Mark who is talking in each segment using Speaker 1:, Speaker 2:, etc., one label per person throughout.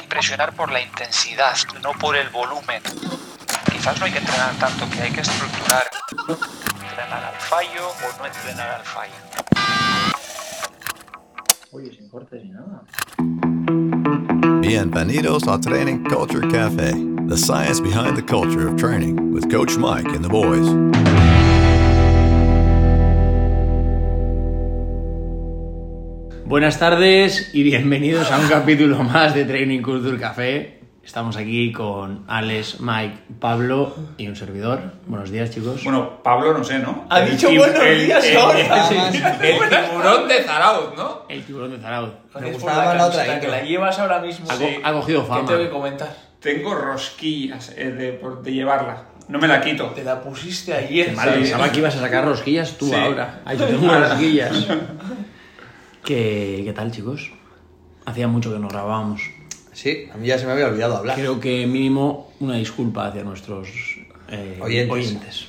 Speaker 1: impresionar por la intensidad, no por el volumen. Quizás no hay que entrenar tanto, que hay que estructurar. Entrenar al fallo o no entrenar al fallo.
Speaker 2: Oye, sin cortes ni nada.
Speaker 3: Bienvenidos a Training Culture Cafe, the science behind the culture of training with Coach Mike and the boys.
Speaker 4: Buenas tardes y bienvenidos a un capítulo más de Training Culture Café. Estamos aquí con Alex, Mike, Pablo y un servidor. Buenos días, chicos.
Speaker 5: Bueno, Pablo, no sé, ¿no?
Speaker 6: Ha dicho buenos días ahora.
Speaker 5: El tiburón de Zarauz, ¿no?
Speaker 4: El tiburón de Zarauz.
Speaker 6: Me gustaba la otra
Speaker 5: que
Speaker 6: intro.
Speaker 5: la llevas ahora mismo.
Speaker 4: Ha, co- ha cogido
Speaker 7: ¿Qué
Speaker 4: fama.
Speaker 7: tengo que comentar?
Speaker 5: Tengo rosquillas eh, de, por- de llevarla. No me la quito.
Speaker 7: Te la pusiste ayer.
Speaker 4: Qué mal,
Speaker 7: ¿sabes?
Speaker 4: pensaba que ibas a sacar rosquillas tú
Speaker 5: Sí.
Speaker 4: ahora. Ay, yo tengo rosquillas. ¿Qué, ¿Qué tal, chicos? Hacía mucho que no grabábamos.
Speaker 6: Sí, a mí ya se me había olvidado hablar.
Speaker 4: Creo que mínimo una disculpa hacia nuestros eh,
Speaker 6: Oyentes.
Speaker 4: oyentes.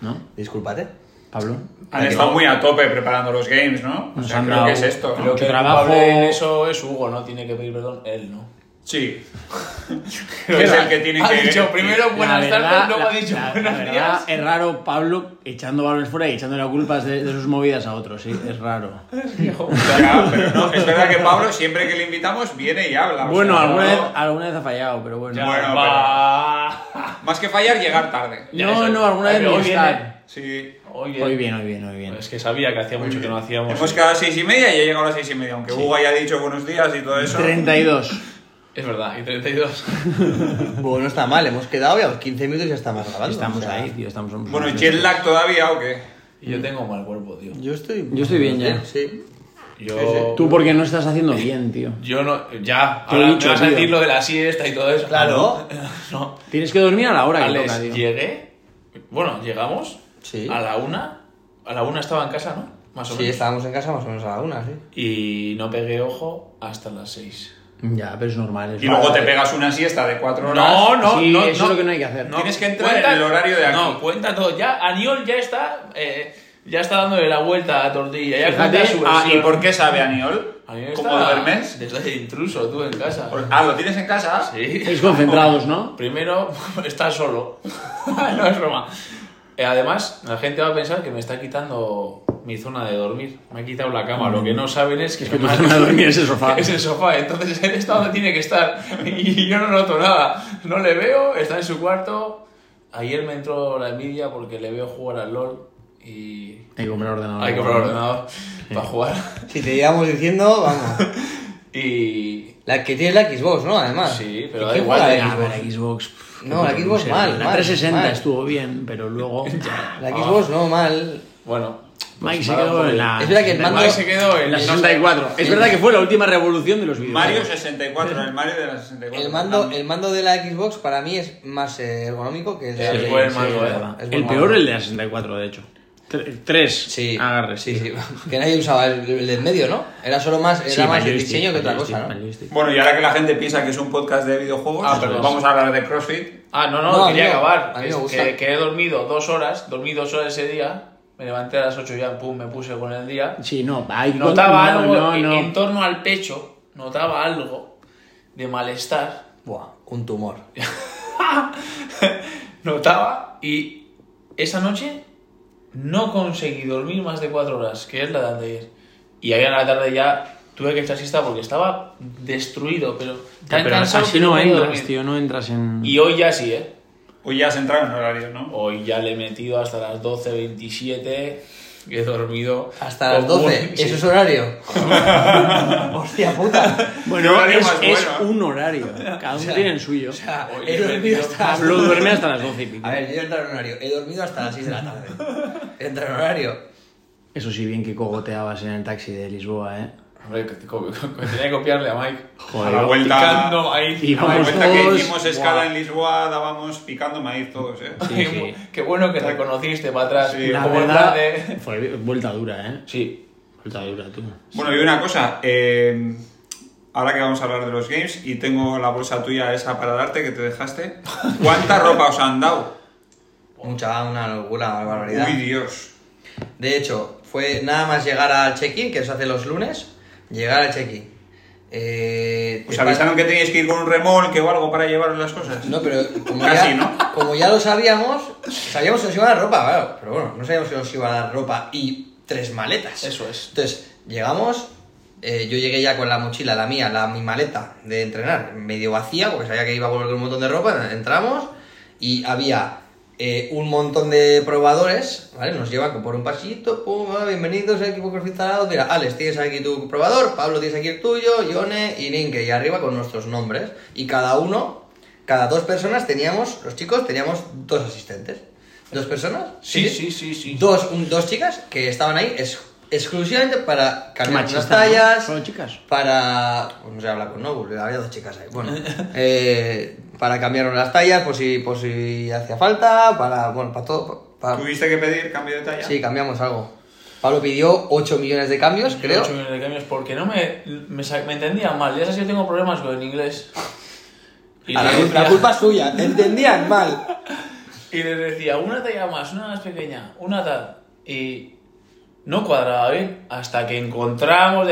Speaker 4: ¿No?
Speaker 6: Disculpate.
Speaker 4: Pablo.
Speaker 5: Han estado muy a tope preparando los games, ¿no? O
Speaker 4: Nos
Speaker 5: sea,
Speaker 4: han
Speaker 5: Ah, creo
Speaker 4: dado-
Speaker 5: que es esto.
Speaker 4: Creo
Speaker 7: Lo
Speaker 4: Mucho
Speaker 7: que
Speaker 4: trabajo.
Speaker 7: trabajo en eso es Hugo, no tiene que pedir perdón, él no.
Speaker 5: Sí. que es el que tiene
Speaker 7: ha
Speaker 5: que...
Speaker 7: dicho primero buenas
Speaker 4: La verdad,
Speaker 7: tardes, luego ha
Speaker 4: la-
Speaker 7: dicho
Speaker 4: la- la
Speaker 7: buenos
Speaker 4: verdad,
Speaker 7: días.
Speaker 4: Es raro Pablo echando balones fuera y echando la culpa de, de sus movidas a otros, sí, es raro.
Speaker 5: Ya, pero no, es verdad que Pablo siempre que le invitamos viene y habla. o
Speaker 4: Bueno,
Speaker 5: sea,
Speaker 4: alguna
Speaker 5: no-
Speaker 4: vez, alguna vez ha fallado, pero bueno.
Speaker 7: Ya
Speaker 5: Bueno, pero-
Speaker 7: va.
Speaker 5: Más que fallar, llegar tarde.
Speaker 4: no, no, alguna vez
Speaker 7: Pero
Speaker 4: no
Speaker 7: hoy viene.
Speaker 4: está.
Speaker 5: Sí.
Speaker 7: Hoy bien.
Speaker 4: Hoy bien, hoy bien, hoy bien.
Speaker 7: Pues Es que sabía que hacía mucho que no hacíamos.
Speaker 5: Hemos quedado a las seis y media y he llegado a las seis y media, aunque Hugo haya dicho buenos días y todo eso.
Speaker 4: 32.
Speaker 7: Es verdad, y 32.
Speaker 6: Bueno, no está mal, hemos quedado y a los 15 minutos ya estamos grabando. o
Speaker 4: Estamos
Speaker 6: sea,
Speaker 4: ahí, tío, estamos... somos
Speaker 5: Bueno, ¿y
Speaker 4: unos
Speaker 5: jet
Speaker 4: bestias.
Speaker 5: lag todavía o qué?
Speaker 7: Y yo tengo mal cuerpo, tío.
Speaker 6: Yo estoy...
Speaker 4: Yo estoy bien ya.
Speaker 6: Sí.
Speaker 7: Yo.
Speaker 4: Tú porque no estás haciendo bien, tío.
Speaker 7: Yo no. Ya,
Speaker 4: Te lo he
Speaker 7: ahora me
Speaker 4: dicho,
Speaker 7: vas a
Speaker 4: tío.
Speaker 7: decir lo de la siesta y todo eso. Ah,
Speaker 6: Claro.
Speaker 7: No.
Speaker 4: Tienes que dormir a la hora que
Speaker 7: Alex,
Speaker 4: toca, tío.
Speaker 7: llegué. Bueno, llegamos.
Speaker 6: Sí.
Speaker 7: A la una. A la una estaba en casa, ¿no? Más o
Speaker 6: Sí,
Speaker 7: menos.
Speaker 6: estábamos en casa más o menos a la una, sí.
Speaker 7: Y no pegué ojo hasta las seis.
Speaker 4: Ya, pero es normal. es
Speaker 5: Y luego te
Speaker 4: normal.
Speaker 5: pegas una siesta de cuatro horas.
Speaker 7: No, no,
Speaker 4: Sí,
Speaker 7: no.
Speaker 4: eso es lo que no hay que hacer.
Speaker 5: Tienes que entrar en el horario de aquí.
Speaker 7: No, cuenta todo. Ya, Aniol ya está. eh, ya está dándole la vuelta a la tortilla. Ya
Speaker 4: Fíjate,
Speaker 7: cuenta su
Speaker 5: Ah, ¿y
Speaker 7: versión.
Speaker 5: por qué sabe Aniol?
Speaker 7: Aniol
Speaker 5: ¿Cómo
Speaker 7: está
Speaker 5: duermes?
Speaker 7: Desde intruso, tú en casa.
Speaker 5: Ah, ¿lo tienes en casa?
Speaker 7: Sí.
Speaker 4: Estáis concentrados, ¿no?
Speaker 7: Primero, está solo. no es broma. Eh, además, la gente va a pensar que me está quitando mi zona de dormir. Me ha quitado la cama. Lo que no saben es que,
Speaker 4: Es que tu
Speaker 7: me ha-
Speaker 4: zona de dormir es el sofá.
Speaker 7: Es el sofá. Entonces él está donde tiene que estar. Y yo no noto nada. No le veo, está en su cuarto. Ayer me entró la envidia porque le veo jugar al LOL y.
Speaker 4: Hay que comprar ordenador.
Speaker 7: Hay que comprar ordenador para jugar.
Speaker 6: Si te íbamos diciendo, vamos.
Speaker 7: Y.
Speaker 6: La que tiene la Xbox, ¿no? Además.
Speaker 7: Sí,
Speaker 6: ¿Y
Speaker 7: pero da
Speaker 6: quién
Speaker 7: igual,
Speaker 6: juega
Speaker 4: Ah,
Speaker 6: a la
Speaker 4: pero
Speaker 6: Xbox?
Speaker 4: Xbox. pff,
Speaker 6: No, la Xbox
Speaker 4: sé,
Speaker 6: mal,
Speaker 4: La
Speaker 6: mal,
Speaker 4: 360
Speaker 6: mal.
Speaker 4: estuvo bien, pero luego.
Speaker 6: La Xbox no, mal.
Speaker 7: Bueno. pues
Speaker 4: Mike se
Speaker 7: nada,
Speaker 4: quedó
Speaker 7: pues,
Speaker 4: en la.
Speaker 6: Es verdad que el mando-
Speaker 7: Mike se quedó en
Speaker 4: En la
Speaker 7: el-
Speaker 4: 64. Es verdad que fue la última revolución de los videos.
Speaker 5: Mario 64, el Mario de la 64.
Speaker 6: El mando, el mando de la Xbox para mí es más eh, ergonómico que el de la
Speaker 7: Sí,
Speaker 6: Play.
Speaker 7: buen
Speaker 6: Sí,
Speaker 7: mando,
Speaker 6: es
Speaker 7: eh.
Speaker 6: verdad, es
Speaker 4: El
Speaker 6: buen
Speaker 4: peor,
Speaker 6: mando.
Speaker 4: el de la 64, de hecho. Tre- Tres
Speaker 6: Sí.
Speaker 4: agarres.
Speaker 6: Sí, sí. Que nadie usaba el, el del medio, ¿no? Era solo más, era
Speaker 4: Sí,
Speaker 6: más el
Speaker 4: joystick,
Speaker 6: diseño que otra
Speaker 4: joystick,
Speaker 6: cosa,
Speaker 4: mal
Speaker 6: ¿no?
Speaker 4: joystick.
Speaker 5: Bueno, y ahora que la gente piensa que es un podcast de videojuegos, pues
Speaker 7: Ah, perdón.
Speaker 5: vamos a hablar de CrossFit.
Speaker 7: Ah, no, no,
Speaker 6: No, a mí
Speaker 7: quería
Speaker 6: no.
Speaker 7: acabar.
Speaker 6: A mí me
Speaker 7: Es
Speaker 6: gusta.
Speaker 7: que, que he dormido dos horas, dormí dos horas ese día, me levanté a las 8 ya, pum, me puse con el día.
Speaker 4: Sí, no, hay
Speaker 7: Notaba
Speaker 4: no,
Speaker 7: algo
Speaker 4: no,
Speaker 7: en,
Speaker 4: no.
Speaker 7: en torno al pecho, notaba algo de malestar,
Speaker 6: Buah, un tumor.
Speaker 7: notaba y esa noche no conseguí dormir más de cuatro horas, que es la de antes. Y ahí a la tarde ya tuve que echar siesta porque estaba destruido, pero tan
Speaker 4: Pero
Speaker 7: cansado
Speaker 4: así
Speaker 7: que
Speaker 4: no
Speaker 7: podía
Speaker 4: entras,
Speaker 7: dormir.
Speaker 4: tío, no entras en.
Speaker 7: Y hoy ya sí, ¿eh?
Speaker 5: Hoy ya has entrado en horario, ¿no?
Speaker 7: Hoy ya le he metido hasta las 12.27. He dormido.
Speaker 5: Oh,
Speaker 6: Hasta las
Speaker 7: como
Speaker 6: 12.
Speaker 7: un-
Speaker 6: ¿Eso es horario? Hostia puta.
Speaker 5: Qué
Speaker 4: Bueno,
Speaker 5: horario
Speaker 4: es,
Speaker 5: más
Speaker 4: es
Speaker 5: bueno.
Speaker 4: un horario. Cada uno tiene el suyo.
Speaker 6: O sea,
Speaker 7: Oye,
Speaker 6: he dormido
Speaker 7: pero-
Speaker 6: hasta las
Speaker 4: Pablo duerme hasta las 12 y pico.
Speaker 6: A ver, yo he entrado en horario. He dormido hasta las 6 de la tarde. He entrado en horario.
Speaker 4: Eso sí, bien que cogoteabas en el taxi de Lisboa, ¿eh?
Speaker 7: Hombre, que te co- que tenía que copiarle a
Speaker 5: A
Speaker 7: Mike.
Speaker 5: la
Speaker 4: Joder.
Speaker 5: vuelta,
Speaker 7: Picando maíz.
Speaker 4: Y
Speaker 5: a la
Speaker 4: vamos
Speaker 5: vuelta que
Speaker 4: todos-
Speaker 5: hicimos escala en Lisboa, dábamos picando maíz todos, ¿eh?
Speaker 4: Sí,
Speaker 7: Qué,
Speaker 4: sí.
Speaker 7: bu- qué bueno que reconociste para atrás.
Speaker 5: Sí,
Speaker 4: La
Speaker 7: como
Speaker 4: verdad,
Speaker 7: tarde.
Speaker 4: fue vuelta dura, ¿eh?
Speaker 7: Sí.
Speaker 4: Vuelta dura, tú.
Speaker 5: Bueno, y una cosa, eh, ahora que vamos a hablar de los games y tengo la bolsa tuya esa para darte que te dejaste, ¿cuánta ropa os han dado?
Speaker 6: Mucha, una locura, una barbaridad.
Speaker 5: Uy, Dios.
Speaker 6: De hecho, fue nada más llegar al check-in, que se hace los lunes, llegar al check-in. Eh,
Speaker 5: Pues
Speaker 6: te pa-
Speaker 5: avisaron que teníais que ir con un remolque o algo para llevaros las cosas.
Speaker 6: No, pero como,
Speaker 5: Casi,
Speaker 6: ya,
Speaker 5: ¿no?
Speaker 6: como ya lo sabíamos, sabíamos que nos iba a dar ropa, claro, pero bueno, no sabíamos que nos iba a dar ropa y tres maletas.
Speaker 7: Eso es.
Speaker 6: Entonces, llegamos, eh, yo llegué ya con la mochila, la mía, la mi maleta de entrenar, medio vacía, porque sabía que iba a volver con un montón de ropa, entramos y había eh, un montón de probadores, ¿vale? Nos lleva por un pasito, pum, ah, bienvenidos al equipo CrossFit Zaragoza. mira, Alex, tienes aquí tu probador, Pablo tienes aquí el tuyo, Ione y Ninke, y arriba con nuestros nombres, y cada uno, cada dos personas teníamos, los chicos teníamos dos asistentes. ¿Dos personas?
Speaker 7: Sí, sí, sí, sí.
Speaker 6: dos, un- dos chicas que estaban ahí es, exclusivamente para cambiar
Speaker 4: machista,
Speaker 6: unas tallas,
Speaker 4: ¿no? Solo chicas.
Speaker 6: para... pues no sé hablar con Nobu, había dos chicas ahí. Bueno, eh, para cambiar unas tallas por si, por si hacía falta, para... Bueno, para todo. para-
Speaker 5: ¿Tuviste que pedir cambio de talla?
Speaker 6: sí, cambiamos algo. Pablo pidió 8 millones de cambios, creo.
Speaker 7: 8 millones de cambios porque no me, me, sa- me entendía mal. Ya sabes que tengo problemas con el inglés. Y
Speaker 6: A Ah, la,
Speaker 7: les
Speaker 6: cul-
Speaker 7: decía-
Speaker 6: la culpa es suya, te entendían mal.
Speaker 7: Y les decía, una talla más, una más pequeña, una tal. Y no cuadraba bien hasta que encontramos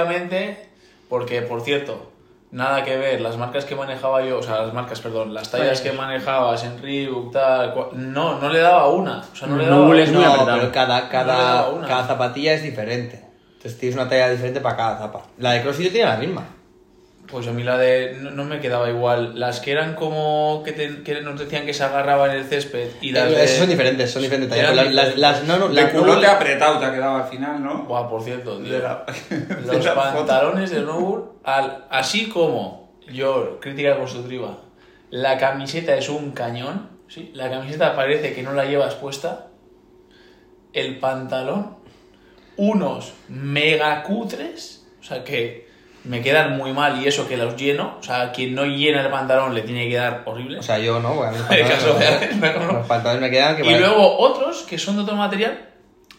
Speaker 7: definitivamente, porque por cierto, nada que ver, las marcas que manejaba yo, o sea, las marcas, perdón, las tallas que manejabas en Reebok, tal, cual, no, no le daba una. O sea, no le
Speaker 4: No
Speaker 7: daba
Speaker 4: hueles
Speaker 7: una.
Speaker 4: muy
Speaker 6: No,
Speaker 4: apretado.
Speaker 6: pero cada, cada,
Speaker 7: daba una.
Speaker 6: cada zapatilla es diferente. Entonces tienes una talla diferente para cada zapa. La de CrossFit yo tenía la misma.
Speaker 7: Pues a mí la de. No, no me quedaba igual. Las que eran como. Que, te- que nos decían que se agarraban en el césped. Y las
Speaker 6: Eh,
Speaker 7: de.
Speaker 6: esas son diferentes, son diferentes. tallas,
Speaker 7: Eran
Speaker 6: pero las, las, las- no, no,
Speaker 5: De
Speaker 6: las- no-
Speaker 5: culote apretado te ha quedado al final, ¿no?
Speaker 7: Buah, por cierto, tío.
Speaker 5: De la- de
Speaker 7: Los
Speaker 5: la
Speaker 7: pantalones de Nour, al, así como yo, crítica constructiva, la camiseta es un cañón, ¿sí? la camiseta parece que no la llevas puesta, el pantalón, unos mega cutres, o sea que me quedan muy mal y eso que los lleno, o sea, quien no llena el pantalón le tiene que dar horrible.
Speaker 6: O sea, yo no, porque a mí los
Speaker 7: El caso de
Speaker 6: pantalones,
Speaker 7: Alex, no, no.
Speaker 6: los pantalones me quedan que
Speaker 7: Y
Speaker 6: vale.
Speaker 7: luego otros que son de otro material,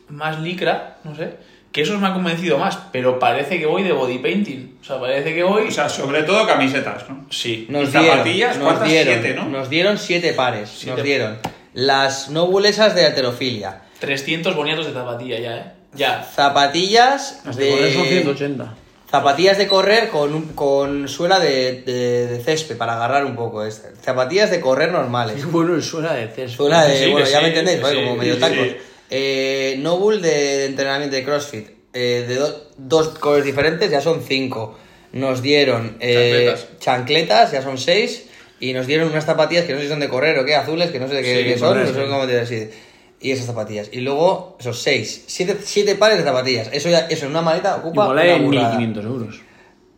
Speaker 7: más licra, no sé, que esos me han convencido más, pero parece que voy de body painting. O sea, parece que voy.
Speaker 5: O sea, sobre todo camisetas, ¿no?
Speaker 7: sí.
Speaker 5: ¿y zapatillas?
Speaker 6: nos
Speaker 5: ¿Cuántas?
Speaker 6: dieron,
Speaker 5: Siete, ¿no?
Speaker 6: Nos dieron siete pares,
Speaker 7: Siete.
Speaker 6: nos dieron las no bulesas de aterofilia,
Speaker 7: 300 boniatos de zapatilla ya, ¿eh? Ya.
Speaker 6: zapatillas
Speaker 4: Las de correr son
Speaker 6: de
Speaker 4: 180.
Speaker 6: zapatillas de correr con un- con suela de, de, de césped para agarrar un poco, es- zapatillas de correr normales,
Speaker 4: Es bueno el suela de césped.
Speaker 6: Suena de,
Speaker 7: Sí, que
Speaker 6: bueno, ya
Speaker 7: sí,
Speaker 6: me entendéis,
Speaker 7: que
Speaker 6: ¿vale?
Speaker 7: sí,
Speaker 6: como
Speaker 7: que
Speaker 6: medio
Speaker 7: sí.
Speaker 6: tacos. Eh, no bull de, de entrenamiento de CrossFit, eh, de do- dos colores diferentes, ya son cinco. Nos dieron eh,
Speaker 7: Chancletas.
Speaker 6: chancletas, ya son seis. Y nos dieron unas zapatillas que no sé si son de correr o qué, azules, que no sé de qué,
Speaker 4: Sí,
Speaker 6: qué son,
Speaker 4: correr,
Speaker 6: no sé
Speaker 4: sí.
Speaker 6: cómo te decir. Y esas zapatillas. Y luego, esos seis, siete, siete pares de zapatillas. Eso ya, eso en una maleta ocupa.
Speaker 4: Igual
Speaker 6: una
Speaker 4: en
Speaker 6: burrada.
Speaker 4: 1500 euros.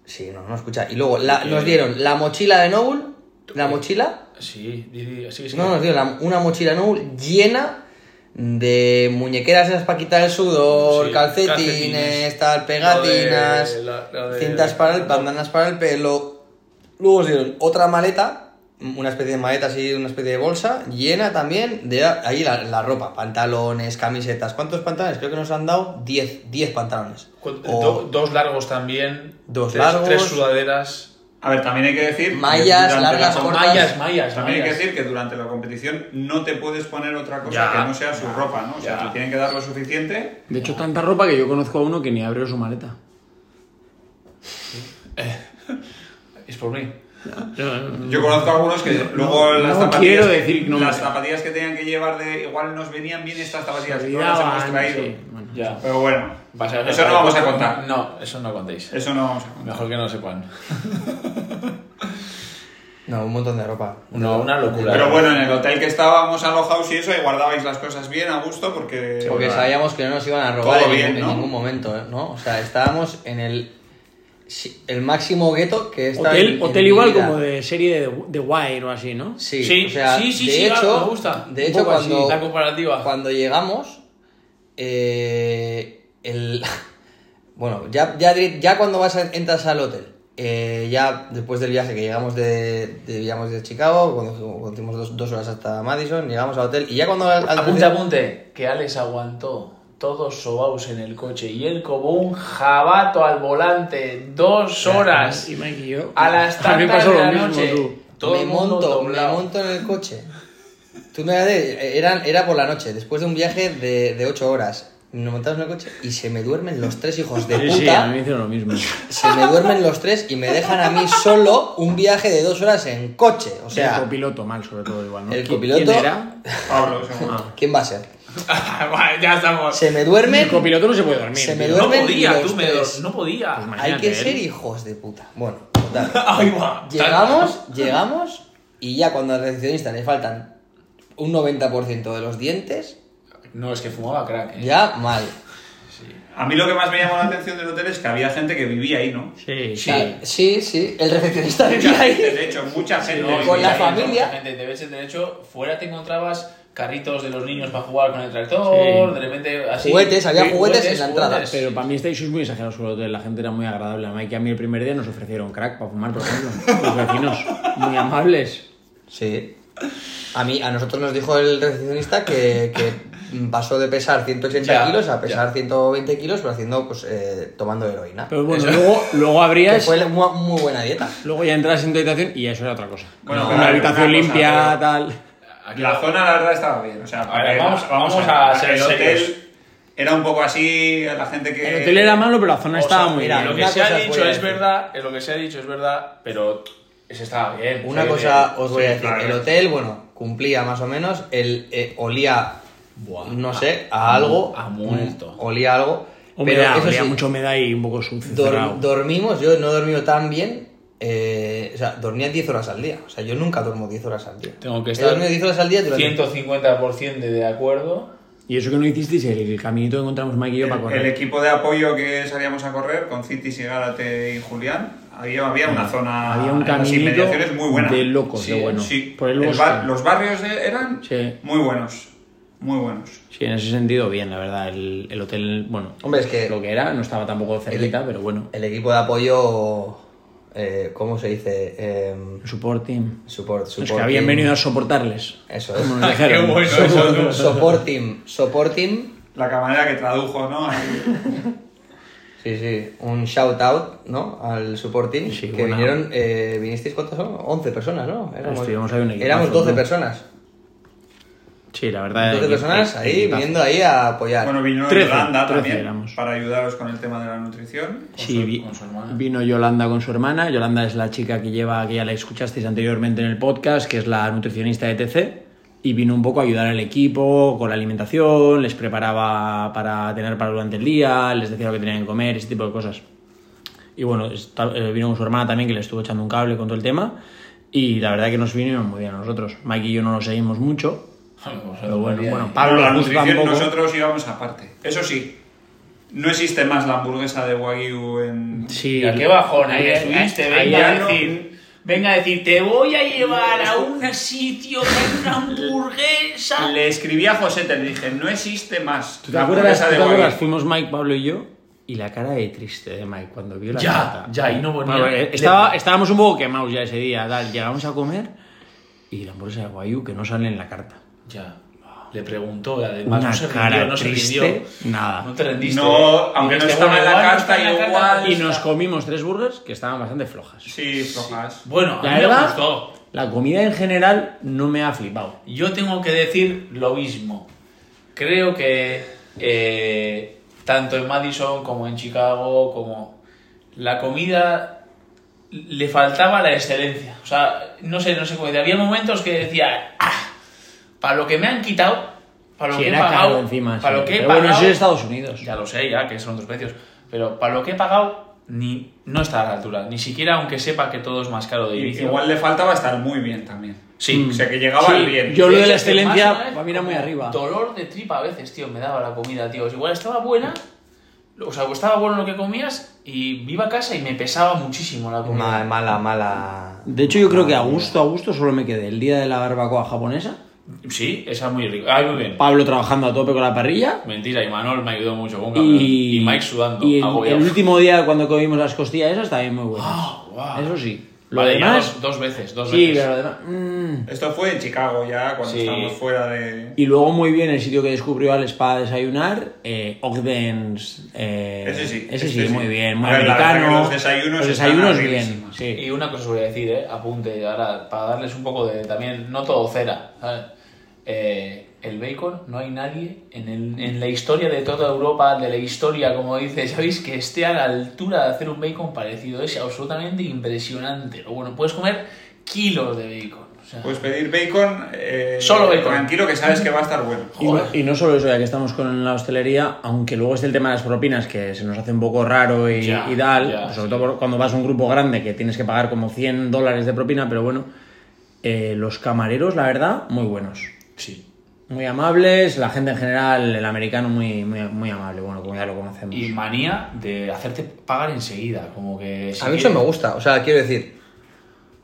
Speaker 6: Sí, no, no escucha. Y luego la- nos dieron la mochila de Noble, la mochila.
Speaker 7: Sí, di- di- así que sí.
Speaker 6: No, nos dio la- una mochila Noul llena de muñequeras esas para quitar el sudor,
Speaker 7: Sí,
Speaker 6: calcetines,
Speaker 7: calcetines,
Speaker 6: tal, pegatinas,
Speaker 7: lo de- la- lo de-
Speaker 6: cintas para el, bandanas para el pelo. Luego os dieron otra maleta, una especie de maleta así, una especie de bolsa, llena también de ahí la, la ropa, pantalones, camisetas. ¿Cuántos pantalones? Creo que nos han dado 10, 10 pantalones.
Speaker 7: Cu-
Speaker 6: O
Speaker 7: do- dos largos también.
Speaker 6: Dos
Speaker 7: tres,
Speaker 6: largos.
Speaker 7: Tres sudaderas.
Speaker 5: A ver, también hay que decir. que
Speaker 6: Mallas
Speaker 5: durante
Speaker 6: largas,
Speaker 5: la
Speaker 6: cortas.
Speaker 7: Mallas, mallas,
Speaker 5: También hay que
Speaker 7: mallas.
Speaker 5: decir que durante la competición no te puedes poner otra cosa
Speaker 7: Ya.
Speaker 5: que no sea su ropa, ¿no? O sea,
Speaker 7: Ya.
Speaker 5: te tienen que dar lo suficiente.
Speaker 4: De hecho, tanta ropa que yo conozco a uno que ni abrió su maleta.
Speaker 7: Es por mí.
Speaker 6: Mm.
Speaker 5: Yo conozco algunos que luego
Speaker 4: no
Speaker 5: las
Speaker 4: quiero
Speaker 5: zapatillas.
Speaker 4: decir que no me-
Speaker 5: las zapatillas que tenían que llevar de. Igual nos venían bien estas zapatillas que no las
Speaker 4: Olvidaban,
Speaker 5: hemos traído.
Speaker 4: sí, bueno.
Speaker 7: Ya.
Speaker 5: Pero bueno,
Speaker 7: Vas a-
Speaker 5: eso no vamos a contar.
Speaker 7: No, eso no contéis.
Speaker 5: Eso no vamos a contar.
Speaker 7: Mejor que no lo sepan.
Speaker 6: No, un montón de ropa.
Speaker 7: No, una locura.
Speaker 5: Pero bueno, en el hotel que estábamos alojados y eso, ahí guardabais las cosas bien a gusto porque.
Speaker 6: Porque
Speaker 5: Bueno,
Speaker 6: sabíamos que no nos iban a robar
Speaker 5: Todo
Speaker 6: en,
Speaker 5: bien,
Speaker 6: ningún- en
Speaker 5: ¿no?
Speaker 6: ningún momento, ¿eh? ¿no? O sea, estábamos en el, si- el máximo gueto que está
Speaker 4: Hotel,
Speaker 6: en- en
Speaker 4: hotel
Speaker 6: mi
Speaker 4: igual
Speaker 6: vida.
Speaker 4: como de serie de, de Wire o así, ¿no?
Speaker 6: Sí,
Speaker 7: Sí,
Speaker 6: o sea,
Speaker 7: sí, sí,
Speaker 6: de
Speaker 7: sí, ah,
Speaker 6: hecho,
Speaker 7: me gusta.
Speaker 6: De
Speaker 7: Un
Speaker 6: hecho,
Speaker 7: poco así,
Speaker 6: cuando,
Speaker 7: la comparativa.
Speaker 6: cuando llegamos, eh, el, bueno, ya, ya, dir- ya cuando vas a- entras al hotel, eh, ya después del viaje que llegamos de, de, llegamos de Chicago, cuando conducimos dos, dos horas hasta Madison, llegamos al hotel y ya cuando... al- al-
Speaker 7: Apunte, apunte, que Alex aguantó todos sobaos en el coche y él como un jabato al volante dos horas
Speaker 4: Y Mike y yo.
Speaker 7: a las
Speaker 4: A mí me
Speaker 7: tantas
Speaker 4: pasó
Speaker 7: de
Speaker 4: lo
Speaker 7: la
Speaker 4: mismo,
Speaker 7: noche.
Speaker 4: tú.
Speaker 7: Todo
Speaker 6: me
Speaker 7: el mundo
Speaker 6: monto, me
Speaker 7: doblado.
Speaker 6: monto en el coche. Tú me das de- eran- era por la noche, después de un viaje de, de 8 horas. nos montamos en el coche y se me duermen los tres hijos de
Speaker 4: Sí,
Speaker 6: puta.
Speaker 4: sí, a mí me hicieron lo mismo.
Speaker 6: Se me duermen los tres y me dejan a mí solo un viaje de dos horas en coche. O
Speaker 4: el
Speaker 6: sea,
Speaker 4: copiloto mal, sobre todo, igual, ¿no?
Speaker 6: el
Speaker 4: ¿Qui-
Speaker 6: copiloto-
Speaker 4: ¿Quién era?
Speaker 5: Pablo, seguro.
Speaker 6: ¿quién va a ser?
Speaker 7: Vale, ya estamos.
Speaker 6: Se me duermen.
Speaker 4: El copiloto no se puede dormir. tío.
Speaker 6: Se me
Speaker 7: No
Speaker 6: duermen
Speaker 7: podía,
Speaker 6: los
Speaker 7: tú, me
Speaker 6: tres.
Speaker 7: No podía.
Speaker 6: Hay
Speaker 4: Imagínate,
Speaker 6: que
Speaker 4: ¿eh?
Speaker 6: ser hijos de puta. Bueno, total.
Speaker 7: Ay, va.
Speaker 6: Llegamos, llegamos y ya cuando al recepcionista le faltan un 90% de los dientes,
Speaker 7: No, es que fumaba crack. ¿eh?
Speaker 6: ya mal.
Speaker 5: A mí lo que más me llamó la atención del hotel es que había gente que vivía ahí, ¿no?
Speaker 4: Sí, sí.
Speaker 6: Ah, sí, sí, el recepcionista vivía
Speaker 5: Mucha gente,
Speaker 6: ahí.
Speaker 5: de hecho, mucha gente.
Speaker 7: No,
Speaker 5: vivía
Speaker 6: con la
Speaker 5: ahí, ¿no?
Speaker 6: familia.
Speaker 7: Te debes el derecho. Fuera te encontrabas carritos de los niños para jugar con el tractor.
Speaker 4: Sí.
Speaker 7: De repente, así.
Speaker 6: Juguetes, había juguetes en la entrada.
Speaker 4: Pero para mí estáis sois muy exagerados sobre el hotel. La gente era muy agradable. A Mike y a mí el primer día nos ofrecieron crack para fumar, por ejemplo. Los vecinos, muy amables.
Speaker 6: Sí. A mí, a nosotros nos dijo el recepcionista que, que pasó de pesar 180
Speaker 7: Ya,
Speaker 6: kilos a pesar 120 kilos, pero haciendo, pues, eh, tomando heroína.
Speaker 4: Pero bueno, luego, luego
Speaker 6: Que
Speaker 4: abrías,
Speaker 6: fue la- una muy buena dieta.
Speaker 4: luego ya entras en tu habitación y ya eso era otra cosa.
Speaker 5: Bueno,
Speaker 4: Una
Speaker 5: pero a ver,
Speaker 4: habitación
Speaker 5: una cosa,
Speaker 4: limpia,
Speaker 5: pero-
Speaker 4: tal.
Speaker 7: Aquí
Speaker 5: La zona, la verdad, estaba bien. O sea,
Speaker 7: A ver,
Speaker 5: eh,
Speaker 7: vamos- vamos
Speaker 5: ver,
Speaker 7: a ser
Speaker 5: El
Speaker 7: serios.
Speaker 5: hotel era un poco así, la gente que.
Speaker 4: El hotel era malo, pero la zona
Speaker 7: O
Speaker 4: estaba
Speaker 7: sea,
Speaker 4: muy
Speaker 6: mira,
Speaker 4: bien.
Speaker 7: Lo que
Speaker 6: Una
Speaker 7: se ha
Speaker 6: cosa os
Speaker 7: dicho
Speaker 6: voy a
Speaker 7: es
Speaker 6: decir.
Speaker 7: verdad, es lo que se ha dicho es verdad, pero se estaba bien.
Speaker 6: Una
Speaker 7: Fue
Speaker 6: cosa
Speaker 7: de-
Speaker 6: os voy a
Speaker 5: sí,
Speaker 6: decir.
Speaker 5: claro.
Speaker 6: El hotel, bueno, cumplía más o menos. El, eh, olía, no sé, a algo.
Speaker 7: ha muerto.
Speaker 6: Mm, Olía a algo.
Speaker 4: Humedad,
Speaker 6: pero eso
Speaker 4: olía
Speaker 6: sí,
Speaker 4: mucha humedad y un poco sucio.
Speaker 6: dor-
Speaker 4: cerrado.
Speaker 6: dormimos, yo no he dormido tan bien. eh, o sea, dormía 10 horas al día. O sea, yo nunca duermo 10 horas al día.
Speaker 7: Tengo que
Speaker 6: He
Speaker 7: estar
Speaker 6: dormido 10 horas al día durante
Speaker 7: 150% de, de acuerdo.
Speaker 4: Y eso que no hicisteis, el caminito que encontramos Mike y yo para
Speaker 5: El, el
Speaker 4: correr.
Speaker 5: equipo de apoyo que salíamos a correr con Citi, Sigalate y Julián, había, había una zona.
Speaker 4: Mm. Había un
Speaker 5: en las
Speaker 4: caminito
Speaker 5: inmediaciones muy buena.
Speaker 4: de locos, de bueno.
Speaker 5: Sí,
Speaker 4: Por el
Speaker 5: el
Speaker 4: bosque.
Speaker 5: bar- los barrios de- eran
Speaker 4: Sí.
Speaker 5: muy buenos. Muy buenos.
Speaker 4: Sí, en ese sentido, bien, la verdad. El, el hotel, bueno,
Speaker 6: Hombre, es que-
Speaker 4: lo que era, no estaba tampoco cerquita, pero bueno.
Speaker 6: El equipo de apoyo, eh, ¿cómo se dice? Em,
Speaker 4: El support team.
Speaker 6: support, support
Speaker 4: Los que habían
Speaker 6: team.
Speaker 4: venido a soportarles.
Speaker 6: Eso es.
Speaker 4: Como nos dijeron.
Speaker 7: eso.
Speaker 6: support team, support team.
Speaker 5: La camarera que tradujo, ¿no? Ahí.
Speaker 6: Sí, sí, un shout out, ¿no? Al support team.
Speaker 4: Sí,
Speaker 6: que
Speaker 4: buena.
Speaker 6: vinieron, eh, ¿vinisteis cuántos son? 11 personas, ¿no?
Speaker 4: Estuvimos ahí un equipazo,
Speaker 6: éramos 12
Speaker 4: ¿no?
Speaker 6: personas.
Speaker 4: Sí, la verdad.
Speaker 6: 12
Speaker 4: equi-
Speaker 6: personas ahí
Speaker 4: equipazo.
Speaker 6: viniendo ahí a apoyar.
Speaker 5: Bueno, vino
Speaker 4: Trece,
Speaker 5: Yolanda
Speaker 4: trece
Speaker 5: también
Speaker 4: éramos.
Speaker 5: para ayudaros con el tema de la nutrición.
Speaker 4: Sí, vi-
Speaker 7: con su hermana.
Speaker 4: vino Yolanda con su hermana. Yolanda es la chica que lleva, que ya la escuchasteis anteriormente en el podcast, que es la nutricionista de TC. Y vino un poco a ayudar al equipo con la alimentación, les preparaba para tener para durante el día, les decía lo que tenían que comer, ese tipo de cosas. Y bueno, esta- eh, vino con su hermana también, que le estuvo echando un cable con todo el tema. Y la verdad que nos vinieron muy bien a nosotros. Mike y yo no lo seguimos mucho. Pero bueno, bueno, Pablo
Speaker 5: Bueno, la
Speaker 4: justo
Speaker 5: nutrición
Speaker 4: tampoco.
Speaker 5: nosotros íbamos aparte. Eso sí, no existe más la hamburguesa de Wagyu en.
Speaker 4: Sí,
Speaker 7: Mira, qué bajón,
Speaker 4: ahí-
Speaker 7: ahí estuviste,
Speaker 4: ahí-
Speaker 7: venga a
Speaker 4: ahí-
Speaker 7: decir. Venga a decir, te voy a llevar a un sitio con una hamburguesa.
Speaker 5: Le escribí a José, te dije, no existe más.
Speaker 4: ¿Tú te
Speaker 5: la
Speaker 4: acuerdas?
Speaker 5: hamburguesa
Speaker 4: tú te
Speaker 5: de Wagyu.
Speaker 4: acuerdas? Fuimos Mike, Pablo y yo. Y la cara de triste de Mike cuando vio la
Speaker 7: Ya,
Speaker 4: carta.
Speaker 7: ya, y no volvía.
Speaker 4: Bueno, eh, estaba- estábamos un poco quemados ya ese día. Tal. Llegamos a comer y la hamburguesa de Guayú que no sale en la carta.
Speaker 7: Ya. Le preguntó, además
Speaker 4: Una
Speaker 7: no se
Speaker 4: cara
Speaker 7: rindió, no se
Speaker 4: triste,
Speaker 7: rindió.
Speaker 4: nada.
Speaker 7: No te rendiste.
Speaker 5: No,
Speaker 7: ¿eh?
Speaker 5: aunque no
Speaker 7: Dijiste,
Speaker 5: estaba
Speaker 7: bueno,
Speaker 5: en la
Speaker 7: igual no
Speaker 5: carta,
Speaker 7: está en la carta,
Speaker 5: igual-
Speaker 7: pero
Speaker 4: Y
Speaker 7: está.
Speaker 4: nos comimos tres burgers que estaban bastante flojas.
Speaker 5: Sí, flojas.
Speaker 7: Bueno,
Speaker 4: la
Speaker 7: a mí me
Speaker 4: verdad,
Speaker 7: gustó.
Speaker 4: la comida en general no me ha flipado.
Speaker 7: Yo tengo que decir lo mismo. Creo que eh, tanto en Madison como en Chicago, como la comida le faltaba la excelencia. O sea, no sé, no sé cómo decir. Había momentos que decía, "Ah, para lo que me han quitado, para lo
Speaker 4: Sí,
Speaker 7: que he
Speaker 4: era
Speaker 7: pagado,
Speaker 4: caro encima.
Speaker 7: para
Speaker 4: sí.
Speaker 7: lo que he
Speaker 4: Pero bueno,
Speaker 7: pagado,
Speaker 4: eso es Estados Unidos.
Speaker 7: ya lo sé, ya que son otros precios, pero para lo que he pagado ni no está a la altura, ni siquiera aunque sepa que todo es más caro de
Speaker 5: Y
Speaker 7: inicio.
Speaker 5: Igual le faltaba estar muy bien también.
Speaker 7: Sí,
Speaker 5: O sea, que llegaba
Speaker 4: Sí,
Speaker 5: al bien.
Speaker 4: yo- lo de la
Speaker 7: hecho, que
Speaker 4: excelencia
Speaker 7: más una vez,
Speaker 4: mira muy
Speaker 7: como
Speaker 4: arriba.
Speaker 7: Dolor de tripa a veces, tío, me daba la comida, tío. Igual estaba buena, o sea, estaba bueno lo que comías y me iba a casa y me pesaba muchísimo la comida.
Speaker 6: Ma- mala, mala.
Speaker 4: De hecho, yo creo que a gusto, a gusto solo me quedé el día de la barbacoa japonesa.
Speaker 7: Sí, esa muy rica. Ay, muy bien.
Speaker 4: Pablo trabajando a tope con la parrilla.
Speaker 7: Mentira, y Manol me ayudó mucho con cabrón.
Speaker 4: Y,
Speaker 7: Y, Mike sudando,
Speaker 4: y el,
Speaker 7: agobiado.
Speaker 4: el último día cuando comimos las costillas esas también muy buenas.
Speaker 7: Ah, guau.
Speaker 4: Eso sí. Lo
Speaker 7: Vale, ya
Speaker 4: demás.
Speaker 7: dos, dos veces, dos
Speaker 4: sí,
Speaker 7: veces.
Speaker 4: pero lo demás. mm.
Speaker 5: Esto fue en Chicago ya, cuando
Speaker 7: Sí.
Speaker 5: estábamos fuera de...
Speaker 4: Y luego muy bien el sitio que descubrió Alex para desayunar, eh, Ogden's. eh,
Speaker 5: Ese sí,
Speaker 4: Ese sí,
Speaker 5: este sí.
Speaker 4: muy bien, muy
Speaker 5: A ver, la verdad
Speaker 4: americano.
Speaker 5: que los desayunos
Speaker 4: Los
Speaker 5: están
Speaker 4: desayunos bien,
Speaker 5: arribísimos.
Speaker 4: sí.
Speaker 7: Y una cosa os voy a decir, ¿eh? apunte, ahora, para darles un poco de también, no todo cera, ¿sabes? Eh, el bacon, no hay nadie en, el- en la historia de toda Europa, de la historia, como dice, ¿sabéis? Que esté a la altura de hacer un bacon parecido. Es absolutamente impresionante. Lo bueno, puedes comer kilos de bacon. o sea,
Speaker 5: Pues pedir bacon. eh,
Speaker 7: Solo bacon.
Speaker 5: Tranquilo que sabes que va a estar bueno.
Speaker 4: Y no, y no solo eso, ya que estamos con la hostelería, aunque luego esté el tema de las propinas, que se nos hace un poco raro y,
Speaker 7: Ya,
Speaker 4: y tal, pues
Speaker 7: ya,
Speaker 4: sobre todo por- cuando vas a un grupo grande que tienes que pagar como 100 dólares de propina, pero bueno, eh, los camareros, la verdad, muy buenos.
Speaker 7: sí.
Speaker 4: Muy amables, la gente en general, el americano muy, muy, muy amable, bueno, como ya lo conocemos.
Speaker 7: Y manía de hacerte pagar enseguida, como que... si
Speaker 6: A mí eso
Speaker 7: quieres-
Speaker 6: me gusta, o sea, quiero decir.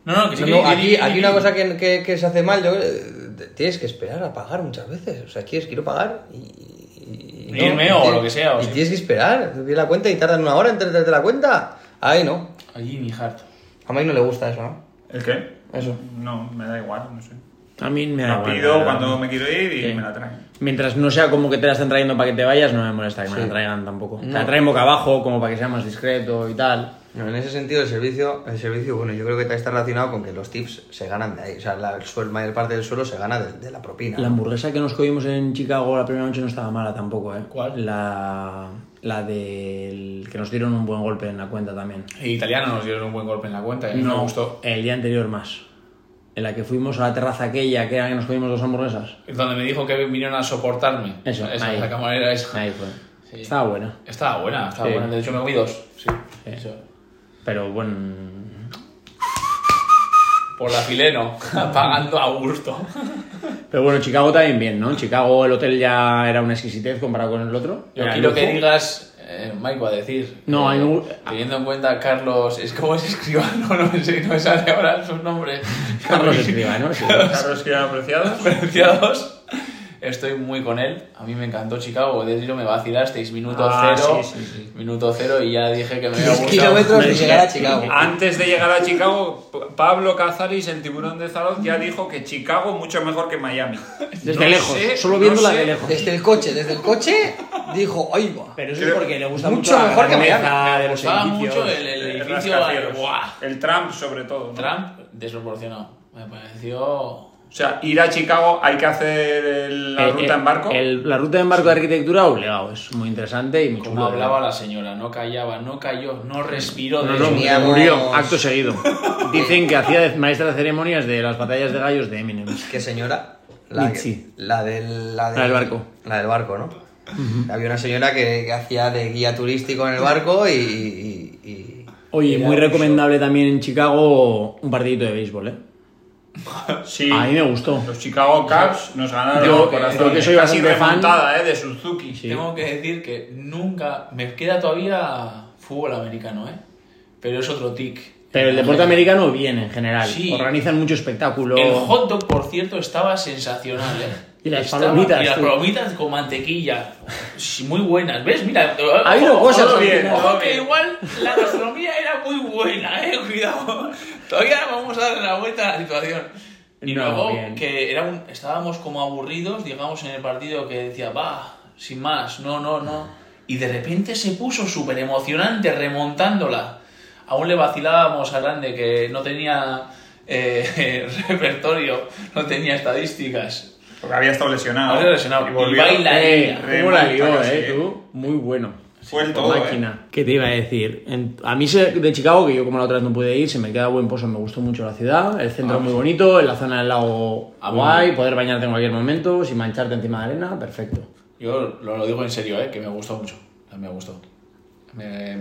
Speaker 7: No, no, que sí
Speaker 6: no,
Speaker 7: que-
Speaker 6: no,
Speaker 7: que-
Speaker 6: aquí,
Speaker 7: que-
Speaker 6: aquí
Speaker 7: que-
Speaker 6: una cosa que, que- que se hace mal, yo eh, tienes que esperar a pagar muchas veces. O sea, quieres, quiero pagar y. y- y
Speaker 7: Irme o
Speaker 6: tienes-
Speaker 7: lo que sea, o
Speaker 6: y
Speaker 7: sí.
Speaker 6: tienes que esperar, te pide la cuenta y tardan una hora en traerte la cuenta. Ahí no.
Speaker 7: Allí mi hart.
Speaker 6: A Mike no le gusta eso, ¿no?
Speaker 5: ¿El qué?
Speaker 6: Eso.
Speaker 5: No, me da igual, no sé.
Speaker 4: A mí me da
Speaker 5: La
Speaker 4: igual,
Speaker 5: pido
Speaker 4: la verdad.
Speaker 5: cuando me quiero ir y
Speaker 4: Sí.
Speaker 5: me la traen.
Speaker 4: Mientras no sea como que te la están trayendo para que te vayas, no me molesta que me
Speaker 6: Sí.
Speaker 4: la traigan tampoco. Te
Speaker 6: No.
Speaker 4: la traen boca abajo, como para que sea más discreto y tal.
Speaker 6: No, en ese sentido, el servicio, el servicio, bueno, yo creo que está relacionado con que los tips se ganan de ahí. O sea, la suel- mayor parte del suelo se gana de, de la propina.
Speaker 4: La hamburguesa que nos comimos en Chicago la primera noche no estaba mala tampoco, ¿eh?
Speaker 7: ¿Cuál?
Speaker 4: La, la del que nos dieron un buen golpe en la cuenta también.
Speaker 7: El italiano nos dieron un buen golpe en la cuenta y no me gustó.
Speaker 4: El día anterior más. En la que fuimos a la terraza aquella, que era que nos comimos dos hamburguesas.
Speaker 7: Donde me dijo que vinieron a soportarme.
Speaker 4: Eso,
Speaker 7: Esa,
Speaker 4: ahí.
Speaker 7: la camarera esa.
Speaker 4: Ahí fue.
Speaker 7: Sí.
Speaker 4: Estaba buena,
Speaker 7: Estaba buena, estaba
Speaker 4: Sí.
Speaker 7: buena. De hecho, me comí dos. Sí. Eso.
Speaker 4: pero bueno...
Speaker 7: Por la fileno, pagando a gusto.
Speaker 4: Pero bueno, Chicago también bien, ¿no? En Chicago el hotel ya era una exquisitez comparado con el otro.
Speaker 7: Yo
Speaker 4: Era
Speaker 7: quiero
Speaker 4: lujo.
Speaker 7: que digas, eh, Maico, a decir.
Speaker 4: No, a mí me
Speaker 7: Eh,
Speaker 4: gu-
Speaker 7: Teniendo en cuenta a Carlos, es como es escribano, no me sé, no me sale ahora su nombre.
Speaker 4: Carlos Escribano, sí.
Speaker 5: Carlos que apreciados.
Speaker 7: Preciados. Estoy muy con él. A mí me encantó Chicago. De hecho, me vacilasteis minuto
Speaker 5: Ah,
Speaker 7: cero.
Speaker 5: sí, sí, sí.
Speaker 7: Minuto cero y ya dije que me había
Speaker 6: 10
Speaker 7: gustado.
Speaker 6: kilómetros de
Speaker 4: Me-
Speaker 6: llegar a Chicago.
Speaker 5: Antes de llegar a Chicago, P- Pablo Cazalis, el tiburón de Zaloz, ya dijo que Chicago mucho mejor que Miami.
Speaker 4: Desde
Speaker 5: No
Speaker 4: lejos,
Speaker 5: sé,
Speaker 4: solo
Speaker 5: no
Speaker 4: viéndola
Speaker 5: sé.
Speaker 4: de lejos.
Speaker 6: Desde el coche, desde el coche, dijo, oiga
Speaker 4: Pero eso
Speaker 5: Creo-
Speaker 4: es porque le gusta
Speaker 6: mucho
Speaker 4: mucho, la
Speaker 6: mejor que
Speaker 4: grandeza
Speaker 6: Miami.
Speaker 4: de
Speaker 7: Me
Speaker 4: los
Speaker 7: gustaba
Speaker 4: edificios.
Speaker 7: mucho el, el edificio.
Speaker 5: Eh, rascacielos.
Speaker 7: ¡Buah!
Speaker 5: El Trump, sobre todo. ¿no?
Speaker 7: Trump desproporcionado. Me pareció.
Speaker 5: O sea, ir a Chicago hay que hacer el- la
Speaker 4: El-
Speaker 5: ruta en barco.
Speaker 4: el- Eh, el- la ruta en barco de arquitectura, obligado, es muy interesante y muy
Speaker 7: Como
Speaker 4: chulo,
Speaker 7: hablaba la señora, no callaba, no calló, no respiró.
Speaker 4: No,
Speaker 7: de
Speaker 4: no,
Speaker 7: eso.
Speaker 6: Teníamos-
Speaker 4: murió, acto seguido. Dicen que hacía de maestra de ceremonias de las batallas de gallos de Eminem.
Speaker 6: ¿Qué señora? La,
Speaker 4: Mitzi.
Speaker 6: la, del, la,
Speaker 4: La del barco.
Speaker 6: La del barco, ¿no? Había una señora que, que hacía de guía turístico en el barco y. y- y-
Speaker 4: Oye, muy recomendable también en Chicago un partidito de béisbol, ¿eh?
Speaker 5: Sí.
Speaker 4: A mí me gustó.
Speaker 5: Los Chicago Cubs nos ganaron
Speaker 4: Yo-
Speaker 5: el corazón.
Speaker 4: yo que soy
Speaker 5: Casi
Speaker 4: bastante fan-
Speaker 5: remontada, ¿eh? De Suzuki.
Speaker 4: Sí.
Speaker 7: Tengo que decir que nunca. Me queda todavía fútbol americano, ¿eh? Pero es otro tic.
Speaker 4: Pero el deporte americano bien en general.
Speaker 7: Sí.
Speaker 4: Organizan mucho espectáculo.
Speaker 7: El hot dog, por cierto, estaba sensacional, ¿eh?
Speaker 4: Y las
Speaker 7: Estaba-
Speaker 4: palomitas,
Speaker 7: Y las
Speaker 4: tú.
Speaker 7: palomitas con mantequilla. Sí, Muy buenas, ¿ves? Mira.
Speaker 4: Ha habido
Speaker 7: ojo,
Speaker 4: cosas
Speaker 7: ojo,
Speaker 4: al
Speaker 5: final.
Speaker 7: ojo que
Speaker 5: Bien.
Speaker 7: igual la gastronomía era muy buena, ¿eh? Cuidado. Todavía vamos a darle la vuelta a la situación. Y
Speaker 4: No,
Speaker 7: luego,
Speaker 4: bien.
Speaker 7: que era un- estábamos como aburridos, digamos, en el partido que decía, va, sin más, no, no, no. Y de repente se puso súper emocionante remontándola. Aún le vacilábamos a Grande que no tenía eh, repertorio, no tenía estadísticas.
Speaker 5: Porque había estado lesionado.
Speaker 7: Había lesionado.
Speaker 5: Y volvió.
Speaker 7: Y baila.
Speaker 4: Eh,
Speaker 5: Remonta
Speaker 4: ¿Cómo la lió,
Speaker 5: casi,
Speaker 4: eh,
Speaker 5: eh.
Speaker 4: tú? Muy bueno.
Speaker 5: Fue el
Speaker 4: Por
Speaker 5: todo, ¿eh?
Speaker 4: máquina. ¿Qué te iba a decir? En- a mí se- de Chicago, que yo como la otra vez no pude ir, se me queda buen pozo, me gustó mucho la ciudad, el centro muy bonito, en la zona del lago
Speaker 7: Ah,
Speaker 4: guay,
Speaker 7: bueno.
Speaker 4: poder bañarte en cualquier momento, sin mancharte encima de arena, perfecto.
Speaker 7: Yo lo, lo digo en serio, ¿eh? que me gustó mucho. Me gustó. Me,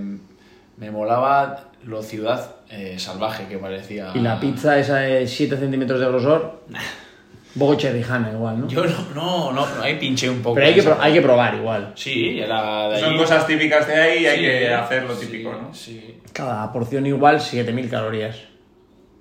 Speaker 7: me molaba lo ciudad eh, salvaje que parecía.
Speaker 4: Y la pizza esa de 7 centímetros de grosor, un poco cherrijana igual, ¿no?
Speaker 7: Yo no, no, no, no, ahí pinché un poco.
Speaker 4: Pero hay que,
Speaker 7: Esa-
Speaker 4: pro- hay que probar igual.
Speaker 7: Sí, la de
Speaker 5: Son
Speaker 7: allí.
Speaker 5: cosas típicas de ahí y hay
Speaker 7: Sí, eh.
Speaker 5: que hacer lo
Speaker 7: sí,
Speaker 5: típico, ¿no?
Speaker 7: Sí.
Speaker 4: Cada porción igual, 7000 calorías.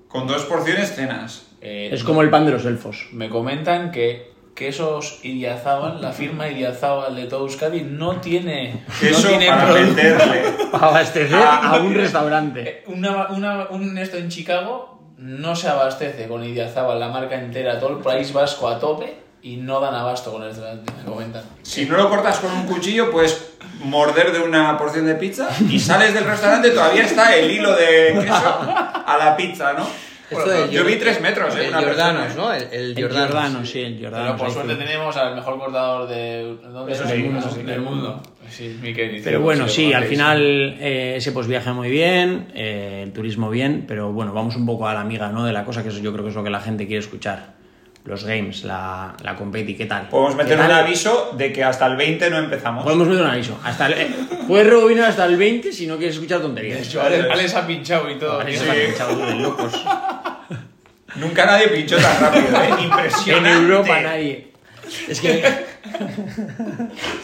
Speaker 5: Con dos porciones cenas.
Speaker 7: Eh,
Speaker 4: Es como el pan de los elfos.
Speaker 7: Me comentan que quesos Idiazábal, la firma Idiazábal de todo Euskadi, no tiene. no
Speaker 5: Eso
Speaker 7: tiene
Speaker 5: para
Speaker 7: produ-
Speaker 5: venderle.
Speaker 4: Para abastecer a un restaurante.
Speaker 7: Eh, Una, una- un esto en Chicago no se abastece con Idiazábal, la marca entera, todo el país vasco a tope y no dan abasto con esto. Me comentan.
Speaker 5: Si no lo cortas con un cuchillo, puedes morder de una porción de pizza y sales del restaurante todavía está el hilo de queso a la pizza, ¿no?
Speaker 6: Esto del
Speaker 5: yo vi
Speaker 6: Jor-
Speaker 5: tres metros, eh,
Speaker 6: El
Speaker 5: una
Speaker 6: Jordanos,
Speaker 5: persona,
Speaker 6: ¿no? El, el
Speaker 4: El
Speaker 6: Jordanos.
Speaker 4: Giordano, sí, el Giordano.
Speaker 7: Pero por suerte tenemos al mejor cortador de, ¿dónde
Speaker 5: Eso
Speaker 7: es?
Speaker 5: sí,
Speaker 7: Del mundo,
Speaker 5: eso sí.
Speaker 7: del mundo. Sí, mi querido.
Speaker 4: Pero bueno, sí, al
Speaker 7: vale,
Speaker 4: final eh, ese posviaje muy bien, eh, el turismo bien, pero bueno, vamos un poco a la amiga ¿no? de la cosa, que eso yo creo que es lo que la gente quiere escuchar. Los games, la, la competi, ¿qué tal?
Speaker 5: Podemos
Speaker 4: ¿Qué
Speaker 5: meter un
Speaker 4: tal?
Speaker 5: aviso de que hasta el 20 no empezamos.
Speaker 4: Podemos meter un aviso. Hasta el- eh, puedes rebobinar hasta el 20 si no quieres escuchar tonterías.
Speaker 7: sí. Alex, Alex ha pinchado y todo.
Speaker 4: Parece
Speaker 7: tío.
Speaker 4: que han echado de locos.
Speaker 5: Nunca nadie pinchó tan rápido, ¿eh? Impresionante.
Speaker 4: En Europa nadie. Es que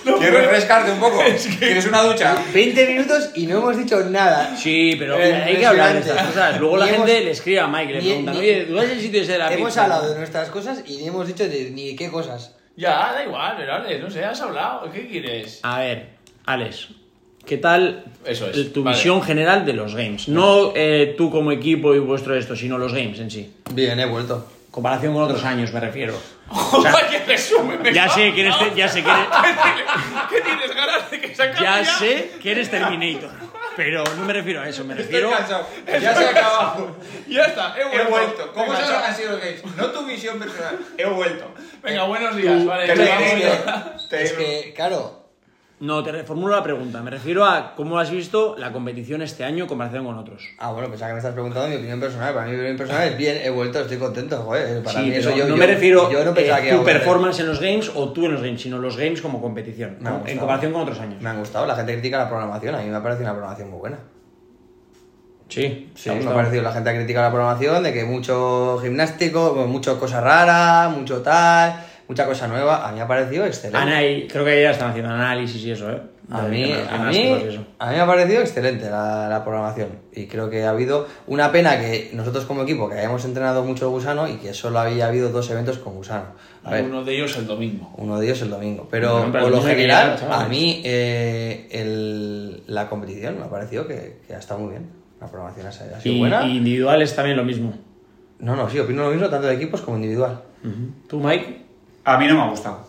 Speaker 5: ¿Quieres refrescarte un poco? ¿Quieres una ducha?
Speaker 6: 20 minutos y no hemos dicho nada.
Speaker 4: sí, pero
Speaker 6: Eh,
Speaker 4: hay que hablar de
Speaker 6: impresionante.
Speaker 4: estas cosas. Luego la
Speaker 6: Ni
Speaker 4: gente
Speaker 6: hemos-
Speaker 4: le escribe a Mike, le
Speaker 6: ni-
Speaker 4: preguntan,
Speaker 6: ni-
Speaker 4: oye, ¿tú es el sitio ese de la
Speaker 6: Hemos
Speaker 4: pizza?".
Speaker 6: hablado de nuestras cosas y ni hemos dicho de- ni de qué cosas.
Speaker 7: Ya, da igual, pero Alex, no sé, has hablado. ¿Qué quieres?
Speaker 4: A ver, Alex, ¿qué tal
Speaker 7: Eso es,
Speaker 4: el- tu
Speaker 7: vale.
Speaker 4: visión general de los games? No eh, tú como equipo y vuestro esto, sino los games en sí.
Speaker 6: Bien, he vuelto.
Speaker 4: Comparación con otros años, me refiero.
Speaker 7: Joder, que resumen, me
Speaker 4: Ya sé
Speaker 7: cago.
Speaker 4: que eres, ya sé que eres-
Speaker 7: ¿Qué tienes ganas de que se acabe
Speaker 4: ya sé que eres Terminator, pero no me refiero a eso, me refiero.
Speaker 5: Ya se ha acabado.
Speaker 7: Ya está, he
Speaker 5: He
Speaker 7: vuelto.
Speaker 5: vuelto. ¿Cómo
Speaker 7: Venga, chao.
Speaker 5: han sido los gays? No tu visión personal. He vuelto.
Speaker 7: Venga, buenos días. vale,
Speaker 5: te
Speaker 7: nos
Speaker 5: lo
Speaker 7: vamos
Speaker 5: digo
Speaker 7: ya.
Speaker 5: Te
Speaker 6: Es
Speaker 5: digo.
Speaker 6: que, claro,
Speaker 4: No, te reformulo la pregunta. Me refiero a cómo has visto la competición este año en comparación con otros.
Speaker 6: Ah, bueno, pensaba que me estás preguntando mi opinión personal. Para mí mi opinión personal es bien, he vuelto, estoy contento, joder. eh, Para
Speaker 4: Sí,
Speaker 6: mí eso
Speaker 4: pero
Speaker 6: yo,
Speaker 4: no
Speaker 6: yo-
Speaker 4: me refiero
Speaker 6: yo no pensaba
Speaker 4: eh,
Speaker 6: que iba a
Speaker 4: tu
Speaker 6: volver.
Speaker 4: performance en los games o tú en los games, sino los games como competición,
Speaker 6: Me ha
Speaker 4: ¿no? en
Speaker 6: gustado.
Speaker 4: comparación con otros años.
Speaker 6: Me han gustado, la gente critica la programación, a mí me ha parecido una programación muy buena.
Speaker 4: Sí, sí.
Speaker 6: me
Speaker 4: está
Speaker 6: ha parecido, la gente ha criticado la programación de que mucho gimnástico, bueno, mucho cosa rara, mucho tal, mucha cosa nueva. A mí me ha parecido excelente.
Speaker 4: Ana y- creo que ahí ya están haciendo análisis y eso, ¿eh?
Speaker 6: Ah, A
Speaker 4: De
Speaker 6: mí,
Speaker 4: temas
Speaker 6: a,
Speaker 4: gimnásticos y
Speaker 6: mí,
Speaker 4: eso.
Speaker 6: a mí me ha parecido excelente la, la programación. Y creo que ha habido una pena que nosotros como equipo, que habíamos entrenado mucho gusano y que solo había habido dos eventos con gusano. A ver,
Speaker 7: Uno de ellos el domingo.
Speaker 6: uno de ellos el domingo. Pero
Speaker 4: Bueno, pero
Speaker 6: por lo
Speaker 4: tiene que
Speaker 6: general,
Speaker 4: llegar, chavales.
Speaker 6: a mí eh, el- la competición me ha parecido que, que ha estado muy bien. La programación ha, sido ha sido
Speaker 4: Y,
Speaker 6: buena.
Speaker 4: y individuales también lo mismo.
Speaker 6: No, no, sí, opino lo mismo tanto de equipos como individual.
Speaker 4: ¿Tú, Mike?
Speaker 5: A mí no me ha gustado.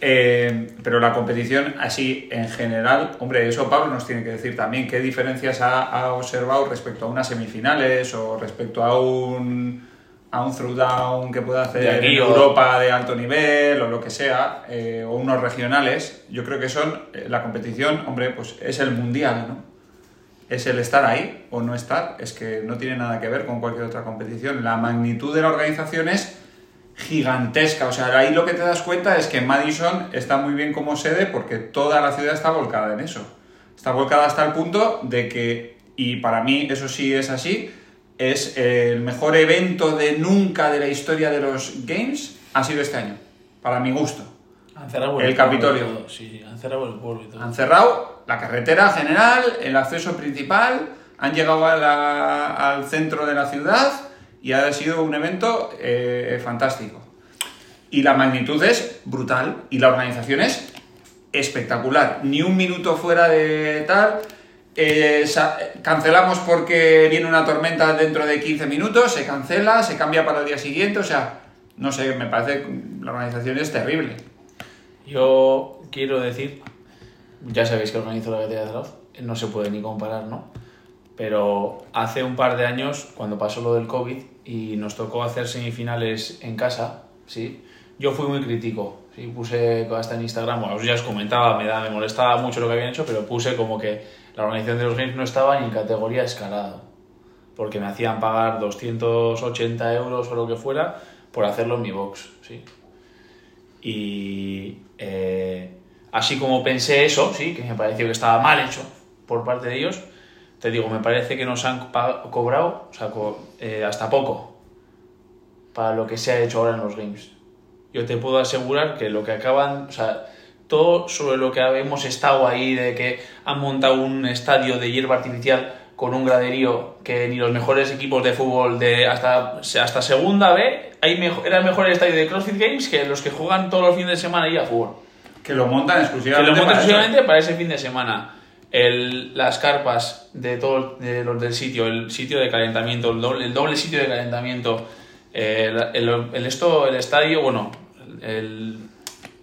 Speaker 5: Eh, pero la competición así en general, hombre, eso Pablo nos tiene que decir también, qué diferencias ha, ha observado respecto a unas semifinales o respecto a un, a un throwdown que pueda hacer
Speaker 7: De aquí
Speaker 5: en
Speaker 7: o-
Speaker 5: Europa de alto nivel o lo que sea, eh, o unos regionales. Yo creo que son, eh, la competición, hombre, pues es el mundial, ¿no? es el estar ahí o no estar, es que no tiene nada que ver con cualquier otra competición. La magnitud de la organización es gigantesca, o sea, ahí lo que te das cuenta es que Madison está muy bien como sede porque toda la ciudad está volcada en eso. Está volcada hasta el punto de que, y para mí eso sí es así, es el mejor evento de nunca de la historia de los Games, ha sido este año, para mi gusto.
Speaker 7: Han cerrado
Speaker 5: El
Speaker 7: pueblo y
Speaker 5: Capitolio.
Speaker 7: todo. Sí, sí, han cerrado el pueblo y todo.
Speaker 5: Han cerrado la carretera general, el acceso principal, han llegado a la- al centro de la ciudad y ha sido un evento eh, fantástico. Y la magnitud es brutal y la organización es espectacular. Ni un minuto fuera de tal. eh, sa- cancelamos porque viene una tormenta dentro de 15 minutos, se cancela, se cambia para el día siguiente, o sea, no sé, me parece que la organización es terrible.
Speaker 7: Yo quiero decir, ya sabéis que organizo la batalla de Zarauz, no se puede ni comparar, ¿no? Pero hace un par de años, cuando pasó lo del COVID y nos tocó hacer semifinales en casa, ¿sí? Yo fui muy crítico, ¿sí? Puse hasta en Instagram, bueno, ya os comentaba, me, da, me molestaba mucho lo que habían hecho, pero puse como que la organización de los games no estaba ni en categoría escalado, porque me hacían pagar 280 euros o lo que fuera por hacerlo en mi box, ¿sí? Y eh, así como pensé eso, sí, que me pareció que estaba mal hecho por parte de ellos, te digo, me parece que nos han pa- cobrado, o sea, co- eh, hasta poco, para lo que se ha hecho ahora en los games. Yo te puedo asegurar que lo que acaban, o sea, todo sobre lo que hemos estado ahí, de que han montado un estadio de hierba artificial con un graderío que ni los mejores equipos de fútbol de hasta, hasta segunda B hay mejo- era mejor el estadio de CrossFit Games que los que juegan todos los fines de semana ahí a fútbol.
Speaker 5: Que lo montan
Speaker 7: Que
Speaker 5: exclusivamente.
Speaker 7: lo montan
Speaker 5: para eso.
Speaker 7: exclusivamente para ese fin de semana. El- las carpas de todos de los del sitio, el sitio de calentamiento, el doble, el doble sitio de calentamiento, el, el- el esto, el estadio, bueno, el,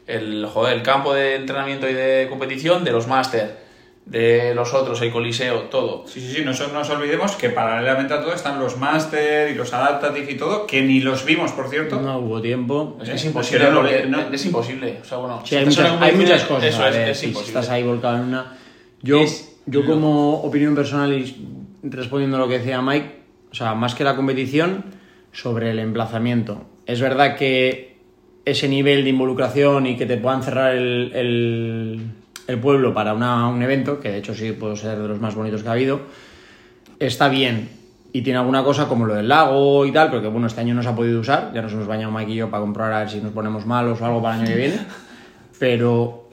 Speaker 7: el, joder, el campo de entrenamiento y de competición de los máster, de los otros, el coliseo, todo.
Speaker 5: Sí, sí, sí, no, so- no nos olvidemos que paralelamente a todo están los Master y los Adaptative y todo, que ni los vimos, por cierto.
Speaker 4: No hubo tiempo.
Speaker 7: Es
Speaker 5: Eh,
Speaker 7: que es
Speaker 5: pues
Speaker 7: imposible,
Speaker 5: que no lo
Speaker 7: porque
Speaker 5: ve- no-
Speaker 7: es imposible. O sea, bueno,
Speaker 4: Sí, hay
Speaker 7: estás en
Speaker 4: muchas,
Speaker 7: una
Speaker 4: hay
Speaker 7: competición,
Speaker 4: muchas cosas.
Speaker 7: Eso
Speaker 4: a
Speaker 7: es,
Speaker 4: ver,
Speaker 7: es
Speaker 4: si
Speaker 7: imposible.
Speaker 4: estás ahí volcado en una. Yo,
Speaker 7: Es
Speaker 4: yo
Speaker 7: loco.
Speaker 4: como opinión personal y respondiendo a lo que decía Mike, o sea, más que la competición, sobre el emplazamiento. Es verdad que ese nivel de involucración y que te puedan cerrar el, el- el pueblo para una- un evento, que de hecho sí puede ser de los más bonitos que ha habido, está bien y tiene alguna cosa como lo del lago y tal, pero que bueno, este año no se ha podido usar, ya nos hemos bañado Mike y yo para comprar a ver si nos ponemos malos o algo para el año que viene, pero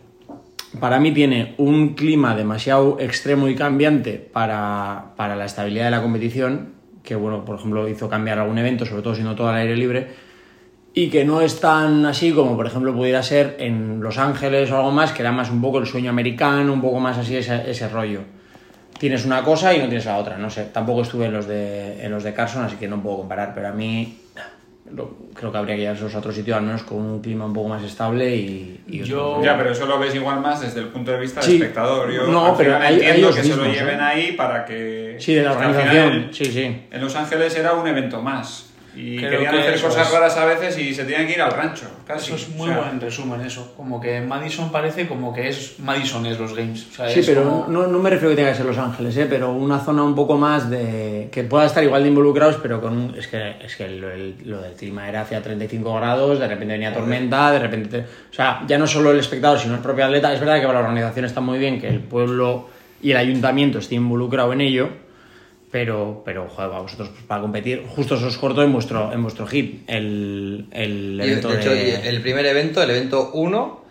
Speaker 4: para mí tiene un clima demasiado extremo y cambiante para, para la estabilidad de la competición, que bueno, por ejemplo, hizo cambiar algún evento, sobre todo siendo todo al aire libre, y que no es tan así como, por ejemplo, pudiera ser en Los Ángeles o algo más, que era más un poco el sueño americano, un poco más así ese, ese rollo. Tienes una cosa y no tienes la otra, no sé. Tampoco estuve en los de, en los de Carson, así que no puedo comparar, pero a mí lo- creo que habría que llevarse a otro sitio, al menos con un clima un poco más estable y... y
Speaker 7: Yo-
Speaker 5: Ya, pero eso lo ves igual más desde el punto de vista del
Speaker 4: Sí.
Speaker 5: espectador. Yo
Speaker 4: No,
Speaker 5: al
Speaker 4: pero
Speaker 5: final
Speaker 4: hay- hay
Speaker 5: entiendo
Speaker 4: los
Speaker 5: que se lo
Speaker 4: mismos,
Speaker 5: lleven
Speaker 4: ¿eh?
Speaker 5: ahí para que.
Speaker 4: Sí, de la
Speaker 5: porque al final
Speaker 4: organización, sí, sí.
Speaker 5: En Los Ángeles era un evento más. Y
Speaker 7: Creo
Speaker 5: querían
Speaker 7: que
Speaker 5: hacer
Speaker 7: eso
Speaker 5: cosas
Speaker 7: es.
Speaker 5: raras a veces y se tenían que ir al rancho. Casi.
Speaker 7: Eso es muy
Speaker 5: O sea,
Speaker 7: buen resumen, eso. Como que Madison parece como que es Madison es los games. O sea,
Speaker 4: Sí,
Speaker 7: es
Speaker 4: pero
Speaker 7: como-
Speaker 4: no, no me refiero que tenga que ser Los Ángeles, ¿eh? pero una zona un poco más de. que pueda estar igual de involucrados, pero con. un- es que, es que lo, el- lo del clima era hacia 35 grados, de repente venía tormenta, de repente. te- o sea, ya no solo el espectador, sino el propio atleta. Es verdad que para la organización está muy bien que el pueblo y el ayuntamiento esté involucrado en ello, pero, pero joder, a vosotros pues, para competir, justo se os cortó en vuestro, en vuestro hit el, el
Speaker 6: Yo,
Speaker 4: evento
Speaker 6: de hecho,
Speaker 4: de-
Speaker 6: el primer evento, el evento 1,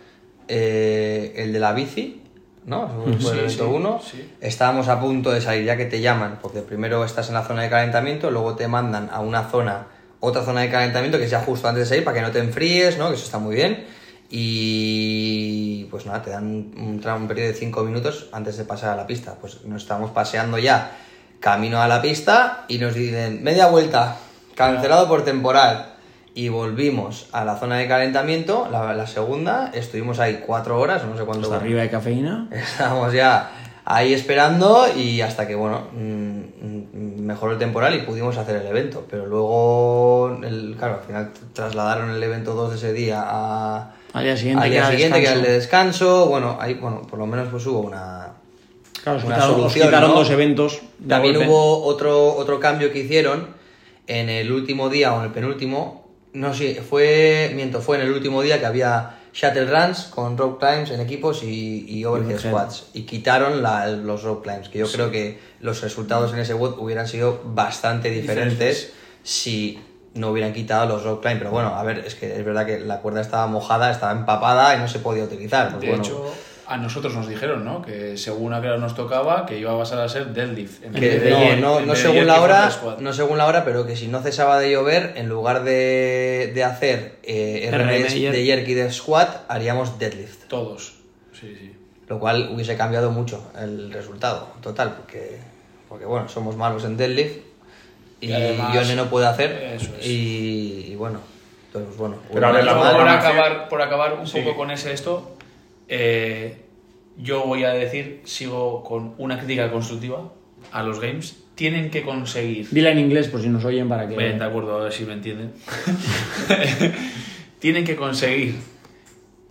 Speaker 6: eh, el de la bici, ¿no? Fue
Speaker 7: Sí,
Speaker 6: el evento
Speaker 7: sí,
Speaker 6: 1.
Speaker 7: sí.
Speaker 6: Estábamos a punto de salir, ya que te llaman, porque primero estás en la zona de calentamiento, luego te mandan a una zona, otra zona de calentamiento que sea justo antes de salir para que no te enfríes, ¿no? Que eso está muy bien. Y pues nada, te dan un, tra- un periodo de 5 minutos antes de pasar a la pista. Pues nos estamos paseando ya camino a la pista y nos dicen media vuelta, cancelado por temporal. Y volvimos a la zona de calentamiento, la, la segunda, estuvimos ahí cuatro horas, no sé cuánto.
Speaker 4: hasta arriba de cafeína.
Speaker 6: Estábamos ya ahí esperando y hasta que, bueno, mm, mm, mejoró el temporal y pudimos hacer el evento. Pero luego, el, claro, al final trasladaron el evento 2 de ese día a,
Speaker 4: Al día siguiente,
Speaker 6: al
Speaker 4: que
Speaker 6: día
Speaker 4: era
Speaker 6: siguiente que era el
Speaker 4: descanso.
Speaker 6: de descanso. Bueno, ahí, bueno, por lo menos pues hubo una...
Speaker 4: Claro, os
Speaker 6: una
Speaker 4: quitaron, os
Speaker 6: solución,
Speaker 4: quitaron
Speaker 6: ¿no?
Speaker 4: dos eventos. de
Speaker 6: También
Speaker 4: golpe.
Speaker 6: hubo otro, otro cambio que hicieron en el último día o en el penúltimo. No sé, fue, miento, fue en el último día que había Shuttle Runs con Rope Climbs en equipos y, y Overhead
Speaker 4: Overhead.
Speaker 6: Squats. Y quitaron la- los Rope Climbs, que yo creo que los resultados en ese WOD hubieran sido bastante diferentes si no hubieran quitado los Rope Climbs. Pero bueno, a ver, es que es verdad que la cuerda estaba mojada, estaba empapada y no se podía utilizar. Pues
Speaker 7: De
Speaker 6: bueno,
Speaker 7: hecho, a nosotros nos dijeron, ¿no? Que según a qué hora nos tocaba, que iba a pasar a ser deadlift. en
Speaker 6: Que
Speaker 7: vez de
Speaker 6: no,
Speaker 7: ayer,
Speaker 6: no-
Speaker 7: en
Speaker 6: no
Speaker 7: vez de
Speaker 6: según
Speaker 7: ayer
Speaker 6: la
Speaker 7: que fue
Speaker 6: hora,
Speaker 7: el squad.
Speaker 6: no según la hora, pero que si no cesaba de llover, en lugar de, de hacer eh,
Speaker 4: RM
Speaker 6: RMs
Speaker 4: y
Speaker 6: de jerk y de squat, haríamos deadlift.
Speaker 7: Todos. Sí, sí.
Speaker 6: Lo cual hubiese cambiado mucho el resultado total, porque, porque bueno, somos malos en deadlift y,
Speaker 7: Y además-
Speaker 6: Yone no puede hacer.
Speaker 7: Eso es.
Speaker 6: Y, y bueno, entonces bueno.
Speaker 5: Pero a ver, la
Speaker 6: menos
Speaker 7: por,
Speaker 6: mal.
Speaker 5: programación-
Speaker 7: acabar, por acabar un
Speaker 5: Sí.
Speaker 7: poco con ese esto, eh, yo voy a decir, sigo con una crítica constructiva a los games. Tienen que conseguir
Speaker 4: Dila en inglés por si nos oyen para que.
Speaker 7: Bien, de acuerdo, a ver si me entienden. Tienen que conseguir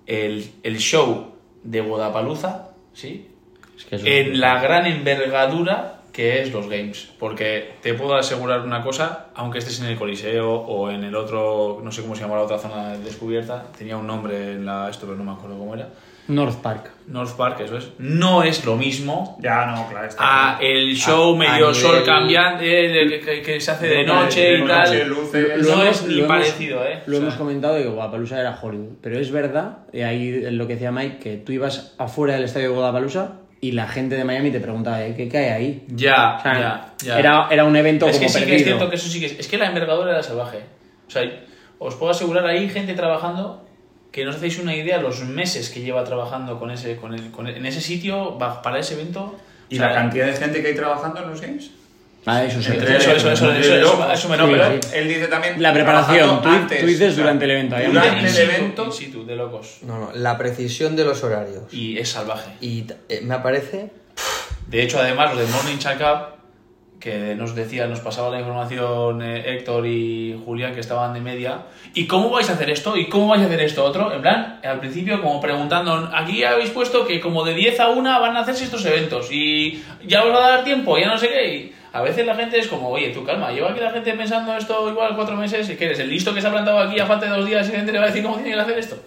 Speaker 7: el, el show de Guadapalooza, ¿sí?
Speaker 4: Es que eso-
Speaker 7: En la gran envergadura que es los games. Porque te puedo asegurar una cosa, aunque estés en el Coliseo o en el otro, no sé cómo se llama la otra zona descubierta, tenía un nombre en la esto, pero no me acuerdo cómo era.
Speaker 4: North Park.
Speaker 7: North Park, eso es. No es lo mismo
Speaker 5: Ya, no, claro. está
Speaker 7: a
Speaker 5: claro.
Speaker 7: el show
Speaker 6: A- a
Speaker 7: medio sol
Speaker 6: nivel-
Speaker 7: cambiante el que, que- que se hace eh, de noche y
Speaker 5: Noche,
Speaker 7: tal.
Speaker 5: luces.
Speaker 7: No
Speaker 4: Lo
Speaker 7: es
Speaker 4: hemos-
Speaker 7: ni
Speaker 4: lo hemos-
Speaker 7: parecido, ¿eh?
Speaker 4: Lo
Speaker 7: O sea,
Speaker 4: hemos comentado de que Guadalajara era Hollywood. Pero es verdad, y ahí lo que decía Mike, que tú ibas afuera del estadio de Guadalajara y la gente de Miami te preguntaba, ¿eh? ¿qué cae ahí?
Speaker 7: Ya,
Speaker 4: O sea,
Speaker 7: ya, ya.
Speaker 4: Era, era un evento
Speaker 7: es
Speaker 4: como
Speaker 7: que sí que
Speaker 4: perdido.
Speaker 7: es cierto que eso sí que es. Es que la envergadura era salvaje. O sea, os puedo asegurar, hay gente trabajando que no os hacéis una idea los meses que lleva trabajando con ese, con el, con el- en ese sitio va- para ese evento.
Speaker 5: Y
Speaker 7: O sea,
Speaker 5: la cantidad de gente que hay trabajando en los games.
Speaker 4: Ah, eso sí.
Speaker 7: Entre eso, eso, eso, eso, eso, a eso me
Speaker 4: Sí,
Speaker 7: no, pero
Speaker 4: sí.
Speaker 5: Él dice también.
Speaker 4: La preparación,
Speaker 5: trabajando
Speaker 4: tú,
Speaker 5: antes,
Speaker 4: tú dices
Speaker 5: o sea,
Speaker 4: durante el evento. había
Speaker 5: durante
Speaker 4: mucha
Speaker 7: in
Speaker 5: el
Speaker 4: gente.
Speaker 7: situ,
Speaker 5: evento-
Speaker 7: in situ, de locos.
Speaker 6: No, no, la precisión de los horarios.
Speaker 7: Y es salvaje.
Speaker 6: Y t- eh, me aparece
Speaker 7: De hecho, además, los de Morning Check Up, que nos decían, nos pasaba la información eh, Héctor y Julián, que estaban de media, ¿y cómo vais a hacer esto? ¿Y cómo vais a hacer esto otro? En plan, al principio como preguntando, aquí habéis puesto que como de 10 a 1 van a hacerse estos eventos y ya os va a dar tiempo, ya no sé qué. Y a veces la gente es como, oye, tú calma, lleva aquí la gente pensando esto igual cuatro meses y que eres el listo que se ha plantado aquí a falta de dos días y la gente le va a decir cómo tiene que hacer esto.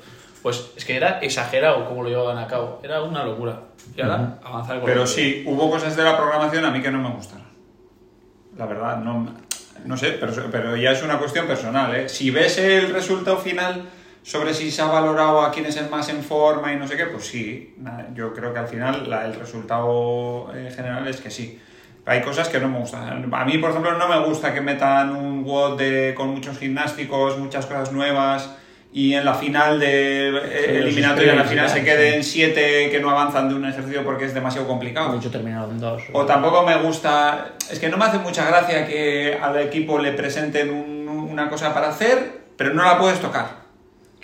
Speaker 7: Pues es que era exagerado cómo lo llevaban a cabo, era una locura. Y ahora avanzar con
Speaker 5: Pero
Speaker 7: lo que-
Speaker 5: sí, hubo cosas de la programación a mí que no me gustaron. La verdad, no, no sé, pero, pero ya es una cuestión personal. ¿eh? Si ves el resultado final sobre si se ha valorado a quién es el más en forma y no sé qué, pues sí. na- Yo creo que al final la- el resultado eh, general es que sí. Hay cosas que no me gustan. A mí, por ejemplo, no me gusta que metan un WOD de- con muchos gimnásticos, muchas cosas nuevas, y en la final de eh,
Speaker 4: Sí, los
Speaker 5: eliminatoria, en la
Speaker 4: sprints y
Speaker 5: final
Speaker 4: tal,
Speaker 5: se
Speaker 4: sí.
Speaker 5: queden siete que no avanzan de un ejercicio porque es demasiado complicado.
Speaker 4: De hecho, terminaron dos.
Speaker 5: O tampoco me gusta, es que no me hace mucha gracia que al equipo le presenten un- una cosa para hacer, pero no la puedes tocar.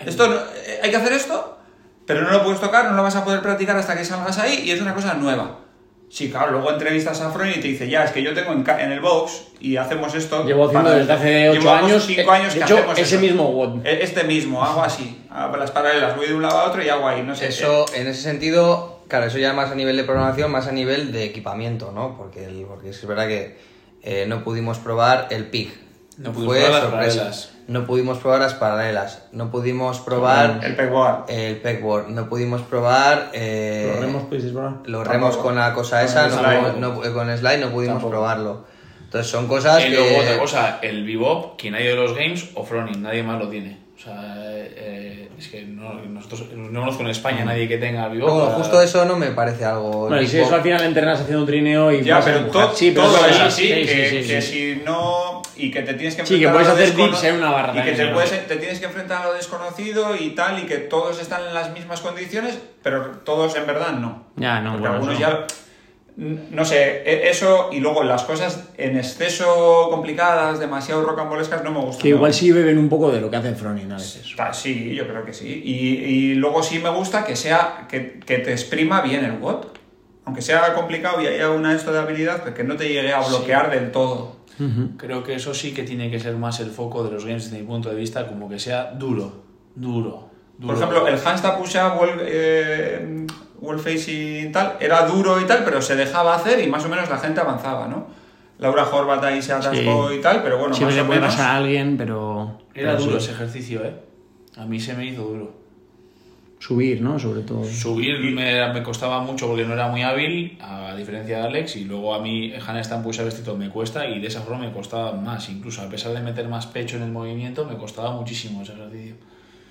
Speaker 5: Esto no- eh, hay que hacer esto, pero no lo puedes tocar, no lo vas a poder practicar hasta que salgas ahí y es una cosa nueva. Sí, claro, luego entrevistas a Froen y te dice, ya, es que yo tengo en, ca- en el box y hacemos esto.
Speaker 4: Llevo haciendo
Speaker 5: para-
Speaker 4: desde hace 8
Speaker 5: Llevamos
Speaker 4: años.
Speaker 5: cinco
Speaker 4: eh,
Speaker 5: años
Speaker 4: de
Speaker 5: que
Speaker 4: hecho,
Speaker 5: hacemos
Speaker 4: ese
Speaker 5: esto.
Speaker 4: mismo WOD.
Speaker 5: E- Este mismo, hago así, hago las paralelas, voy de un lado a otro y hago ahí, no sé.
Speaker 6: Eso, en ese sentido, claro, eso ya más a nivel de programación, más a nivel de equipamiento, ¿no? Porque, el- porque es verdad que eh, no pudimos probar el PIC.
Speaker 7: No pudimos probar las paralelas.
Speaker 6: No pudimos probar las paralelas. No pudimos probar
Speaker 5: El pegboard.
Speaker 6: el pegboard. No pudimos probar... eh,
Speaker 4: ¿Los remos pudisteis probar?
Speaker 6: los
Speaker 5: Tampoco.
Speaker 6: remos con la cosa
Speaker 5: Con
Speaker 6: esa,
Speaker 5: el
Speaker 6: no
Speaker 5: slide.
Speaker 6: pudimos- no, eh, con slide no pudimos
Speaker 4: Tampoco.
Speaker 6: probarlo. Entonces son cosas
Speaker 7: Y
Speaker 6: que...
Speaker 7: luego otra cosa, el bebop, que nadie de los games, o Froning, nadie más lo tiene. O sea, eh, es que no, nosotros no conozco en España nadie que tenga bebop.
Speaker 6: Bueno,
Speaker 7: para-
Speaker 6: justo eso no me parece algo...
Speaker 4: Bueno, y si
Speaker 6: tipo-
Speaker 4: eso al final entrenas haciendo un trineo y.
Speaker 5: Ya,
Speaker 4: vas a
Speaker 5: pero
Speaker 4: empujar.
Speaker 5: to-
Speaker 4: Sí, pero
Speaker 5: todo
Speaker 4: sí,
Speaker 5: es así,
Speaker 4: sí,
Speaker 5: que,
Speaker 4: sí, sí,
Speaker 5: que
Speaker 4: sí.
Speaker 5: si no... Y que te tienes que enfrentar
Speaker 4: Sí, que
Speaker 5: a
Speaker 4: puedes
Speaker 5: lo
Speaker 4: hacer
Speaker 5: descono-
Speaker 4: dips en una barra
Speaker 5: Y que
Speaker 4: también,
Speaker 5: te,
Speaker 4: ¿no?
Speaker 5: puedes- te tienes que enfrentar a lo desconocido y tal, y que todos están en las mismas condiciones, pero todos en verdad no.
Speaker 4: Ya, no,
Speaker 5: Porque
Speaker 4: bueno,
Speaker 5: algunos
Speaker 4: eso no.
Speaker 5: ya... n- No sé, e- eso y luego las cosas en exceso complicadas, demasiado rocambolescas, no me gustan.
Speaker 4: Que
Speaker 5: ¿no?
Speaker 4: igual sí beben un poco de lo que hace Fronin a veces.
Speaker 5: Está- Sí, yo creo que sí. Y, y luego sí me gusta que sea que, que te exprima bien el WOT. Aunque sea complicado y haya una esto de habilidad, pues que no te llegue a bloquear del todo.
Speaker 7: Creo que eso sí que tiene que ser más el foco de los games desde mi punto de vista, como que sea duro, duro, duro.
Speaker 5: Por ejemplo, el handstand push-up, wall, eh, wall facing tal, era duro y tal, pero se dejaba hacer y más o menos la gente avanzaba, ¿no? Laura Horvat ahí se atascó
Speaker 4: Sí.
Speaker 5: y tal, pero bueno,
Speaker 4: Siempre
Speaker 5: más
Speaker 4: le
Speaker 5: o
Speaker 4: puede
Speaker 5: menos.
Speaker 4: pasar a alguien, pero.
Speaker 7: Era
Speaker 4: pero
Speaker 7: duro
Speaker 4: sí.
Speaker 7: ese ejercicio, ¿eh? A mí se me hizo duro.
Speaker 4: Subir, ¿no? Sobre todo.
Speaker 7: Subir me, me costaba mucho porque no era muy hábil, a diferencia de Alex, y luego a mí handstand push-up vestido me cuesta y de esa forma me costaba más, incluso a pesar de meter más pecho en el movimiento, me costaba muchísimo ese ejercicio.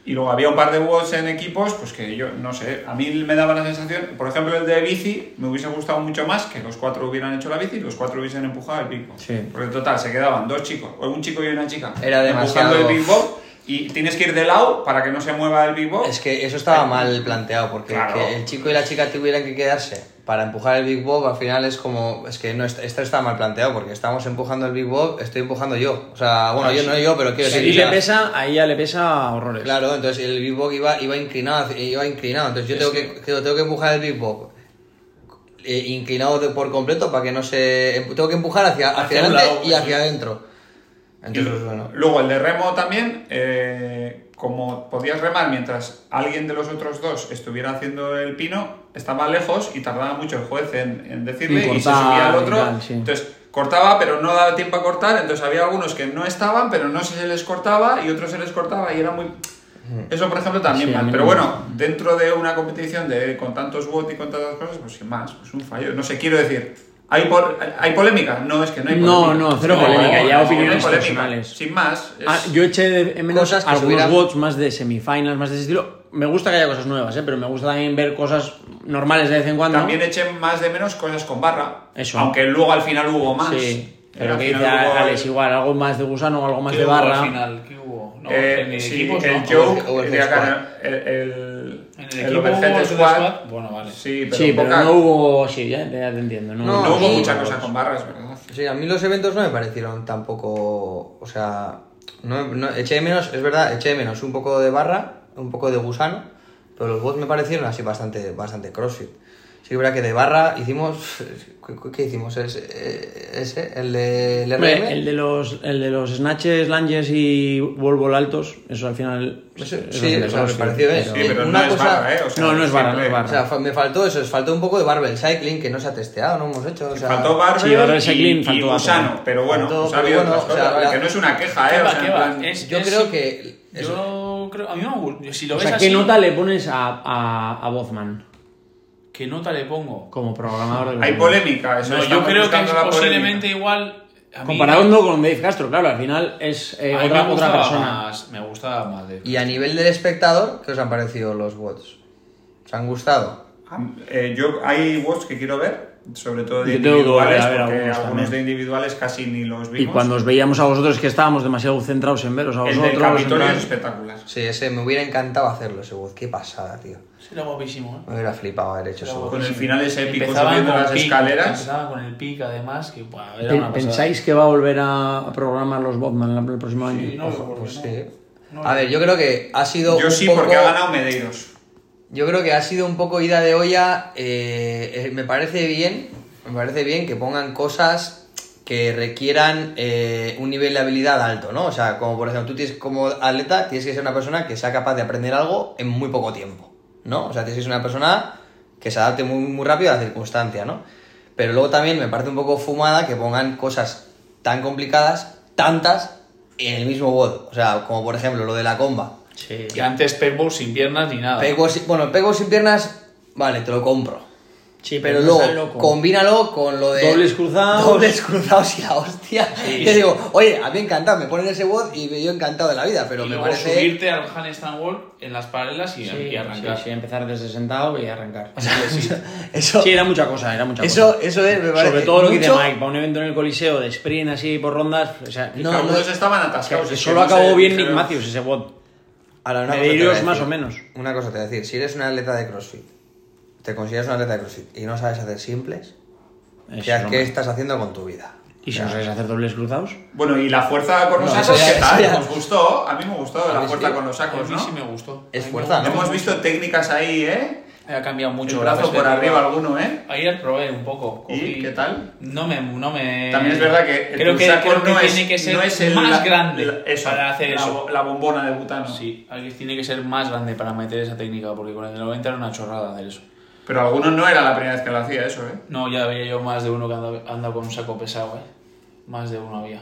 Speaker 5: Y luego había un par de bots en equipos, pues que yo no sé, a mí me daba la sensación, por ejemplo, el de bici, me hubiese gustado mucho más que los cuatro hubieran hecho la bici y los cuatro hubiesen empujado el pico.
Speaker 4: Sí.
Speaker 5: Porque en total se quedaban dos chicos, o un chico y una chica.
Speaker 6: Era demasiado-
Speaker 5: Empujando el big box y tienes que ir de lado para que no se mueva el big box.
Speaker 6: Es que eso estaba mal planteado, porque
Speaker 5: Claro.
Speaker 6: que el chico y la chica tuvieran que quedarse para empujar el Big Bob, al final es como, es que no, est- esto está mal planteado, porque estamos empujando el Big Bob, estoy empujando yo. O sea, bueno, yo no yo, pero quiero
Speaker 4: Si
Speaker 6: decir...
Speaker 4: a ti
Speaker 6: o
Speaker 4: le
Speaker 6: sea,
Speaker 4: pesa, a ella le pesa horrores.
Speaker 6: Claro, entonces el Big Bob iba, iba inclinado, iba inclinado, entonces yo tengo que, que- tengo que empujar el Big Bob eh, inclinado de- por completo para que no se... em- Tengo que empujar hacia, hacia,
Speaker 7: Hacia un
Speaker 6: adelante
Speaker 7: lado,
Speaker 6: y
Speaker 7: pues,
Speaker 6: hacia
Speaker 7: sí.
Speaker 6: adentro.
Speaker 5: Y
Speaker 6: Entonces, bueno...
Speaker 5: Luego el de remo también, eh, como podías remar mientras alguien de los otros dos estuviera haciendo el pino, estaba lejos y tardaba mucho el juez en, en decirle
Speaker 4: En
Speaker 5: y se
Speaker 4: cortar
Speaker 5: subía al
Speaker 4: y
Speaker 5: otro.
Speaker 4: tal, sí.
Speaker 5: Entonces cortaba, pero no daba tiempo a cortar. Entonces había algunos que no estaban, pero no se les cortaba y otros se les cortaba y era muy. Eso, por ejemplo, también
Speaker 4: Sí, a
Speaker 5: mal.
Speaker 4: mí
Speaker 5: Pero
Speaker 4: no-
Speaker 5: bueno, dentro de una competición de, con tantos bots y con tantas cosas, pues sin más, pues un fallo. No sé, quiero decir, ¿hay, por- hay polémica? No, es que no hay
Speaker 4: No,
Speaker 5: polémica.
Speaker 4: no, cero
Speaker 7: polémica, ya
Speaker 5: no hay
Speaker 4: opiniones
Speaker 5: polémica.
Speaker 4: personales.
Speaker 5: Sin más. es-
Speaker 4: Ah, yo eché de- en menos
Speaker 6: Cosas que
Speaker 4: algunos
Speaker 6: subieran-
Speaker 4: bots más de semifinals, más de ese estilo. Me gusta que haya cosas nuevas, ¿eh? pero me gusta también ver cosas normales de vez en cuando.
Speaker 5: También echen más de menos cosas con barra.
Speaker 4: Eso.
Speaker 5: Aunque luego al final hubo más.
Speaker 4: Sí,
Speaker 5: Eh,
Speaker 4: pero
Speaker 5: al
Speaker 4: que
Speaker 5: final
Speaker 4: dice
Speaker 5: hubo- eh,
Speaker 4: Alex, igual, algo más de gusano, algo más de barra.
Speaker 7: Al final, ¿qué hubo? No,
Speaker 5: Eh,
Speaker 7: en
Speaker 5: sí,
Speaker 7: equipos
Speaker 5: el
Speaker 7: no.
Speaker 5: joke,
Speaker 6: Overhead-
Speaker 5: el,
Speaker 6: Squad.
Speaker 5: eh, el, el,
Speaker 7: En el
Speaker 5: el
Speaker 7: equipo
Speaker 5: overhead
Speaker 7: overhead
Speaker 5: squad.
Speaker 7: squad, bueno, vale.
Speaker 5: Sí, pero,
Speaker 4: sí, pero
Speaker 5: poca-
Speaker 4: no hubo. Sí, ya, ya te entiendo. No,
Speaker 6: No,
Speaker 5: no hubo
Speaker 6: sí.
Speaker 5: mucha cosa con barra, es verdad.
Speaker 6: Sí, a mí los eventos no me parecieron tampoco. O sea, no, no- eché de menos, es verdad, eché de menos un poco de barra, un poco de gusano, pero los bots me parecieron así bastante, bastante crossfit. Sí, que es verdad que de barra hicimos. ¿Qué, qué hicimos? ¿Ese? eh, ese? ¿El de el
Speaker 4: Hombre,
Speaker 6: RM?
Speaker 4: el de los, el de los snatches, lunges y volvol altos, eso al final.
Speaker 6: Eso-
Speaker 4: es
Speaker 6: sí,
Speaker 4: bastante
Speaker 6: o sea, me
Speaker 4: fácil,
Speaker 6: pareció, ¿eh?
Speaker 5: Sí, pero
Speaker 6: Una
Speaker 5: no es
Speaker 6: cosa-
Speaker 5: barra, ¿eh? O sea,
Speaker 4: No, no es barra,
Speaker 5: siempre-
Speaker 4: no es barra.
Speaker 6: O sea, fa- me faltó eso, os faltó un poco de barbell cycling que no se ha testeado, no hemos hecho. O sea,
Speaker 5: Faltó
Speaker 4: Sí, barra
Speaker 5: Barber
Speaker 4: de cycling,
Speaker 5: y,
Speaker 4: faltó
Speaker 5: y
Speaker 4: barra.
Speaker 5: Gusano, pero bueno,
Speaker 6: Faltó,
Speaker 5: pues ha habido
Speaker 6: pero bueno,
Speaker 5: otras
Speaker 6: o sea,
Speaker 5: cosas,
Speaker 6: la-
Speaker 5: que no es una queja, ¿eh?
Speaker 7: ¿Qué
Speaker 5: O
Speaker 7: va,
Speaker 5: sea,
Speaker 7: qué
Speaker 5: en
Speaker 7: va?
Speaker 5: plan-
Speaker 7: Es-
Speaker 6: Yo
Speaker 7: es-
Speaker 6: creo que. eso-
Speaker 7: Yo creo. A mí me gu- Si lo
Speaker 4: O
Speaker 7: ves
Speaker 4: sea,
Speaker 7: así.
Speaker 4: ¿qué nota le pones a, a, a Bozman
Speaker 7: ¿Qué nota le pongo?
Speaker 4: como programador del
Speaker 5: Hay polémica, eso
Speaker 7: No,
Speaker 5: estamos
Speaker 7: yo creo que
Speaker 5: buscando
Speaker 7: es
Speaker 5: la polémica.
Speaker 7: posiblemente igual. a mí-
Speaker 4: Comparando con Dave Castro, claro, al final es eh,
Speaker 7: a mí
Speaker 4: otra, otra
Speaker 7: me gustaba
Speaker 4: persona.
Speaker 7: Más, me gustaba más de.
Speaker 6: Y a nivel del espectador, ¿qué os han parecido los bots? ¿Os han gustado?
Speaker 5: Eh, yo hay watts que quiero ver, sobre todo de
Speaker 4: Yo tengo que volver
Speaker 5: individuales,
Speaker 4: a ver
Speaker 5: porque
Speaker 4: algunos
Speaker 5: algunos,
Speaker 4: también.
Speaker 5: de individuales casi ni los
Speaker 4: Y
Speaker 5: vimos.
Speaker 4: cuando os veíamos a vosotros que estábamos demasiado centrados en veros a
Speaker 5: el
Speaker 4: vosotros.
Speaker 5: del Capitolio
Speaker 4: en
Speaker 5: es
Speaker 4: tal.
Speaker 5: espectacular.
Speaker 6: Sí, ese me hubiera encantado hacerlo, ese bot. Qué pasada, tío.
Speaker 7: Era guapísimo, ¿eh?
Speaker 6: Me hubiera flipado haber hecho ese bot.
Speaker 5: Con el final ese épico
Speaker 7: Empezaban
Speaker 5: subiendo
Speaker 7: con
Speaker 5: las
Speaker 7: pic,
Speaker 5: escaleras.
Speaker 7: Empezaban con el pic, además, que buah, era
Speaker 4: ¿Pen-
Speaker 7: una pasada.
Speaker 4: ¿Pensáis que va a volver a a programar los Botman el- el próximo año?
Speaker 7: Sí, no,
Speaker 6: Ojo,
Speaker 7: porque
Speaker 6: pues
Speaker 7: no.
Speaker 6: sí.
Speaker 7: No,
Speaker 6: A
Speaker 7: no.
Speaker 6: ver, yo creo que ha sido.
Speaker 5: Yo
Speaker 6: un
Speaker 5: sí,
Speaker 6: poco-
Speaker 5: porque ha ganado Medeiros.
Speaker 6: Yo creo que ha sido un poco ida de olla. eh, eh, me parece bien, me parece bien que pongan cosas que requieran eh, un nivel de habilidad alto, ¿no? O sea, como por ejemplo, tú tienes como atleta, tienes que ser una persona que sea capaz de aprender algo en muy poco tiempo, ¿no? O sea, tienes que ser una persona que se adapte muy, muy rápido a la circunstancia, ¿no? Pero luego también me parece un poco fumada que pongan cosas tan complicadas, tantas, en el mismo bot. O sea, como por ejemplo lo de la comba.
Speaker 7: Que antes Pegbowl sin piernas ni
Speaker 4: Ah.
Speaker 7: nada.
Speaker 6: Pego sin- bueno, pego sin piernas, vale, te lo compro.
Speaker 4: Sí,
Speaker 6: Pero
Speaker 4: no sea
Speaker 6: luego,
Speaker 4: loco.
Speaker 6: combínalo con lo de.
Speaker 4: Dobles cruzados.
Speaker 6: Dobles cruzados y la hostia. Que digo, oye, a mí encantado, me ponen ese bot y yo encantado de la vida, pero
Speaker 7: y
Speaker 6: me
Speaker 7: luego
Speaker 6: parece.
Speaker 7: subirte al handstand wall en las paralelas y, y arrancar.
Speaker 4: empezar desde sentado y arrancar.
Speaker 7: Sí, sí.
Speaker 6: Eso,
Speaker 4: Sí, era mucha cosa, era mucha
Speaker 6: eso,
Speaker 4: cosa.
Speaker 6: eso es, me parece.
Speaker 4: Sobre todo lo que dice
Speaker 6: mucho.
Speaker 4: Mike, para un evento en el Coliseo de sprint así por rondas, o sea,
Speaker 6: No, no
Speaker 5: algunos
Speaker 6: es-
Speaker 5: estaban
Speaker 4: que-
Speaker 5: atascados.
Speaker 4: que
Speaker 5: es que
Speaker 4: solo
Speaker 5: no
Speaker 4: acabó
Speaker 5: sé,
Speaker 4: bien Nick
Speaker 5: dijeron-
Speaker 4: Matthews ese bot.
Speaker 6: Ahora, una
Speaker 4: de
Speaker 6: cosa te voy a
Speaker 4: ellos
Speaker 6: decir.
Speaker 4: más o menos.
Speaker 6: Una cosa te voy a decir, si eres un atleta de CrossFit, te consideras un atleta de CrossFit y no sabes hacer simples,
Speaker 4: Eso
Speaker 6: ya,
Speaker 4: es lo
Speaker 6: ¿qué
Speaker 4: más.
Speaker 6: estás haciendo con tu vida?
Speaker 4: Y si no sabéis hacer dobles cruzados,
Speaker 5: Bueno, y la fuerza con los
Speaker 6: No, eso
Speaker 5: sacos,
Speaker 6: ya-
Speaker 5: ¿qué
Speaker 6: eso
Speaker 5: tal?
Speaker 6: ya-
Speaker 5: Nos gustó, a mí me gustó
Speaker 6: A mí
Speaker 5: la fuerza
Speaker 6: sí.
Speaker 5: con los
Speaker 7: A
Speaker 5: sacos,
Speaker 7: mí
Speaker 5: ¿no?
Speaker 7: sí me gustó.
Speaker 6: Es
Speaker 7: A mí me
Speaker 6: fuerza,
Speaker 7: gustó
Speaker 6: ¿no?
Speaker 5: Hemos
Speaker 7: mucho.
Speaker 5: visto técnicas ahí, ¿eh?
Speaker 7: Ha cambiado mucho.
Speaker 5: El
Speaker 7: la
Speaker 5: brazo por
Speaker 7: perspectiva.
Speaker 5: arriba alguno, ¿eh?
Speaker 7: Ayer probé un poco.
Speaker 5: ¿Y qué tal?
Speaker 7: No me, no me.
Speaker 5: También es verdad que el
Speaker 7: Eh, creo que,
Speaker 5: pulsaco
Speaker 7: creo que
Speaker 5: no es,
Speaker 7: tiene que ser
Speaker 5: no es el-
Speaker 7: más
Speaker 5: la-
Speaker 7: grande
Speaker 5: la- eso,
Speaker 7: para hacer
Speaker 5: la,
Speaker 7: eso.
Speaker 5: bo- La bombona de butano.
Speaker 7: Sí, alguien tiene que ser más grande para meter esa técnica, porque con el de 90 era una chorrada hacer eso.
Speaker 5: Pero algunos no era la primera vez que lo hacía eso, ¿eh?
Speaker 7: No, ya había yo más de uno que anda, anda con un saco pesado, ¿eh? Más de uno había.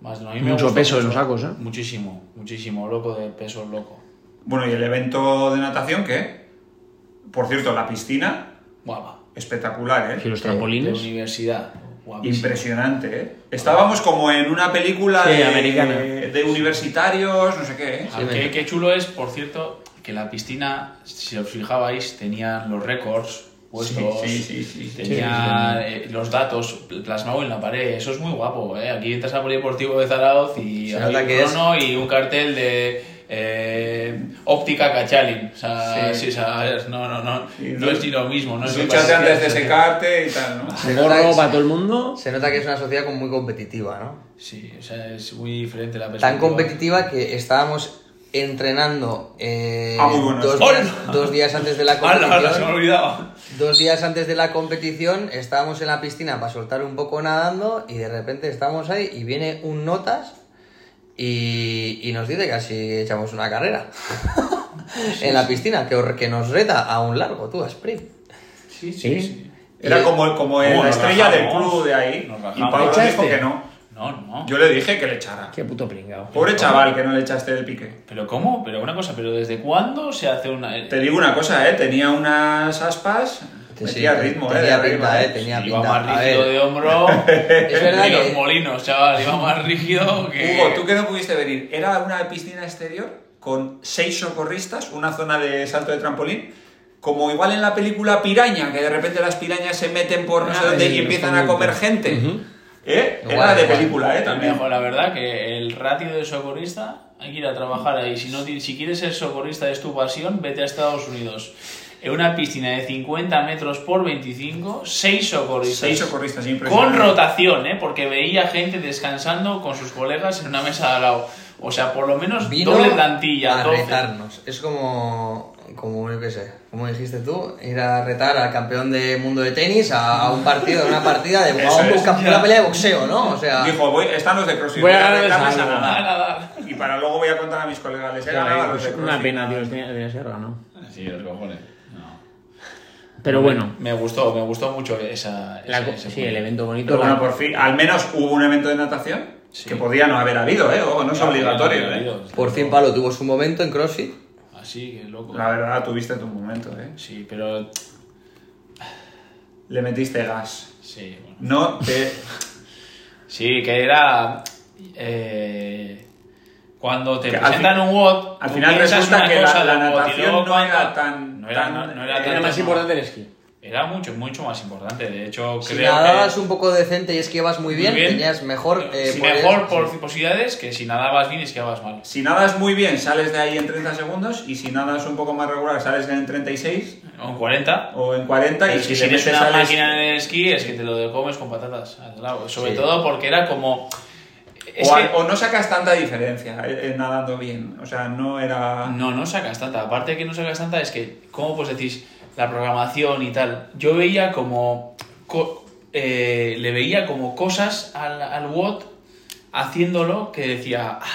Speaker 7: Más de uno. A mí me
Speaker 4: Mucho
Speaker 7: gustó
Speaker 4: peso en los sacos, ¿eh?
Speaker 7: Muchísimo, muchísimo. Loco de peso, loco.
Speaker 5: Bueno, y el evento de natación, que, por cierto, la piscina,
Speaker 7: Guapa.
Speaker 5: espectacular,
Speaker 4: y
Speaker 5: ¿eh?
Speaker 4: los
Speaker 7: De
Speaker 4: trampolines.
Speaker 7: universidad. Guapísimo.
Speaker 5: Impresionante, ¿eh? Estábamos como en una película
Speaker 4: Sí,
Speaker 5: de,
Speaker 4: americana.
Speaker 5: de universitarios, no sé qué, ¿eh?
Speaker 7: Ah,
Speaker 6: Sí,
Speaker 7: qué,
Speaker 6: venga.
Speaker 7: qué chulo es, por cierto, que la piscina, si os fijabais, tenían los récords puestos,
Speaker 5: Sí, sí, sí, sí.
Speaker 7: tenía eh, los datos pl- plasmados en la pared. Eso es muy guapo, ¿eh? Aquí entras al Polideportivo de Zaraoz y
Speaker 6: Se
Speaker 7: hay
Speaker 6: nota
Speaker 7: un
Speaker 6: que es-
Speaker 7: crono y un cartel de eh, óptica cachalin. O sea,
Speaker 5: Sí.
Speaker 7: sí, o sea, es- no, no, no,
Speaker 5: Y
Speaker 7: no
Speaker 5: du-
Speaker 7: es ni lo mismo. No es lo que
Speaker 5: Dúchate
Speaker 7: parecía,
Speaker 5: antes de
Speaker 7: o sea,
Speaker 5: secarte y tal, ¿no?
Speaker 6: Se nota
Speaker 4: Gorro
Speaker 6: que-
Speaker 4: para todo el mundo.
Speaker 6: Se nota que es una sociedad como muy competitiva, ¿no?
Speaker 7: Sí, o sea, es muy diferente la
Speaker 6: tan
Speaker 7: perspectiva.
Speaker 6: competitiva que estábamos entrenando eh,
Speaker 5: Ah, muy bueno.
Speaker 6: dos,
Speaker 7: ¡Hola!
Speaker 6: días, dos días antes de la
Speaker 7: ¡Hala, hala, se me ha
Speaker 6: competición.
Speaker 7: olvidado!
Speaker 6: Dos días antes de la competición estábamos en la piscina para soltar un poco nadando y de repente estamos ahí y viene un notas y, y nos dice que así echamos una carrera en la piscina que, or- que nos reta a un largo, tú, a sprint.
Speaker 7: Sí, sí,
Speaker 4: Sí.
Speaker 7: sí.
Speaker 5: Era
Speaker 6: Y-
Speaker 5: como, como el-
Speaker 7: Bueno,
Speaker 5: la
Speaker 7: nos
Speaker 5: estrella del
Speaker 7: rajamos,
Speaker 5: club de ahí.
Speaker 7: nos
Speaker 5: Y
Speaker 7: rajamos.
Speaker 5: Pablo dijo
Speaker 4: ¿Echaste?
Speaker 5: que no.
Speaker 7: No, no.
Speaker 5: Yo le dije que le echara.
Speaker 4: Qué puto pringao.
Speaker 5: Pobre chaval que no le echaste el pique.
Speaker 7: ¿Pero cómo? Pero una cosa, ¿pero desde cuándo se hace una...?
Speaker 5: Te digo una cosa, ¿eh? Tenía unas aspas... Metía
Speaker 6: Sí,
Speaker 5: ritmo, ¿eh? de
Speaker 6: tenía
Speaker 5: arriba,
Speaker 6: pinta, eh,
Speaker 5: ¿eh?
Speaker 6: tenía
Speaker 7: iba
Speaker 6: pinta. A
Speaker 7: más rígido
Speaker 6: ver,
Speaker 7: de hombro es
Speaker 6: verdad
Speaker 7: que... los
Speaker 6: que-
Speaker 7: molinos, chaval. Iba más rígido que...
Speaker 4: Eh,
Speaker 5: Hugo, tú que no pudiste venir, era una piscina exterior con seis socorristas, una zona de salto de trampolín, como igual en la película Piraña, que de repente las pirañas se meten por no sé
Speaker 4: Ah,
Speaker 5: dónde
Speaker 4: sí,
Speaker 5: y
Speaker 4: los
Speaker 5: empiezan a comer gente. ¿Eh?
Speaker 6: Igual,
Speaker 5: Era de
Speaker 6: igual.
Speaker 5: película, ¿eh?
Speaker 7: También,
Speaker 5: También.
Speaker 7: jo, la verdad que el ratio de socorrista hay que ir a trabajar ahí. Si, no, ti- si quieres ser socorrista es tu pasión, vete a Estados Unidos. En una piscina de 50 metros por 25, seis socorristas.
Speaker 5: Seis socorristas,
Speaker 7: Con
Speaker 5: impresionante.
Speaker 7: rotación, ¿eh? Porque veía gente descansando con sus colegas en una mesa de al lado. O sea, por lo menos
Speaker 6: Vino
Speaker 7: doble plantilla,
Speaker 6: a
Speaker 7: 12.
Speaker 6: retarnos. Es como, como yo qué sé, como dijiste tú, ir a retar al campeón del mundo de tenis a, a un partido, a una partida de a
Speaker 5: Eso
Speaker 6: un-
Speaker 5: es,
Speaker 6: campeón-
Speaker 5: ya.
Speaker 6: una pelea de boxeo, ¿no? O sea,
Speaker 5: Dijo, voy, están los de CrossFit.
Speaker 4: Voy a
Speaker 5: voy a
Speaker 4: ganar esa,
Speaker 5: retarles a
Speaker 4: no.
Speaker 5: nadar.
Speaker 7: Nada, nada.
Speaker 5: Y para luego voy a contar a mis colegas, les he ganado a los de
Speaker 4: pues Una
Speaker 5: CrossFit.
Speaker 4: pena, tío, de ser ¿no?
Speaker 8: Sí, los cojones. No.
Speaker 4: Pero bueno,
Speaker 7: Me gustó, me gustó mucho esa.
Speaker 4: la
Speaker 7: ese-
Speaker 4: co-
Speaker 7: ese
Speaker 4: sí,
Speaker 7: punto.
Speaker 4: el evento bonito.
Speaker 5: Pero
Speaker 4: la-
Speaker 5: bueno, por fin, al menos hubo un evento de natación que podía no haber habido, ¿eh? Ojo, no es obligatorio, ¿eh?
Speaker 6: por fin Pablo tuvo su momento en CrossFit.
Speaker 7: Así, que Ah, loco.
Speaker 5: La verdad, tuviste tu momento, ¿eh?
Speaker 7: Sí, pero.
Speaker 5: Le metiste gas.
Speaker 7: Sí, bueno.
Speaker 5: No te...
Speaker 7: Sí, que era. eh, cuando te
Speaker 5: Que al
Speaker 7: presentan
Speaker 5: fin-
Speaker 7: un WOD.
Speaker 5: al
Speaker 7: tú
Speaker 5: final
Speaker 7: piensas
Speaker 5: resulta
Speaker 7: una
Speaker 5: que la-
Speaker 7: cosa
Speaker 5: la
Speaker 7: del WOD y
Speaker 5: natación
Speaker 7: luego
Speaker 5: no
Speaker 7: cuando-
Speaker 5: era tan-
Speaker 7: No era,
Speaker 5: tan-
Speaker 7: no- no era
Speaker 5: eh,
Speaker 7: tan
Speaker 4: Era más
Speaker 7: tan-
Speaker 4: importante el esquí.
Speaker 7: Era mucho, mucho más importante. De hecho,
Speaker 6: Si
Speaker 7: creo
Speaker 6: nadabas
Speaker 7: que.
Speaker 6: un poco decente y esquivabas muy bien,
Speaker 7: Muy bien.
Speaker 6: tenías mejor... eh,
Speaker 7: si
Speaker 6: poder-
Speaker 7: mejor por posibilidades que si nadabas bien y esquiabas mal.
Speaker 5: Si nadas muy bien, sales de ahí en 30 segundos y si nadas un poco más regular, sales en 36
Speaker 7: O en 40.
Speaker 5: o en 40 y
Speaker 7: Es que si
Speaker 5: le
Speaker 7: eres
Speaker 5: metes
Speaker 7: una
Speaker 5: sales-
Speaker 7: máquina de esquí, es que te lo comes con patatas al lado. Sobre
Speaker 6: Sí.
Speaker 7: todo porque era como. es
Speaker 5: O,
Speaker 7: que-
Speaker 5: al- o no sacas tanta diferencia eh, eh, nadando bien. O sea, no era...
Speaker 7: No, no sacas tanta. Aparte de que no sacas tanta, es que, ¿cómo pues decís? La programación y tal. Yo veía como. co- eh, le veía como cosas al, al WOT haciéndolo que decía. "Ah,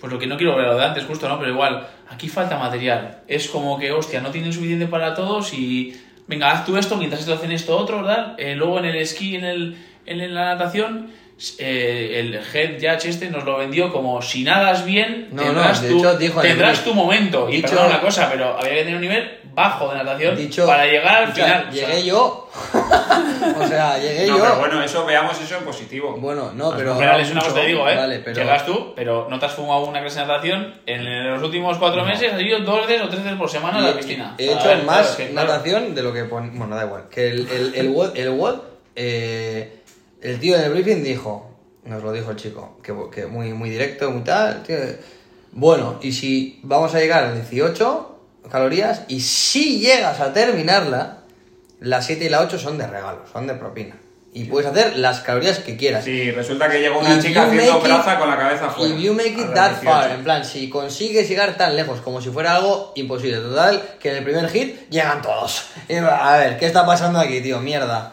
Speaker 7: Pues lo que no quiero ver lo de antes, justo, ¿no? Pero igual, aquí falta material. Es como que, hostia, no tienen suficiente para todos y. Venga, haz tú esto, mientras estos hacen esto otro, tal. Eh, luego en el esquí, en, el, en la natación. eh, el head judge este nos lo vendió como si nadas bien
Speaker 6: No,
Speaker 7: tendrás
Speaker 6: no, de
Speaker 7: tu,
Speaker 6: hecho dijo en el
Speaker 7: tendrás
Speaker 6: brief.
Speaker 7: tu momento. y
Speaker 6: Dicho-
Speaker 7: perdona una cosa, pero había que tener un nivel bajo de natación
Speaker 6: Dicho,
Speaker 7: para llegar al
Speaker 6: escucha,
Speaker 7: final.
Speaker 6: Llegué
Speaker 7: O sea,
Speaker 6: yo. o sea, llegué
Speaker 5: No,
Speaker 6: Eh, yo.
Speaker 5: pero bueno, eso veamos eso en positivo.
Speaker 6: Bueno, no, pero.
Speaker 7: al final es una cosa que te digo, ¿eh?
Speaker 6: Vale, pero.
Speaker 7: Llegas tú, pero no te has fumado una clase de natación en los últimos cuatro meses, has ido dos veces o tres veces por semana a la piscina.
Speaker 6: He hecho
Speaker 7: A ver,
Speaker 6: más
Speaker 7: claro, es que, claro.
Speaker 6: natación de lo que pon... Bueno, da igual. Que el, el, el WOD, el, WOD, eh, el tío en el briefing dijo, nos lo dijo el chico, que, que muy, muy directo, muy tal. tío, bueno, y si vamos a llegar a 18 calorías y si llegas a terminarla, las 7 y la 8 son de regalo, son de propina. Y puedes hacer las calorías que quieras.
Speaker 5: Sí, resulta que llegó una
Speaker 6: If
Speaker 5: chica
Speaker 6: you
Speaker 5: haciendo
Speaker 6: make it-
Speaker 5: braza con la cabeza fuera.
Speaker 6: If you make
Speaker 5: A
Speaker 6: it
Speaker 5: las
Speaker 6: that far,
Speaker 5: 18.
Speaker 6: en plan, si consigues llegar tan lejos como si fuera algo imposible, total, que en el primer hit llegan todos. Y va, a ver, ¿qué está pasando aquí, tío? Mierda.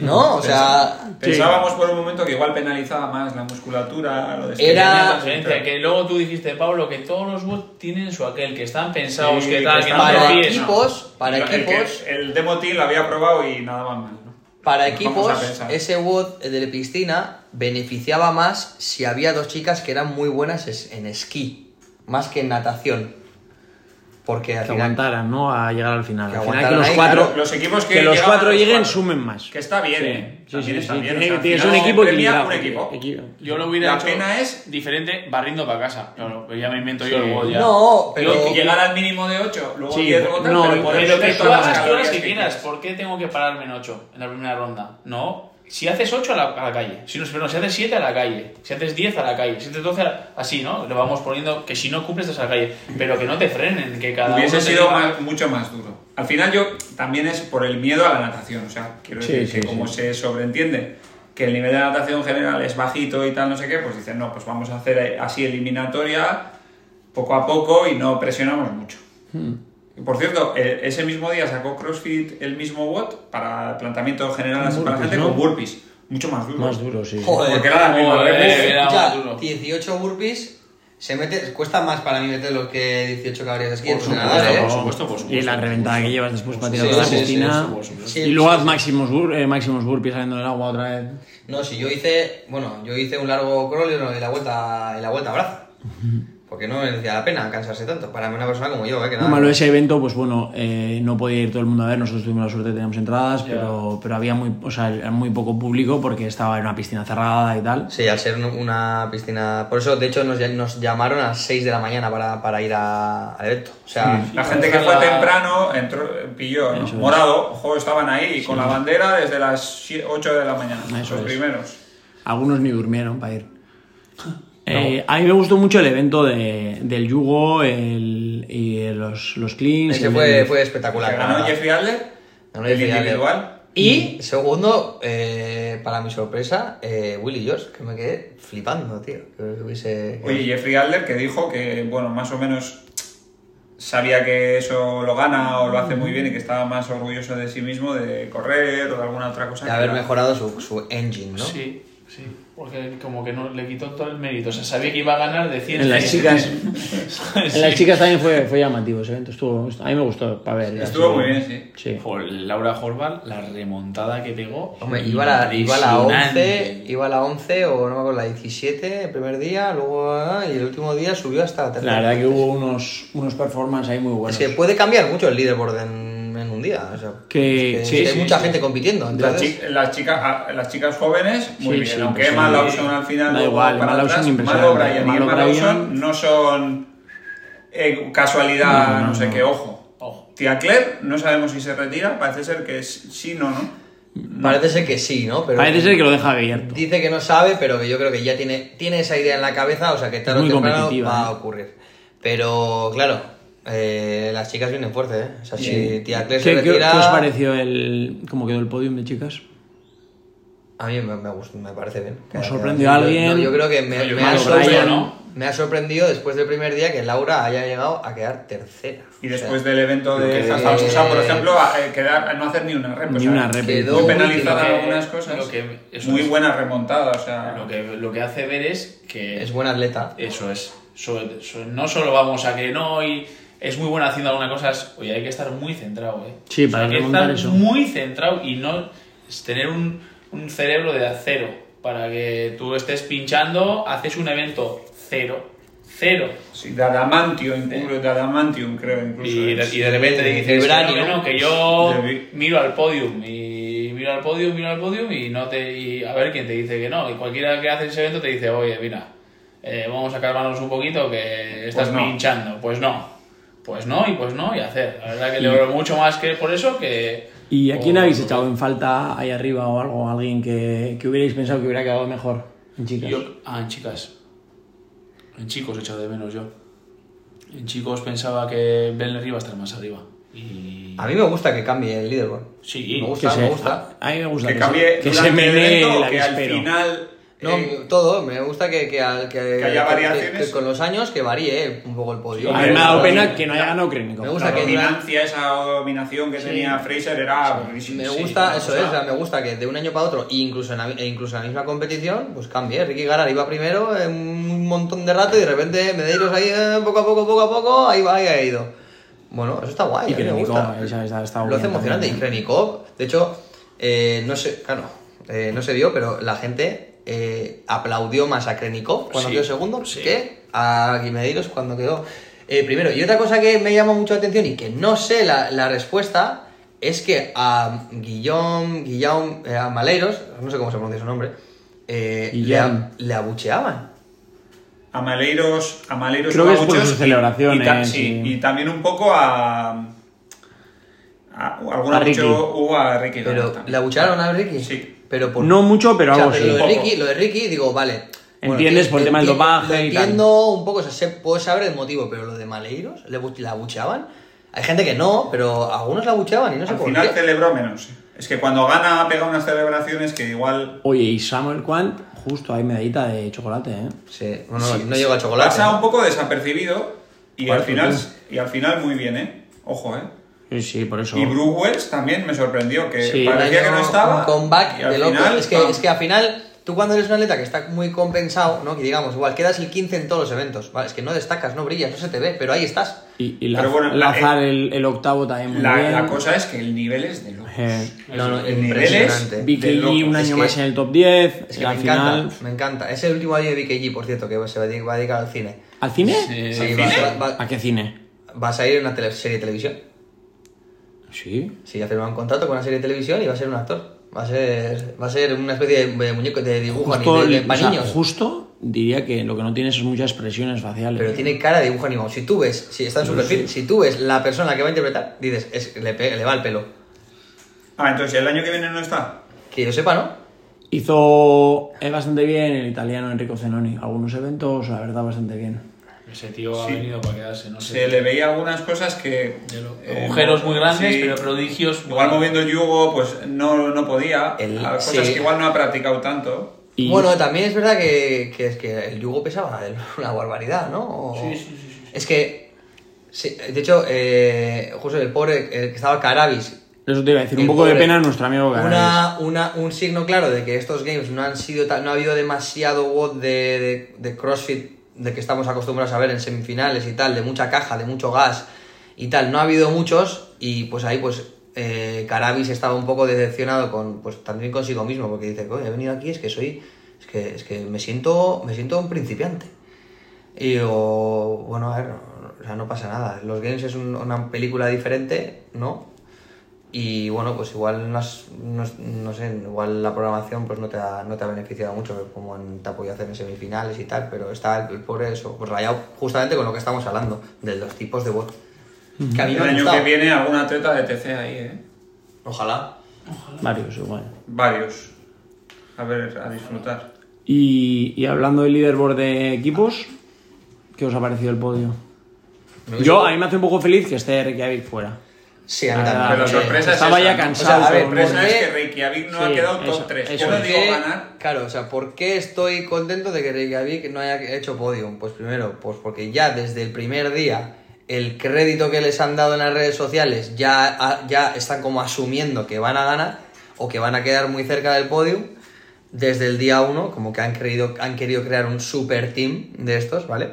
Speaker 6: ¿No? O sea,
Speaker 5: Pensábamos por un momento que igual penalizaba más la musculatura, lo de
Speaker 6: Era-
Speaker 7: La diferencia que luego tú dijiste, Pablo, que todos los bots tienen su aquel, que están pensados,
Speaker 5: Sí,
Speaker 7: que tal,
Speaker 5: que
Speaker 7: que no
Speaker 5: están
Speaker 7: te
Speaker 6: para
Speaker 5: pero-
Speaker 7: fíes.
Speaker 6: equipos, para
Speaker 5: El que-
Speaker 6: equipos,
Speaker 5: El demo team lo había probado y nada más mal. ¿no?
Speaker 6: para
Speaker 5: Nos vamos
Speaker 6: equipos,
Speaker 5: a pensar.
Speaker 6: ese WOD de la piscina beneficiaba más si había dos chicas que eran muy buenas es- en esquí, más que en natación. Porque al
Speaker 4: Que
Speaker 6: final
Speaker 4: aguantaran, ¿no? A llegar al final.
Speaker 6: Que
Speaker 4: Al final que
Speaker 6: aguantaran
Speaker 4: los
Speaker 6: ahí,
Speaker 4: cuatro,
Speaker 5: claro, los equipos que
Speaker 4: los
Speaker 5: llegaban
Speaker 4: cuatro
Speaker 5: a los
Speaker 4: lleguen
Speaker 5: cuatro.
Speaker 4: sumen más.
Speaker 5: Que está bien,
Speaker 4: Sí,
Speaker 5: ¿eh?
Speaker 4: sí,
Speaker 5: También
Speaker 4: sí,
Speaker 5: está
Speaker 4: sí,
Speaker 5: bien.
Speaker 4: tiene
Speaker 5: o sea,
Speaker 4: que- tiene-
Speaker 5: al
Speaker 4: es un
Speaker 5: final
Speaker 4: equipo
Speaker 5: premia
Speaker 4: equilibrado.
Speaker 5: un equipo.
Speaker 4: Equi-
Speaker 7: Yo lo hubiera
Speaker 5: La
Speaker 7: hecho
Speaker 5: pena es-
Speaker 7: diferente barriendo para casa. Claro, pero ya me invento yo el WOD ya.
Speaker 6: No, pero-
Speaker 5: Pero llegar al mínimo de 8, luego
Speaker 4: Sí,
Speaker 5: 10 rebotes,
Speaker 4: no,
Speaker 5: pero
Speaker 4: pero
Speaker 5: por el
Speaker 7: Pero que
Speaker 5: resto
Speaker 7: tú
Speaker 5: las
Speaker 7: hagas tú
Speaker 5: calorías
Speaker 7: las que quieras, ¿por qué tengo que pararme en 8 en la primera ronda? No. Si haces 8 a la, a la calle, si, no, perdón, si haces 7 a la calle, si haces 10 a la calle, si haces 12 a la- así, ¿no? Le vamos poniendo que si no cumples estás a la calle, pero que no te frenen, que cada
Speaker 5: Hubiese
Speaker 7: uno te
Speaker 5: sido
Speaker 7: diga-
Speaker 5: más- mucho más duro. Al final yo también es por el miedo a la natación. O sea, quiero
Speaker 4: Sí,
Speaker 5: decir
Speaker 4: sí,
Speaker 5: que como
Speaker 4: sí.
Speaker 5: se sobreentiende que el nivel de natación general es bajito y tal, no sé qué, pues dicen, no, pues vamos a hacer eh, así eliminatoria poco a poco y no presionamos mucho.
Speaker 4: Hmm.
Speaker 5: Y Por cierto, eh, ese mismo día sacó CrossFit el mismo WOT para planteamiento general así para la gente con burpees. Mucho más duro.
Speaker 4: Más duro, sí.
Speaker 6: Joder.
Speaker 5: Porque era la misma
Speaker 7: Joder.
Speaker 5: repetición.
Speaker 7: Eh, era
Speaker 6: Escucha,
Speaker 7: más duro.
Speaker 6: 18 burpees se mete, cuesta más para mí meter lo que 18 calorías de esquí
Speaker 7: Por
Speaker 6: en
Speaker 7: supuesto,
Speaker 6: nadar, ¿eh?
Speaker 7: por supuesto, por
Speaker 4: Y
Speaker 7: supuesto,
Speaker 4: la
Speaker 7: por
Speaker 4: reventada que
Speaker 7: supuesto.
Speaker 4: llevas después para
Speaker 6: Sí,
Speaker 4: tirar toda la
Speaker 6: sí, sí,
Speaker 4: piscina.
Speaker 7: sí, por supuesto.
Speaker 4: Y luego haz máximos, bur- eh, máximos burpees saliendo del agua otra vez.
Speaker 6: No, si yo hice, bueno, yo hice un largo crawl y uno- y la vuelta, y la vuelta a brazo. Porque no merecía la pena cansarse tanto. Para una persona como yo, ¿eh? Que
Speaker 4: Lo
Speaker 6: nada.
Speaker 4: malo de ese evento, pues bueno, eh, no podía ir todo el mundo a ver. Nosotros tuvimos la suerte, teníamos entradas, pero, pero había muy, o sea, era muy poco público porque estaba en una piscina cerrada y tal.
Speaker 6: Sí, al ser un- una piscina. Por eso, de hecho, nos, ll- nos llamaron a las 6 de la mañana para, para ir a- al evento. O sea,
Speaker 5: La gente que fue
Speaker 7: Ojalá.
Speaker 5: temprano entró, pilló, ¿no?
Speaker 4: Eso es.
Speaker 5: morado, ojo, estaban ahí con la bandera desde las 8 de la mañana,
Speaker 4: Eso
Speaker 5: los
Speaker 4: es.
Speaker 5: primeros.
Speaker 4: Algunos ni durmieron para ir. Eh, a mí me gustó mucho el evento de, del yugo el, y los, los cleans.
Speaker 6: ese
Speaker 4: el-
Speaker 6: fue, fue
Speaker 5: Que
Speaker 6: espectacular. Ah. la
Speaker 5: ganó
Speaker 6: verdad.
Speaker 5: Jeffrey Adler,
Speaker 6: Ganó
Speaker 5: el
Speaker 6: Jeffrey Adler.
Speaker 5: individual.
Speaker 6: Y segundo, eh, eh, para mi sorpresa, eh, Willy George, que me quedé flipando, tío. Creo que hubiese...
Speaker 5: Oye, Jeffrey Adler que dijo que, bueno, más o menos sabía que eso lo gana o lo hace muy bien y que estaba más orgulloso de sí mismo de correr o de alguna otra cosa.
Speaker 6: de
Speaker 5: que
Speaker 6: haber
Speaker 5: era-
Speaker 6: mejorado su, su engine, ¿no?
Speaker 7: Sí, sí. Porque como que no le quitó todo el mérito. O sea, sabía que iba a ganar de 100.
Speaker 4: En las chicas,
Speaker 7: Sí.
Speaker 4: en las chicas también fue, fue llamativo ese evento. Estuvo, a mí me gustó para ver.
Speaker 5: Estuvo muy bien, sí.
Speaker 4: Sí.
Speaker 7: Joder, Laura Horval, la remontada que pegó.
Speaker 6: Hombre, iba a, la, iba a la
Speaker 7: impresionante.
Speaker 6: 11, iba a la 11 o no me acuerdo, la 17 el primer día, luego ah, y el último día subió hasta la tercera.
Speaker 4: La verdad que hubo unos, unos performances ahí muy
Speaker 6: Es
Speaker 4: buenos.
Speaker 6: que puede cambiar mucho el leaderboard en, en un día. o sea,
Speaker 4: Que-
Speaker 6: es
Speaker 4: sí,
Speaker 6: que hay
Speaker 4: sí,
Speaker 6: mucha
Speaker 4: sí.
Speaker 6: gente compitiendo.
Speaker 5: Las,
Speaker 6: entonces-
Speaker 5: chi- las chicas, ah, las chicas jóvenes, muy
Speaker 4: Sí,
Speaker 5: bien.
Speaker 4: sí,
Speaker 5: Aunque Emma
Speaker 4: impresionante.
Speaker 5: Lawson al final.
Speaker 4: Da
Speaker 5: luego
Speaker 4: igual,
Speaker 5: para
Speaker 4: Emma Lawson
Speaker 5: atrás,
Speaker 4: impresionante.
Speaker 5: Malo Bryan y
Speaker 4: Malo
Speaker 5: Emma
Speaker 4: Bryan-
Speaker 5: Lawson no son eh, casualidad, no, sé qué, ojo.
Speaker 7: Ojo.
Speaker 5: Tía Claire, no sabemos si se retira, parece ser que es- sí, no, no.
Speaker 6: Parece ser que sí, ¿no? Pero
Speaker 4: Parece ser que lo deja abierto.
Speaker 6: Dice que no sabe, pero que yo creo que ya tiene, tiene esa idea en la cabeza, o sea que tarde o
Speaker 4: Muy
Speaker 6: temprano
Speaker 4: competitiva,
Speaker 6: va a
Speaker 4: ¿eh?
Speaker 6: ocurrir. Pero claro, eh, las chicas vienen fuertes, ¿eh? O sea, si tía
Speaker 4: ¿Qué,
Speaker 6: Claire se
Speaker 4: qué- qué
Speaker 6: retira,
Speaker 4: os pareció el, cómo quedó el podium de chicas?
Speaker 6: a mí me, me gusta, me parece bien.
Speaker 4: ¿Os
Speaker 6: Que-
Speaker 4: sorprendió
Speaker 6: que-
Speaker 4: alguien?
Speaker 6: no, yo creo que me,
Speaker 7: Oye,
Speaker 6: me ha
Speaker 7: Mauro Bryan,
Speaker 6: sorprendido,
Speaker 7: ¿no?
Speaker 6: me ha sorprendido después del primer día que Laura haya llegado a quedar tercera.
Speaker 5: Y
Speaker 6: O sea,
Speaker 5: después del evento
Speaker 6: creo
Speaker 5: de
Speaker 6: que-
Speaker 5: Hazard Sosa, por ejemplo, a, eh, quedar, a no hacer ni una rep.
Speaker 4: Ni
Speaker 5: o sea,
Speaker 4: una rep.
Speaker 6: quedó
Speaker 5: Muy
Speaker 6: última.
Speaker 5: penalizada
Speaker 7: Lo que-
Speaker 5: algunas cosas.
Speaker 7: lo que- eso
Speaker 5: muy
Speaker 7: es.
Speaker 5: buena remontada, o sea.
Speaker 7: Lo que, lo que hace ver es que.
Speaker 6: Es buena atleta.
Speaker 7: Eso es. Sobre- sobre- no solo vamos a que no y es muy buena haciendo alguna cosa, es- oye, hay que estar muy centrado, ¿eh?
Speaker 4: Sí, para
Speaker 7: hay que
Speaker 4: remontar
Speaker 7: estar
Speaker 4: eso.
Speaker 7: muy centrado y no es tener un, un cerebro de acero para que tú estés pinchando, haces un evento cero, cero.
Speaker 5: Sí, de adamantium, incluso, de adamantium, creo, incluso.
Speaker 7: Y de,
Speaker 5: es.
Speaker 7: y de repente
Speaker 6: Sí,
Speaker 7: dices, que no,
Speaker 6: vibranio.
Speaker 7: que no, que yo
Speaker 5: De vi-
Speaker 7: miro al podium y miro al podium, miro al podium y no te y a ver quién te dice que no. Y cualquiera que hace ese evento te dice, oye, mira, eh, vamos a calmarnos un poquito que estás
Speaker 5: no.
Speaker 7: pinchando. Pues no. Pues no, y pues no, y hacer. La verdad que le oro mucho más que por eso que...
Speaker 4: ¿Y a quién
Speaker 7: o-
Speaker 4: habéis echado en falta ahí arriba o algo? ¿Alguien que, que hubierais pensado que hubiera quedado mejor en chicas?
Speaker 7: Yo, ah, en chicas. En chicos he echado de menos yo. En chicos pensaba que Ben Riva estar más arriba. Y...
Speaker 6: A mí me gusta que cambie el leaderboard.
Speaker 7: Sí,
Speaker 6: me
Speaker 4: Que
Speaker 6: gusta,
Speaker 4: se-
Speaker 6: me gusta.
Speaker 4: A, a mí me gusta
Speaker 5: que
Speaker 4: que,
Speaker 5: cambie
Speaker 4: se, que se
Speaker 5: durante el
Speaker 4: menee
Speaker 5: evento,
Speaker 4: la
Speaker 5: que al
Speaker 4: avispero.
Speaker 5: final
Speaker 6: No,
Speaker 5: eh,
Speaker 6: todo, me gusta que, que, al-
Speaker 5: Que haya variaciones.
Speaker 6: que- que con los años que varíe eh, un poco el podio.
Speaker 5: Sí,
Speaker 4: A mí me ha dado
Speaker 5: Hombre,
Speaker 4: pena que no haya ganado Krennikov.
Speaker 6: Me gusta
Speaker 5: la
Speaker 6: que durante-
Speaker 5: dominancia, esa dominación que tenía Fraser era buenísima.
Speaker 6: Me
Speaker 5: Sí,
Speaker 6: gusta,
Speaker 5: sí,
Speaker 6: eso
Speaker 5: o sea,
Speaker 6: es, o sea, me gusta que de un año para otro, incluso en la, e incluso en la misma competición, pues cambie. Ricky Garar iba primero en un montón de rato y de repente Medeiros ahí, eh, poco a poco, poco a poco, ahí va, ahí ha ido. Bueno, eso está guay,
Speaker 4: Y
Speaker 6: a mí me
Speaker 4: Krennikov,
Speaker 6: gusta.
Speaker 4: esa- esa- está
Speaker 6: Lo
Speaker 4: bien
Speaker 6: hace emocionante. Y
Speaker 4: también, ¿eh?
Speaker 6: Krenikov, de hecho, eh, no sé, claro, eh, no se vio, pero la gente eh, aplaudió más a Krenikov cuando
Speaker 7: Sí,
Speaker 6: quedó segundo
Speaker 7: sí.
Speaker 6: que a Guimedeiros cuando quedó eh, primero. Y otra cosa que me llama mucho la atención y que no sé la, la respuesta es que a Guillaume, Guillaume eh, a Maleiros, no sé cómo se pronuncia su nombre, eh, le,
Speaker 4: Guillaume.
Speaker 6: a- le abucheaban.
Speaker 5: A Maleiros, a Maleiros
Speaker 4: Creo que es por eh,
Speaker 5: Pabuchos
Speaker 4: sus
Speaker 5: y-
Speaker 4: celebraciones,
Speaker 5: Y, ta- sí,
Speaker 4: y-
Speaker 5: y también un poco a. a- alguna
Speaker 4: A Ricky.
Speaker 5: mucho hubo a Ricky. Garner
Speaker 6: Pero
Speaker 5: también.
Speaker 6: le abuchearon a Ricky.
Speaker 5: Sí.
Speaker 6: Pero por
Speaker 4: No mucho, pero
Speaker 6: O sea,
Speaker 4: algo
Speaker 6: pero
Speaker 4: sí.
Speaker 6: lo, de
Speaker 5: Un poco.
Speaker 6: Ricky, lo de Ricky, digo, vale.
Speaker 4: Entiendes
Speaker 6: que-
Speaker 4: por el tema del
Speaker 6: entiendo-
Speaker 4: dopaje
Speaker 6: Lo
Speaker 4: y tal.
Speaker 6: entiendo un poco, o sea, se puede saber el motivo, pero lo de Maleiros, le bu- la abucheaban. Hay gente que no, pero algunos la abucheaban y no sé
Speaker 5: Al
Speaker 6: por
Speaker 5: final
Speaker 6: qué.
Speaker 5: celebró menos. eh. Es que cuando gana pega unas celebraciones que igual.
Speaker 4: Oye, y Samuel Quant, justo hay medallita de chocolate, ¿eh?
Speaker 6: Sí, bueno, no llegó al chocolate.
Speaker 5: Pasa un poco desapercibido y al,
Speaker 6: Cuarto,
Speaker 5: final,
Speaker 6: tío.
Speaker 5: y al final muy bien, ¿eh? Ojo, ¿eh?
Speaker 4: Sí, sí, por eso.
Speaker 5: Y Bruce Wells también me sorprendió, que
Speaker 4: Sí.
Speaker 5: parecía que no estaba.
Speaker 6: Un comeback
Speaker 5: y al
Speaker 6: de loco.
Speaker 5: final,
Speaker 6: es, que,
Speaker 5: pam.
Speaker 6: es que al final, tú cuando eres un atleta que está muy compensado, ¿no? Que digamos, igual quedas el 15 en todos los eventos. Vale, es que no destacas, no brillas, no se te ve, pero ahí estás.
Speaker 4: Y, y la-
Speaker 5: Pero bueno, la- eh,
Speaker 4: Lazar el, el octavo también muy
Speaker 5: La,
Speaker 4: bien.
Speaker 5: la cosa es que el nivel es de locos.
Speaker 4: Eh,
Speaker 6: No, no,
Speaker 5: El nivel
Speaker 6: impresionante.
Speaker 5: es-
Speaker 4: Vicky
Speaker 5: de loco.
Speaker 4: Lee un
Speaker 6: Es
Speaker 4: año
Speaker 6: que-
Speaker 4: más en el top 10.
Speaker 6: Es
Speaker 4: y
Speaker 6: que
Speaker 4: al
Speaker 6: me
Speaker 4: final...
Speaker 6: encanta, me encanta. Es el último año de BKG, por cierto, que se va a dedicar va a dedicar al cine.
Speaker 4: ¿Al cine?
Speaker 7: Eh,
Speaker 6: Sí, va- va-
Speaker 4: ¿A qué cine?
Speaker 6: vas a ir a una tele- serie de televisión.
Speaker 4: Sí.
Speaker 6: Sí, ha firmado un contrato con una serie de televisión y va a ser un actor. Va a ser, va a ser una especie de, de muñeco de dibujo
Speaker 4: Justo,
Speaker 6: animado
Speaker 4: o sea,
Speaker 6: para niños.
Speaker 4: justo diría que lo que no tienes es muchas expresiones faciales.
Speaker 6: Pero tiene cara de dibujo animado. Si tú ves, si está en su perfil, si tú ves la persona que va a interpretar, dices, es- le, pe- le va el pelo.
Speaker 5: Ah, entonces el año que viene no está.
Speaker 6: Que yo sepa, ¿no?
Speaker 4: Hizo eh, bastante bien el italiano Enrico Zenoni. Algunos eventos, la verdad, bastante bien.
Speaker 7: Ese tío ha
Speaker 5: Sí.
Speaker 7: venido para quedarse, no sé.
Speaker 5: Se le veía algunas cosas que...
Speaker 7: De lo-
Speaker 5: eh,
Speaker 7: agujeros muy grandes,
Speaker 5: sí.
Speaker 7: pero prodigios.
Speaker 5: Igual moviendo el yugo, pues no, no podía.
Speaker 6: El-
Speaker 5: Hay cosas
Speaker 6: sí.
Speaker 5: que igual no ha practicado tanto.
Speaker 4: Y-
Speaker 6: Bueno, también es verdad que, que es que el yugo pesaba el- una barbaridad, ¿no? O-
Speaker 7: Sí, sí, sí, sí, sí.
Speaker 6: Es que, sí, de hecho, eh, justo el pobre el que estaba Carabis,
Speaker 4: Eso te iba a decir, un
Speaker 6: El
Speaker 4: poco de
Speaker 6: pobre.
Speaker 4: pena a nuestro amigo Canales.
Speaker 6: una, una- un signo claro de que estos games no han sido tan- no ha habido demasiado WOD de, de- de CrossFit de que estamos acostumbrados a ver en semifinales y tal, de mucha caja, de mucho gas y tal, no ha habido muchos y pues ahí pues eh, Carabis estaba un poco decepcionado con pues también consigo mismo porque dice, coño, he venido aquí, es que soy es que, es que me siento me siento un principiante. Y digo, bueno, a ver, no, o sea, no pasa nada. Los Games es un- una película diferente, ¿no? Y bueno, pues igual no, has- no, es- no sé, igual la programación pues no te ha, no te ha beneficiado mucho, como en, te ha podido hacer en semifinales y tal, pero está el, el pobre eso, pues rayado justamente con lo que estamos hablando, de los tipos de bot. Que a mí
Speaker 5: El
Speaker 6: me han
Speaker 5: año
Speaker 6: gustado.
Speaker 5: que viene algún atleta de TC ahí, ¿eh?
Speaker 6: Ojalá.
Speaker 4: Varios, igual.
Speaker 5: Varios. A ver, a disfrutar.
Speaker 4: Y, y hablando del leaderboard de equipos, ¿qué os ha parecido el podio?
Speaker 6: Me
Speaker 4: Yo,
Speaker 6: gusta.
Speaker 4: a mí me hace un poco feliz que esté Reykjavik fuera.
Speaker 6: Sí, a mí
Speaker 4: Ah,
Speaker 6: también.
Speaker 5: Pero la
Speaker 4: sí.
Speaker 5: sorpresa
Speaker 4: Estaba
Speaker 5: es
Speaker 4: ya
Speaker 5: esa, ¿no?
Speaker 4: cansado,
Speaker 5: O sea, la
Speaker 6: pero
Speaker 5: sorpresa
Speaker 6: ¿por
Speaker 5: es
Speaker 6: qué?
Speaker 5: que Reykjavik no
Speaker 4: Sí,
Speaker 5: ha quedado
Speaker 4: eso,
Speaker 5: top 3.
Speaker 4: eso
Speaker 5: Yo no
Speaker 4: es.
Speaker 5: digo
Speaker 6: qué-
Speaker 5: ganar.
Speaker 6: Claro, o sea, ¿por qué estoy contento de que Reykjavik no haya hecho podium? Pues primero, pues porque ya desde el primer día el crédito que les han dado en las redes sociales ya, a- ya están como asumiendo que van a ganar o que van a quedar muy cerca del podium. Desde el día uno, como que han, creído, han querido crear un super team de estos, ¿vale?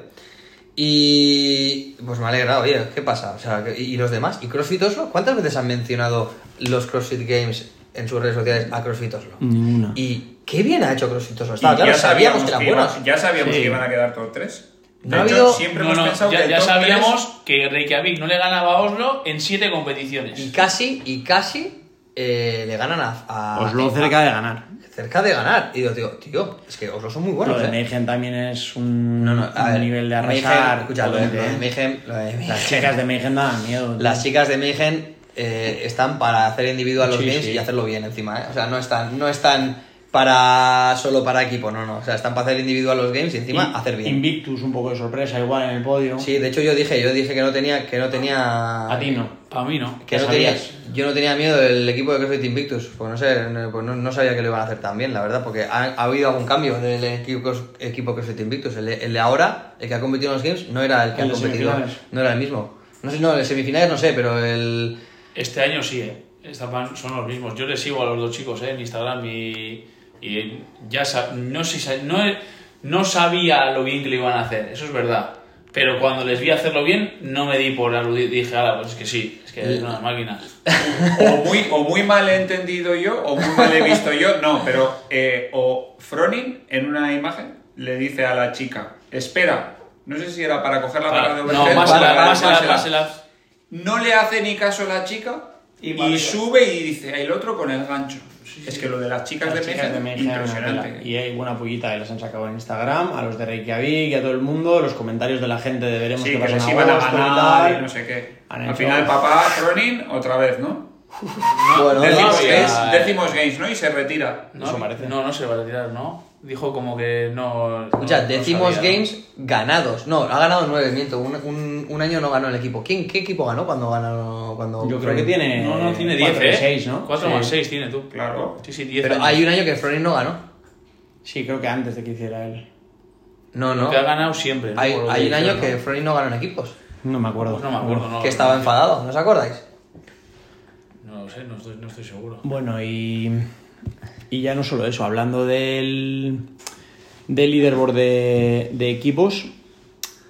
Speaker 6: Y pues me alegra, oye, ¿qué pasa? O sea, ¿y y los demás? ¿Y CrossFit Oslo? ¿Cuántas veces han mencionado los CrossFit Games en sus redes sociales a CrossFit Oslo?
Speaker 4: Ninguna.
Speaker 6: Y qué bien ha hecho CrossFit Oslo. Estaba
Speaker 5: Y
Speaker 6: Pues claro,
Speaker 5: ya
Speaker 6: sabíamos que eran
Speaker 5: iba-
Speaker 6: buenos.
Speaker 5: Ya sabíamos
Speaker 4: Sí.
Speaker 5: que iban a quedar top 3.
Speaker 6: No ha habido-
Speaker 5: siempre
Speaker 7: No,
Speaker 5: hemos
Speaker 7: no,
Speaker 5: pensado que
Speaker 7: ya,
Speaker 5: el
Speaker 7: ya
Speaker 5: top tres-
Speaker 7: sabíamos que Reykjavik no le ganaba a Oslo en siete competiciones.
Speaker 6: Y casi, y casi eh, le ganan a, a-
Speaker 4: Oslo
Speaker 6: a-
Speaker 4: cerca de ganar.
Speaker 6: cerca de ganar. Y yo digo, tío, es que Oslo son muy buenos.
Speaker 4: Lo de
Speaker 6: eh.
Speaker 4: Mayhem también es un,
Speaker 6: A
Speaker 4: un
Speaker 6: ver,
Speaker 4: nivel de
Speaker 6: Mayhem,
Speaker 4: arrasar.
Speaker 6: escucha, lo de,
Speaker 4: potente,
Speaker 6: lo de
Speaker 4: ¿eh?
Speaker 6: Mayhem- lo de
Speaker 4: Las
Speaker 6: Mayhem-
Speaker 4: chicas de Mayhem dan miedo. tío.
Speaker 6: Las chicas de Mayhem eh, están para hacer individual los
Speaker 4: Sí,
Speaker 6: games
Speaker 4: sí.
Speaker 6: y hacerlo bien encima, ¿eh? O sea, no están, no están para solo para equipo, no, no. O sea, están para hacer individual los games y encima
Speaker 4: In-
Speaker 6: hacer bien.
Speaker 4: Invictus, un poco de sorpresa, igual en el podio.
Speaker 6: Sí, de hecho yo dije, yo dije que no tenía, que no tenía.
Speaker 4: A ti no.
Speaker 7: Para mí no.
Speaker 6: Que
Speaker 4: ¿Lo
Speaker 6: no tenía,
Speaker 4: sabías?
Speaker 6: yo no tenía miedo del equipo de CrossFit Invictus, pues no sé, no- pues no, no sabía que lo iban a hacer tan bien, la verdad, porque ha, ha habido algún cambio del equipo, equipo CrossFit Invictus. El, de- el de ahora, el que ha competido en los Games, no era el que
Speaker 4: El
Speaker 6: ha
Speaker 4: de
Speaker 6: competido,
Speaker 4: semifinales.
Speaker 6: no era el mismo. No sé, no, el de semifinales no sé, pero el...
Speaker 7: Este año sí, eh. Estaban, son los mismos. Yo les sigo a los dos chicos eh, en Instagram y, y ya sa- no, sé si sa- no, no sabía lo bien que lo iban a hacer, eso es verdad. Pero cuando les vi hacerlo bien, no me di por aludir. Dije, ala, pues es que sí, es que es unas máquinas.
Speaker 5: o muy, o muy mal he entendido yo, o muy mal he visto yo, no, pero eh, o Fronin en una imagen le dice a la chica, espera, no sé si era para coger la barra de
Speaker 7: Ah, no,
Speaker 5: overhead,
Speaker 7: más
Speaker 5: para-
Speaker 7: la, más
Speaker 5: pásela.
Speaker 7: la.
Speaker 5: no le hace ni caso a la chica
Speaker 7: Y
Speaker 5: y,
Speaker 7: valida.
Speaker 5: sube y dice, el otro con el gancho. es que lo de las chicas
Speaker 4: Las
Speaker 5: de
Speaker 4: chicas de Mayhem,
Speaker 5: Mayhem,
Speaker 4: una pela.
Speaker 5: impresionante.
Speaker 4: Y hay buena pullita, y las han sacado en Instagram, a los de Reykjavik y a todo el mundo, los comentarios de la gente de veremos
Speaker 5: Sí,
Speaker 4: qué
Speaker 5: que
Speaker 4: pasa
Speaker 5: les
Speaker 4: en
Speaker 5: iban a
Speaker 4: agosto y
Speaker 5: ganar
Speaker 4: tal.
Speaker 5: y no sé qué.
Speaker 4: Han
Speaker 5: Al
Speaker 4: hecho-
Speaker 5: final, papá Fronin, otra vez, ¿no?
Speaker 6: bueno,
Speaker 5: Décimos
Speaker 7: sí,
Speaker 5: games,
Speaker 7: ah,
Speaker 5: décimos games, ¿no? Y se retira.
Speaker 7: No,
Speaker 4: Eso parece.
Speaker 7: no, no se va a retirar, ¿no? Dijo como que no.
Speaker 6: Escucha,
Speaker 7: no- no
Speaker 6: decimos
Speaker 7: sabía, ¿no?
Speaker 6: games ganados. No, ha ganado nueve, miento. Un, un- un año no ganó el equipo. ¿Quién, ¿Qué equipo ganó cuando ganó? Cuando
Speaker 4: Yo creo que tiene.
Speaker 7: No, no, tiene 10,
Speaker 4: cuatro de
Speaker 7: ¿eh?
Speaker 4: seis, ¿no?
Speaker 7: 4
Speaker 4: Sí.
Speaker 7: más 6 tiene tú.
Speaker 5: Claro.
Speaker 7: Sí, sí, 10.
Speaker 6: Pero
Speaker 7: años.
Speaker 6: hay un año que Fronin no ganó.
Speaker 4: Sí, creo que antes de que hiciera él.
Speaker 6: No, no.
Speaker 7: Que ha ganado siempre. ¿no?
Speaker 6: Hay,
Speaker 7: Por lo
Speaker 6: hay un
Speaker 7: dijeron,
Speaker 6: año
Speaker 7: ¿no?
Speaker 6: que Fronin no ganó en equipos.
Speaker 4: No me acuerdo.
Speaker 7: Pues no me acuerdo, no.
Speaker 6: que estaba enfadado, ¿no os acordáis?
Speaker 7: No lo sé, no estoy, no estoy seguro.
Speaker 4: Bueno, y, y ya no solo eso, hablando del, del leaderboard de, de equipos,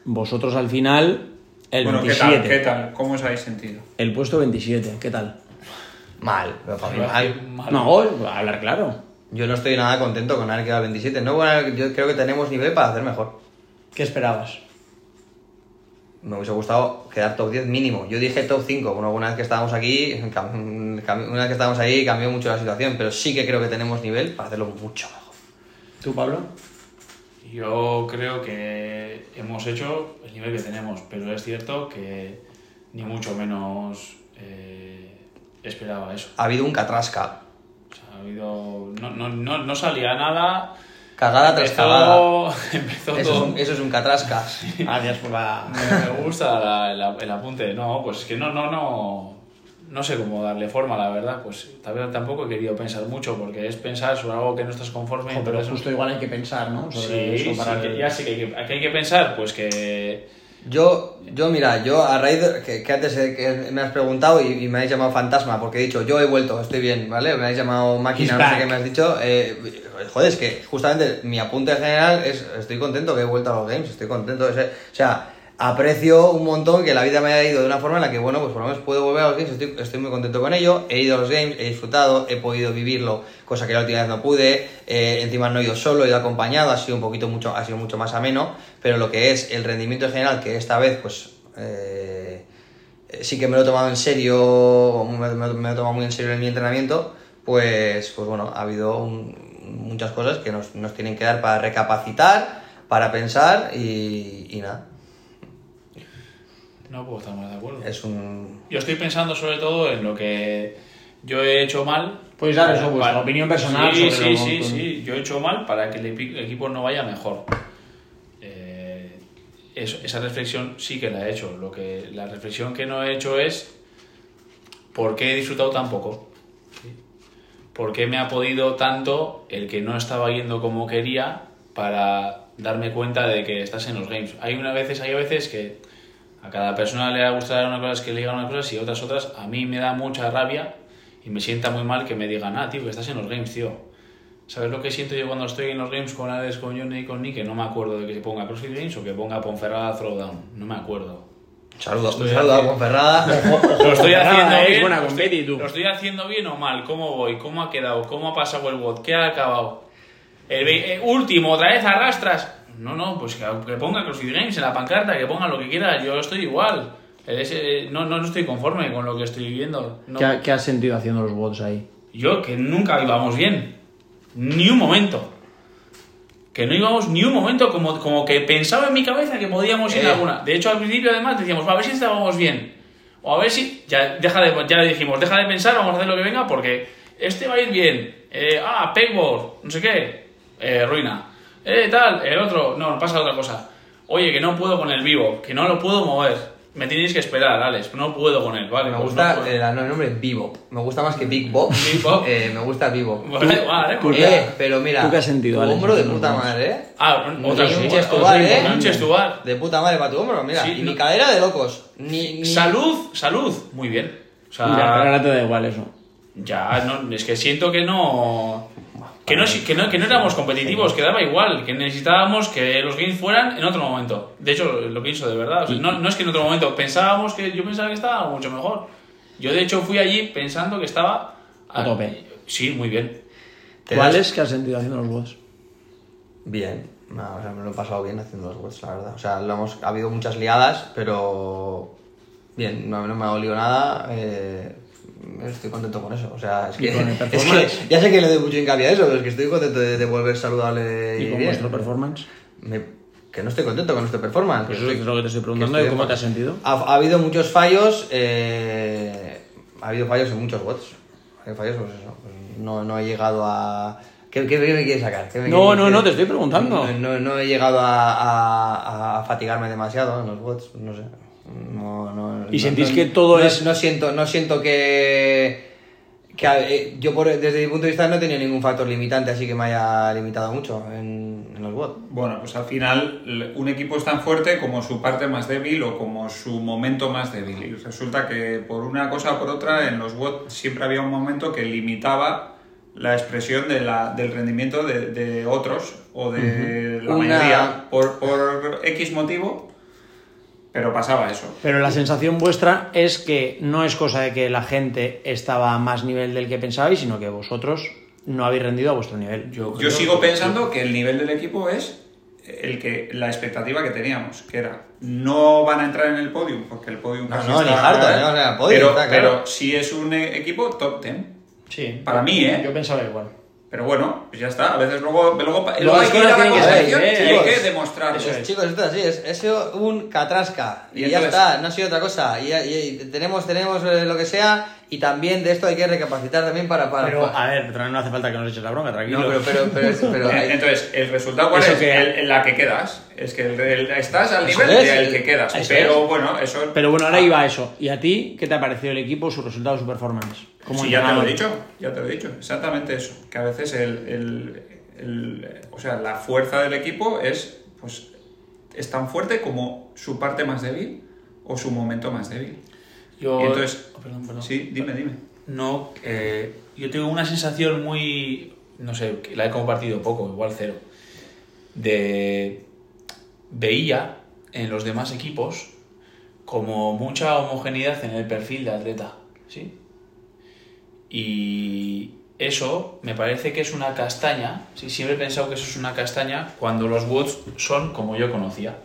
Speaker 4: vosotros al final, el
Speaker 5: Bueno, ¿qué
Speaker 4: 27,
Speaker 5: tal? ¿Qué tal? ¿Cómo os habéis sentido?
Speaker 4: el puesto 27, ¿qué tal?
Speaker 6: Mal, pero para mí
Speaker 7: Ay,
Speaker 6: mal.
Speaker 7: mal.
Speaker 4: No, a hablar claro.
Speaker 6: Yo no estoy nada contento con haber quedado 27. No, bueno, yo creo que tenemos nivel para hacer mejor.
Speaker 4: ¿Qué esperabas?
Speaker 6: Me hubiese gustado quedar top 10 mínimo. Yo dije top 5. Bueno, una vez que estábamos aquí, cam- cam- una vez que estábamos ahí cambió mucho la situación, pero sí que creo que tenemos nivel para hacerlo mucho mejor.
Speaker 4: ¿Tú, Pablo?
Speaker 7: Yo creo que hemos hecho el nivel que tenemos, pero es cierto que ni mucho menos eh, esperaba eso.
Speaker 6: Ha habido un catrasca.
Speaker 7: O sea, ha habido, no, no, no, no salía nada,
Speaker 6: Cagada tras cagada.
Speaker 7: empezó, empezó
Speaker 6: Eso es
Speaker 7: con-
Speaker 6: un, eso es un catrascas.
Speaker 4: Gracias por la.
Speaker 7: Me me gusta la- la- el apunte. No, pues es que no, no, no. No sé cómo darle forma, la verdad. Pues tal vez tampoco he querido pensar mucho, porque es pensar sobre algo que no estás conforme.
Speaker 4: Jo, pero
Speaker 7: entonces-
Speaker 4: justo igual hay que pensar, ¿no? Sobre
Speaker 7: Sí,
Speaker 4: eso para
Speaker 7: sí, que-
Speaker 4: el-
Speaker 7: ya sé que hay que, que hay que pensar, pues que.
Speaker 6: Yo, yo mira, yo a raíz de, que, que antes eh, que me has preguntado y, y me habéis llamado fantasma, porque he dicho, yo he vuelto, estoy bien, ¿vale? Me habéis llamado máquina,
Speaker 4: He's
Speaker 6: no sé
Speaker 4: back.
Speaker 6: qué me has dicho. eh, joder, es que justamente mi apunte general es, estoy contento que he vuelto a los games, estoy contento. O sea, o sea, aprecio un montón que la vida me haya ido de una forma en la que, bueno, pues por lo menos puedo volver a los games, estoy, estoy muy contento con ello. He ido a los games, he disfrutado, he podido vivirlo, cosa que la última vez no pude. eh, encima no he ido solo, he ido acompañado, ha sido un poquito mucho, ha sido mucho más ameno, pero lo que es el rendimiento en general, que esta vez, pues... eh, eh, sí que me lo he tomado en serio, o me, me- me lo he tomado muy en serio en mi entrenamiento, pues, pues bueno, ha habido un- muchas cosas que nos, nos tienen que dar para recapacitar, para pensar y, y nada.
Speaker 7: No puedo estar más de acuerdo.
Speaker 6: Es un.
Speaker 7: Yo estoy pensando sobre todo en lo que yo he hecho mal.
Speaker 4: Pues dar eso, vuestra
Speaker 7: Para-
Speaker 4: opinión personal
Speaker 7: Sí,
Speaker 4: sobre lo-
Speaker 7: sí, sí, sí. Yo he hecho mal para que el epi- equipo no vaya mejor. Eh, eso- esa reflexión sí que la he hecho. Lo que, la reflexión que no he hecho es por qué he disfrutado tan poco. ¿Sí? ¿Por qué me ha podido tanto el que no estaba yendo como quería para darme cuenta de que estás en los games? Hay unas veces, hay veces que a cada persona le va a gustar una cosa que le digan una cosa y otras otras. A mí me da mucha rabia y me sienta muy mal que me digan, ah, tío, que estás en los games, tío. ¿Sabes lo que siento yo cuando estoy en los games con Alex, con Johnny y con Nick? Que no me acuerdo de que se ponga CrossFit Games o que ponga Ponferrada Throwdown. No me acuerdo.
Speaker 6: Saludo, un
Speaker 7: Estoy
Speaker 6: saludo a
Speaker 7: haciendo-
Speaker 6: Conferrada.
Speaker 7: Lo estoy
Speaker 4: Nada,
Speaker 7: haciendo
Speaker 4: es
Speaker 7: bien.
Speaker 4: buena
Speaker 7: lo,
Speaker 4: competi,
Speaker 7: estoy,
Speaker 4: tú.
Speaker 7: lo estoy haciendo bien o mal. ¿Cómo voy? ¿Cómo ha quedado? ¿Cómo ha pasado el bot? ¿Qué ha acabado? El, ve- eh, último, otra vez arrastras. No, no, pues que, que ponga CrossFit Games en la pancarta, que ponga lo que quiera. Yo estoy igual. Es, eh, no, no, no estoy conforme con lo que estoy viviendo. No.
Speaker 4: ¿Qué, ha- qué has sentido haciendo los bots ahí?
Speaker 7: Yo que nunca íbamos bien. Ni un momento. Que no íbamos ni un momento como, como que pensaba en mi cabeza que podíamos ir
Speaker 6: Eh.
Speaker 7: a alguna. De hecho, al principio además decíamos, a ver si estábamos bien. O a ver si... Ya, deja de, ya le dijimos, deja de pensar, vamos a hacer lo que venga porque este va a ir bien. Eh, ah, pegboard, no sé qué. Eh, ruina. Eh, tal, el otro. No, pasa otra cosa. Oye, que no puedo con el vivo, que no lo puedo mover. Me tenéis que esperar, Alex. No puedo con él, ¿vale?
Speaker 6: Me
Speaker 7: pues no
Speaker 6: gusta
Speaker 7: puedo.
Speaker 6: el, el nombre Bebop. Me gusta más que Big Bob.
Speaker 7: Bebop.
Speaker 6: Eh, me gusta Bebop.
Speaker 7: Vale, vale,
Speaker 4: Pues
Speaker 7: vale.
Speaker 6: Eh, pero mira,
Speaker 4: ¿Tú qué has sentido,
Speaker 6: tu
Speaker 4: Alex,
Speaker 6: hombro de
Speaker 4: en los
Speaker 6: puta
Speaker 4: bots?
Speaker 6: madre, ¿eh?
Speaker 7: Ah,
Speaker 6: Un
Speaker 7: otra
Speaker 6: pinche
Speaker 7: otra-
Speaker 6: estubar,
Speaker 7: otra-
Speaker 6: ¿eh?
Speaker 7: un pinche estubar.
Speaker 6: De puta madre para tu hombro, mira.
Speaker 7: Sí,
Speaker 6: y
Speaker 7: no-
Speaker 6: mi cadera de locos. Ni, ni-
Speaker 7: Salud, salud. Muy bien. O sea,
Speaker 4: Mira, ahora te da igual eso.
Speaker 7: ya, no, es que siento que no. Que no, que, no, que no éramos competitivos, que daba igual, que necesitábamos que los games fueran en otro momento. De hecho, lo pienso de verdad. o sea, no, no es que en otro momento, pensábamos que. Yo pensaba que estaba mucho mejor. Yo, de hecho, fui allí pensando que estaba.
Speaker 4: A tope.
Speaker 7: Sí, muy bien.
Speaker 6: Te
Speaker 4: ¿Cuál
Speaker 6: das-
Speaker 4: es que has sentido haciendo los bots?
Speaker 6: Bien, no, o sea, me lo he pasado bien haciendo los bots, la verdad. O sea, lo hemos, ha habido muchas liadas, pero bien, no, no me ha dolido nada. eh, estoy contento con eso. O sea, es que,
Speaker 4: con el
Speaker 6: es
Speaker 4: performance?
Speaker 6: que ya sé que le doy mucho hincapié a eso, pero es que estoy contento de, de volver saludable y,
Speaker 4: ¿Y con
Speaker 6: bien.
Speaker 4: vuestro performance?
Speaker 6: Me- que no estoy contento con nuestro performance.
Speaker 4: Pues
Speaker 6: que
Speaker 4: eso
Speaker 6: estoy-
Speaker 4: es lo que te estoy preguntando,
Speaker 6: estoy
Speaker 4: ¿y cómo
Speaker 6: de-
Speaker 4: te has sentido?
Speaker 6: Ha, ha habido muchos fallos, eh, ha habido fallos en muchos bots. Ha habido fallos, pues eso, pues no, no he llegado a... ¿Qué, qué- qué me quieres sacar? ¿Qué me
Speaker 4: No,
Speaker 6: quieres-
Speaker 4: no,
Speaker 6: qué-
Speaker 4: no, te estoy preguntando.
Speaker 6: No, no- no he llegado a, a- a fatigarme demasiado en los bots, no sé. No, no,
Speaker 4: ¿Y
Speaker 6: no-
Speaker 4: sentís
Speaker 6: no-
Speaker 4: que todo
Speaker 6: no-
Speaker 4: es-
Speaker 6: No siento, no siento que... que a- eh, yo por- desde mi punto de vista no he tenido ningún factor limitante, así que me haya limitado mucho en, en los bots.
Speaker 5: Bueno, pues al final l- un equipo es tan fuerte como su parte más débil o como su momento más débil. Y resulta que por una cosa o por otra en los WOT siempre había un momento que limitaba la expresión de la- del rendimiento de, de otros o de la
Speaker 6: Una-
Speaker 5: mayoría por, por X motivo, pero pasaba eso.
Speaker 4: Pero la sensación vuestra es que no es cosa de que la gente estaba a más nivel del que pensabais, sino que vosotros no habéis rendido a vuestro nivel.
Speaker 5: Yo sigo pensando que el nivel del equipo es el que la expectativa que teníamos, que era no van a entrar en el podium porque el podium
Speaker 6: No, no, ni Harto, ¿eh? No van al podium,
Speaker 5: pero,
Speaker 6: está
Speaker 5: pero
Speaker 6: claro.
Speaker 5: si es un eh, equipo e-, top 10
Speaker 4: Sí.
Speaker 5: para mí, ¿eh?
Speaker 4: pensaba igual.
Speaker 5: Pero bueno, pues ya está. A veces luego, luego, luego
Speaker 4: las
Speaker 5: hay que ir
Speaker 4: cosas
Speaker 5: a la
Speaker 4: tienen que ser,
Speaker 5: competición
Speaker 4: ¿eh?
Speaker 5: y hay que
Speaker 4: Chicos,
Speaker 5: demostrarlo.
Speaker 4: eso es.
Speaker 6: Chicos, esto es así, es, ha sido un catrasca. Y,
Speaker 5: Y
Speaker 6: ya
Speaker 5: entonces-
Speaker 6: está, no ha sido otra cosa. Y, y- y tenemos, tenemos eh, lo que sea, y también de esto hay que recapacitar también para. para
Speaker 4: Pero, ah,
Speaker 6: para-
Speaker 4: a ver, Petrona, no hace falta que nos eches la bronca, tranquilo.
Speaker 6: no, pero, pero, pero, es- pero hay-
Speaker 5: Eh, Entonces, el resultado cuál
Speaker 4: Eso
Speaker 5: es
Speaker 4: que-
Speaker 5: El- en la que quedas. Es que el- el- estás al
Speaker 6: Eso
Speaker 5: nivel
Speaker 6: es,
Speaker 5: del que
Speaker 6: el-
Speaker 5: quedas.
Speaker 4: eso
Speaker 5: Pero bueno, eso.
Speaker 4: Pero bueno, ahora iba a eso. ¿Y a ti qué te ha parecido el equipo, su resultado, su performance? Como
Speaker 5: Sí, ya te lo
Speaker 4: entrenador?
Speaker 5: he dicho, ya te lo he dicho, exactamente eso. Que a veces el, el- el- o sea, la fuerza del equipo es, pues, es tan fuerte como su parte más débil o su momento más débil.
Speaker 7: Yo,
Speaker 5: Y entonces,
Speaker 7: Oh, perdón, perdón.
Speaker 5: sí, dime, dime.
Speaker 7: No, eh, yo tengo una sensación muy. No sé, que la he compartido poco, igual cero. De. Veía en los demás equipos como mucha homogeneidad en el perfil de atleta, ¿sí? Y eso me parece que es una castaña, ¿sí? Siempre he pensado que eso es una castaña cuando los Woods son como yo conocía,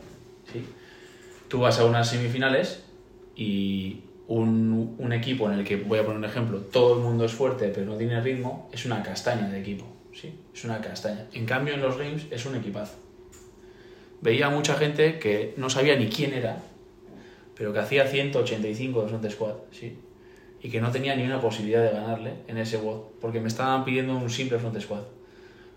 Speaker 7: ¿sí? Tú vas a unas semifinales y un, un equipo en el que, voy a poner un ejemplo, todo el mundo es fuerte pero no tiene ritmo, es una castaña de equipo. ¿sí? Es una castaña. En cambio, en los games es un equipazo. Veía mucha gente que no sabía ni quién era, pero que hacía 185 de front squad, ¿sí? Y que no tenía ni una posibilidad de ganarle en ese WOD, porque me estaban pidiendo un simple front squad.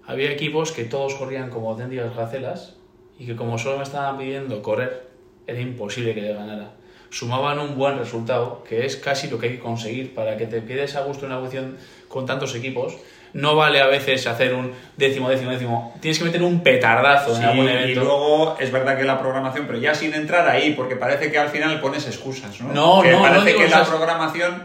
Speaker 7: Había equipos que todos corrían como auténticas gacelas y que como solo me estaban pidiendo correr, era imposible que le ganara. Sumaban un buen resultado, que es casi lo que hay que conseguir para que te quedes a gusto en la posición con tantos equipos. No vale a veces hacer un décimo, décimo, décimo. Tienes que meter un petardazo
Speaker 5: Sí,
Speaker 7: en algún
Speaker 5: y
Speaker 7: evento.
Speaker 5: luego es verdad que la programación, pero ya sin entrar ahí, porque parece que al final pones excusas, ¿no?
Speaker 7: No,
Speaker 5: que
Speaker 7: no, no
Speaker 5: parece
Speaker 7: digo
Speaker 5: que la
Speaker 7: esas-
Speaker 5: programación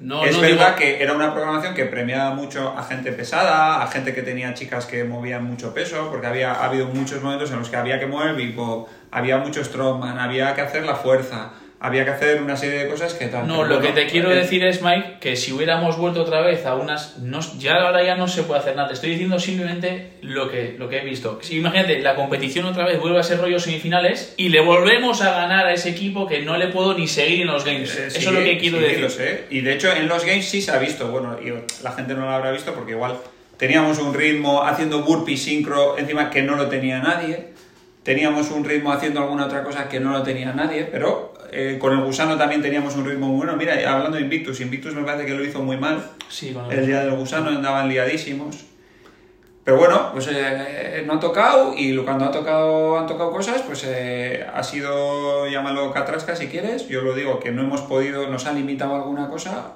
Speaker 7: No,
Speaker 5: es
Speaker 7: no digo-
Speaker 5: verdad que era una programación que premiaba mucho a gente pesada, a gente que tenía chicas que movían mucho peso, porque había ha habido muchos momentos en los que había que mover bipop, había mucho strongman, había que hacer la fuerza, había que hacer una serie de cosas que tal.
Speaker 7: No,
Speaker 5: pero
Speaker 7: lo que
Speaker 5: bueno,
Speaker 7: te quiero
Speaker 5: eh,
Speaker 7: decir es, Mike, que si hubiéramos vuelto otra vez a unas... No, ya ahora ya no se puede hacer nada. Te estoy diciendo simplemente lo que, lo que he visto. Si, imagínate, la competición otra vez vuelve a ser rollo semifinales y le volvemos a ganar a ese equipo que no le puedo ni seguir en los
Speaker 5: eh,
Speaker 7: games. Eso
Speaker 5: sí,
Speaker 7: es lo que quiero
Speaker 5: sí,
Speaker 7: decir.
Speaker 5: lo sé. Y de hecho en los games sí se ha visto, bueno, y la gente no lo habrá visto porque igual teníamos un ritmo haciendo burpee sincro encima que no lo tenía nadie. Teníamos un ritmo haciendo alguna otra cosa que no lo tenía nadie, pero eh, con el gusano también teníamos un ritmo muy bueno. Mira, hablando de Invictus, Invictus me parece que lo hizo muy mal.
Speaker 7: Sí, con el-
Speaker 5: El día del gusano andaban liadísimos. Pero bueno, pues eh, no ha tocado y lo- cuando ha tocado, han tocado cosas, pues eh, ha sido, llámalo catrasca si quieres. Yo lo digo, que no hemos podido, nos ha limitado alguna cosa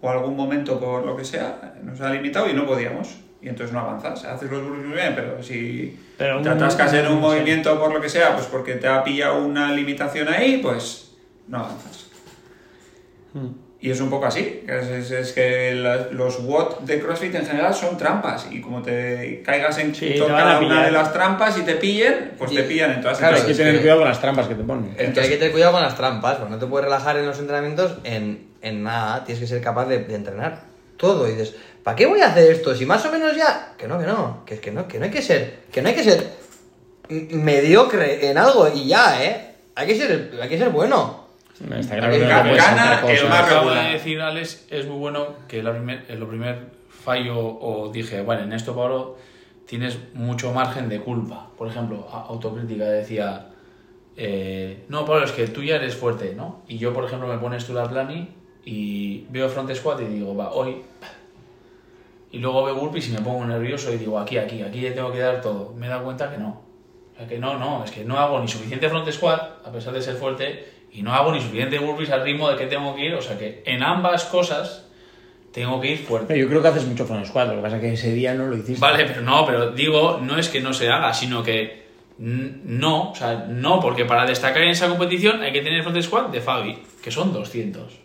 Speaker 5: o algún momento por lo que sea, nos ha limitado y no podíamos. Y entonces no avanzas, haces los burpees muy bien, pero si
Speaker 4: Pero
Speaker 5: te
Speaker 4: un-
Speaker 5: atascas en un
Speaker 4: sí.
Speaker 5: movimiento por lo que sea, pues porque te ha pillado una limitación ahí, pues no avanzas. Y es un poco así. Es, es- es que la- los WOT de CrossFit en general son trampas. Y como te caigas en
Speaker 4: Sí,
Speaker 5: to-
Speaker 4: te van a
Speaker 5: cada una
Speaker 4: pillar.
Speaker 5: de las trampas y te pillen, pues
Speaker 6: Sí.
Speaker 5: te pillan en todas
Speaker 6: Claro,
Speaker 4: Hay
Speaker 5: esas
Speaker 4: que
Speaker 6: es
Speaker 5: cosas.
Speaker 4: tener
Speaker 6: que-
Speaker 4: cuidado con las trampas que te ponen.
Speaker 6: Es que hay que tener cuidado con las trampas, pues no te puedes relajar en los entrenamientos en, en nada, tienes que ser capaz de, de entrenar todo y dices, ¿para qué voy a hacer esto? Si más o menos ya, que no, que no, que, que no, que no hay que ser, que no hay que ser m- mediocre en algo y ya, ¿eh? Hay que ser, hay que ser bueno.
Speaker 4: Está claro que
Speaker 5: Ga-
Speaker 4: no te puedes
Speaker 5: gana
Speaker 4: saltar
Speaker 5: el
Speaker 4: Pues cosas.
Speaker 5: más
Speaker 7: Acabo
Speaker 5: regular.
Speaker 7: de decir, Alex, es muy bueno que la primer, eh, lo primer fallo o dije, bueno, en esto, Pablo, tienes mucho margen de culpa. Por ejemplo, a- autocrítica decía, eh, no, Pablo, es que tú ya eres fuerte, ¿no? Y yo, por ejemplo, me pones tú la plani y veo front squat y digo, va, hoy... Y luego veo burpees y me pongo nervioso y digo, aquí, aquí, aquí le tengo que dar todo. Me he dado cuenta que no. O sea, que no, no, es que no hago ni suficiente front squat, a pesar de ser fuerte, y no hago ni suficiente burpees al ritmo de que tengo que ir. O sea que en ambas cosas tengo que ir
Speaker 4: No,
Speaker 7: fuerte.
Speaker 4: Yo creo que haces mucho con los cuatro, lo que pasa es que ese día no lo hiciste.
Speaker 7: Vale, pero no, pero digo, no es que no se haga, sino que n- no, o sea, no, porque para destacar en esa competición hay que tener front squat de Fabi, que son 200.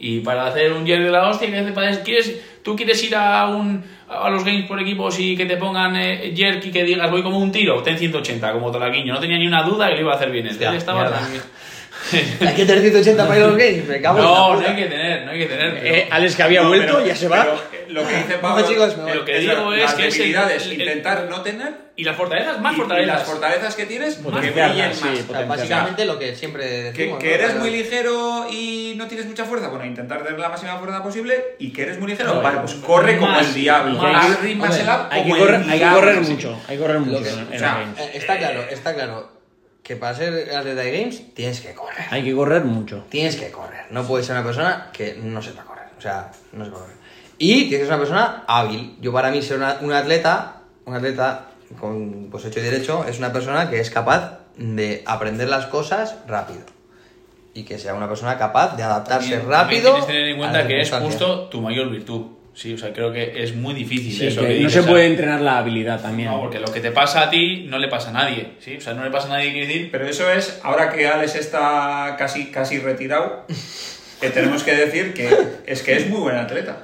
Speaker 7: Y para hacer un diario de la hostia, que hace para- ¿quieres, tú quieres ir a, un, a los games por equipos y que te pongan eh, jerk y que digas voy como un tiro, ten 180 como Tolaquiño. No tenía ni una duda que lo iba a hacer bien.
Speaker 6: Hostia,
Speaker 7: Él estaba
Speaker 6: mierda.
Speaker 7: tranquilo.
Speaker 6: Hay que tener 180 para ir a los games, me cago en la
Speaker 7: No, no
Speaker 6: puta.
Speaker 7: hay que tener, no hay que tener. pero-
Speaker 4: Eh, Alex que había
Speaker 5: No,
Speaker 4: vuelto,
Speaker 5: pero-
Speaker 4: ya se va.
Speaker 5: pero, eh, lo que dice
Speaker 6: Bueno,
Speaker 5: Pablo
Speaker 6: chicos, me voy.
Speaker 5: lo que
Speaker 7: Lo que
Speaker 5: digo es que
Speaker 7: es el-
Speaker 5: debilidades,
Speaker 7: el- el-
Speaker 5: intentar no tener
Speaker 7: Y las fortalezas, más
Speaker 5: y- y
Speaker 7: fortalezas.
Speaker 5: las fortalezas que tienes, que
Speaker 4: Potenciarlas,
Speaker 5: brillen
Speaker 4: sí, pues,
Speaker 5: más.
Speaker 6: O sea,
Speaker 4: potenciarlas.
Speaker 6: básicamente lo que siempre
Speaker 5: Que,
Speaker 6: decimos.
Speaker 5: que
Speaker 6: ¿no?
Speaker 5: eres
Speaker 6: Pero-
Speaker 5: muy ligero y no tienes mucha fuerza, bueno, intentar tener la máxima fuerza posible. Y que eres muy ligero,
Speaker 4: No,
Speaker 5: vale, pues corre como
Speaker 7: más,
Speaker 5: el diablo.
Speaker 4: y que hay-
Speaker 5: Arrímasela
Speaker 4: Hay que
Speaker 5: como el
Speaker 4: correr, hay que
Speaker 5: diablo,
Speaker 4: correr
Speaker 5: sí.
Speaker 4: mucho, hay que correr mucho
Speaker 6: que-
Speaker 4: en-
Speaker 5: o
Speaker 4: en
Speaker 5: sea,
Speaker 4: los games.
Speaker 6: Eh, Está claro, está claro. Que para ser Atleta Games tienes que correr.
Speaker 4: Hay que correr mucho.
Speaker 6: Tienes que correr. No puedes ser una persona que no sepa correr. O sea, no sepa correr. Y tienes que ser una persona hábil. Yo para mí ser una- un atleta, un atleta con pues hecho y derecho, es una persona que es capaz de aprender las cosas rápido. Y que sea una persona capaz de adaptarse
Speaker 7: También- también
Speaker 6: rápido.
Speaker 7: Tienes que tener en
Speaker 6: a
Speaker 7: cuenta
Speaker 6: las
Speaker 7: que es
Speaker 6: circunstancias.
Speaker 7: justo tu mayor virtud. Sí, o sea, creo que es muy difícil
Speaker 4: Sí,
Speaker 7: eso.
Speaker 4: que
Speaker 7: que
Speaker 4: no
Speaker 7: dices,
Speaker 4: se
Speaker 7: o sea,
Speaker 4: puede entrenar la habilidad también.
Speaker 7: No, porque lo que te pasa a ti no le pasa a nadie. ¿sí? O sea, no le pasa a nadie, quiere decir.
Speaker 5: Pero eso es, ahora que Alex está casi, casi retirado, que tenemos que decir que es que es muy buen atleta.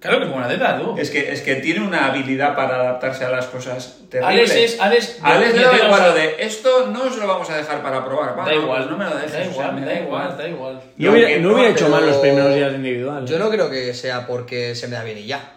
Speaker 7: Claro que es buena atleta, tú.
Speaker 5: Es que, es que tiene una habilidad para adaptarse a las cosas terribles.
Speaker 7: Alex es. Alex,
Speaker 5: Alex
Speaker 7: ya-
Speaker 5: le
Speaker 7: ya
Speaker 5: da
Speaker 7: te lo-
Speaker 5: igual lo de esto no os lo vamos a dejar para probar. Va,
Speaker 7: Da
Speaker 5: no,
Speaker 7: igual,
Speaker 5: pues no me lo dejes.
Speaker 7: Da
Speaker 5: o sea, me
Speaker 7: igual, da igual, da igual.
Speaker 5: Y
Speaker 4: Yo hubiera,
Speaker 5: aunque
Speaker 4: no hubiera
Speaker 5: no,
Speaker 4: hecho
Speaker 6: pero-
Speaker 4: mal los primeros días individuales.
Speaker 6: Yo no creo que sea porque se me da bien y ya.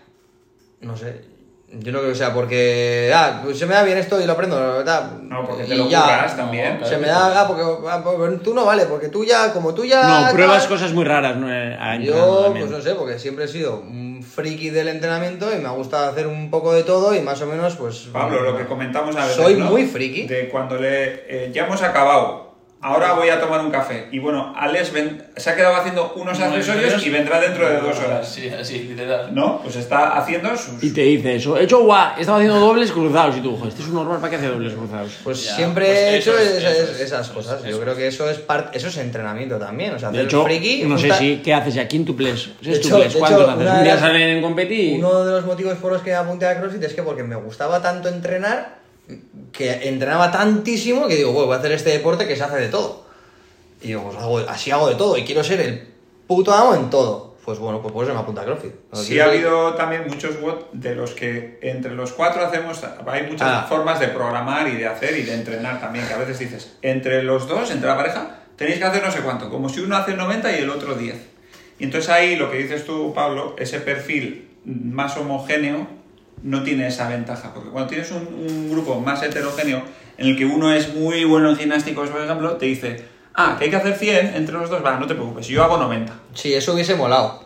Speaker 6: No sé. Yo no creo que sea porque. Ah, pues se me da bien esto y lo aprendo, la verdad.
Speaker 5: No, porque
Speaker 6: y
Speaker 5: te lo
Speaker 6: ya.
Speaker 5: curras también. Pues,
Speaker 6: Se me da. Ah, porque ah, pues tú no vale, porque tú ya, como tú ya.
Speaker 4: No,
Speaker 6: tal.
Speaker 4: pruebas cosas muy raras. ¿no? Eh, a entrenando
Speaker 6: Yo,
Speaker 4: también.
Speaker 6: pues no sé, porque siempre he sido un friki del entrenamiento y me gusta hacer un poco de todo y más o menos, pues.
Speaker 5: Pablo, lo que comentamos a veces.
Speaker 6: Soy
Speaker 5: ¿no?
Speaker 6: muy friki.
Speaker 5: De cuando le. eh, ya hemos acabado. Ahora voy a tomar un café. Y bueno, Alex ven- se ha quedado haciendo unos accesorios y vendrá dentro de dos horas.
Speaker 7: Sí, así, literal.
Speaker 5: ¿No? Pues está haciendo sus.
Speaker 4: Y te dice eso. He hecho guau, estaba haciendo dobles cruzados. Y tú, "Joder, este es un normal para que hace dobles cruzados.
Speaker 6: Pues
Speaker 7: Ya,
Speaker 6: siempre
Speaker 7: pues
Speaker 6: he
Speaker 7: eso
Speaker 6: hecho
Speaker 7: es,
Speaker 6: esas,
Speaker 7: eso es,
Speaker 6: esas
Speaker 7: eso
Speaker 6: cosas.
Speaker 7: es,
Speaker 6: Yo
Speaker 7: eso
Speaker 6: creo que eso es parte, eso es entrenamiento también. O sea,
Speaker 4: De
Speaker 6: hacer
Speaker 4: hecho,
Speaker 6: el friki.
Speaker 4: no sé
Speaker 6: justa-
Speaker 4: si, ¿qué haces ya? ¿Quintuples?
Speaker 6: hecho-
Speaker 4: ¿Sextuples?
Speaker 6: de
Speaker 4: ¿Cuántos
Speaker 6: hecho,
Speaker 4: haces?
Speaker 6: una
Speaker 4: Un día
Speaker 6: de las-
Speaker 4: salen en competir.
Speaker 6: Uno de los motivos por los que me apunté a CrossFit es que porque me gustaba tanto entrenar, que entrenaba tantísimo que digo, "Bueno, voy a hacer este deporte que se hace de todo. Y digo, pues hago- así hago de todo y quiero ser el puto amo en todo. Pues bueno, pues por eso me apunté a CrossFit. No,
Speaker 5: Sí
Speaker 6: quiero
Speaker 5: ha
Speaker 6: ser-
Speaker 5: habido también muchos bot de los que entre los cuatro hacemos, hay muchas
Speaker 6: Ah.
Speaker 5: formas de programar y de hacer y de entrenar también, que a veces dices, entre los dos, entre la pareja, tenéis que hacer no sé cuánto, como si uno hace 90 y el otro 10. Y entonces ahí lo que dices tú, Pablo, ese perfil más homogéneo no tiene esa ventaja, porque cuando tienes un, un grupo más heterogéneo en el que uno es muy bueno en gimnásticos, por ejemplo, te dice, ah, que hay que hacer 100 entre los dos, va, no te preocupes, yo hago 90.
Speaker 6: Sí, eso hubiese molado.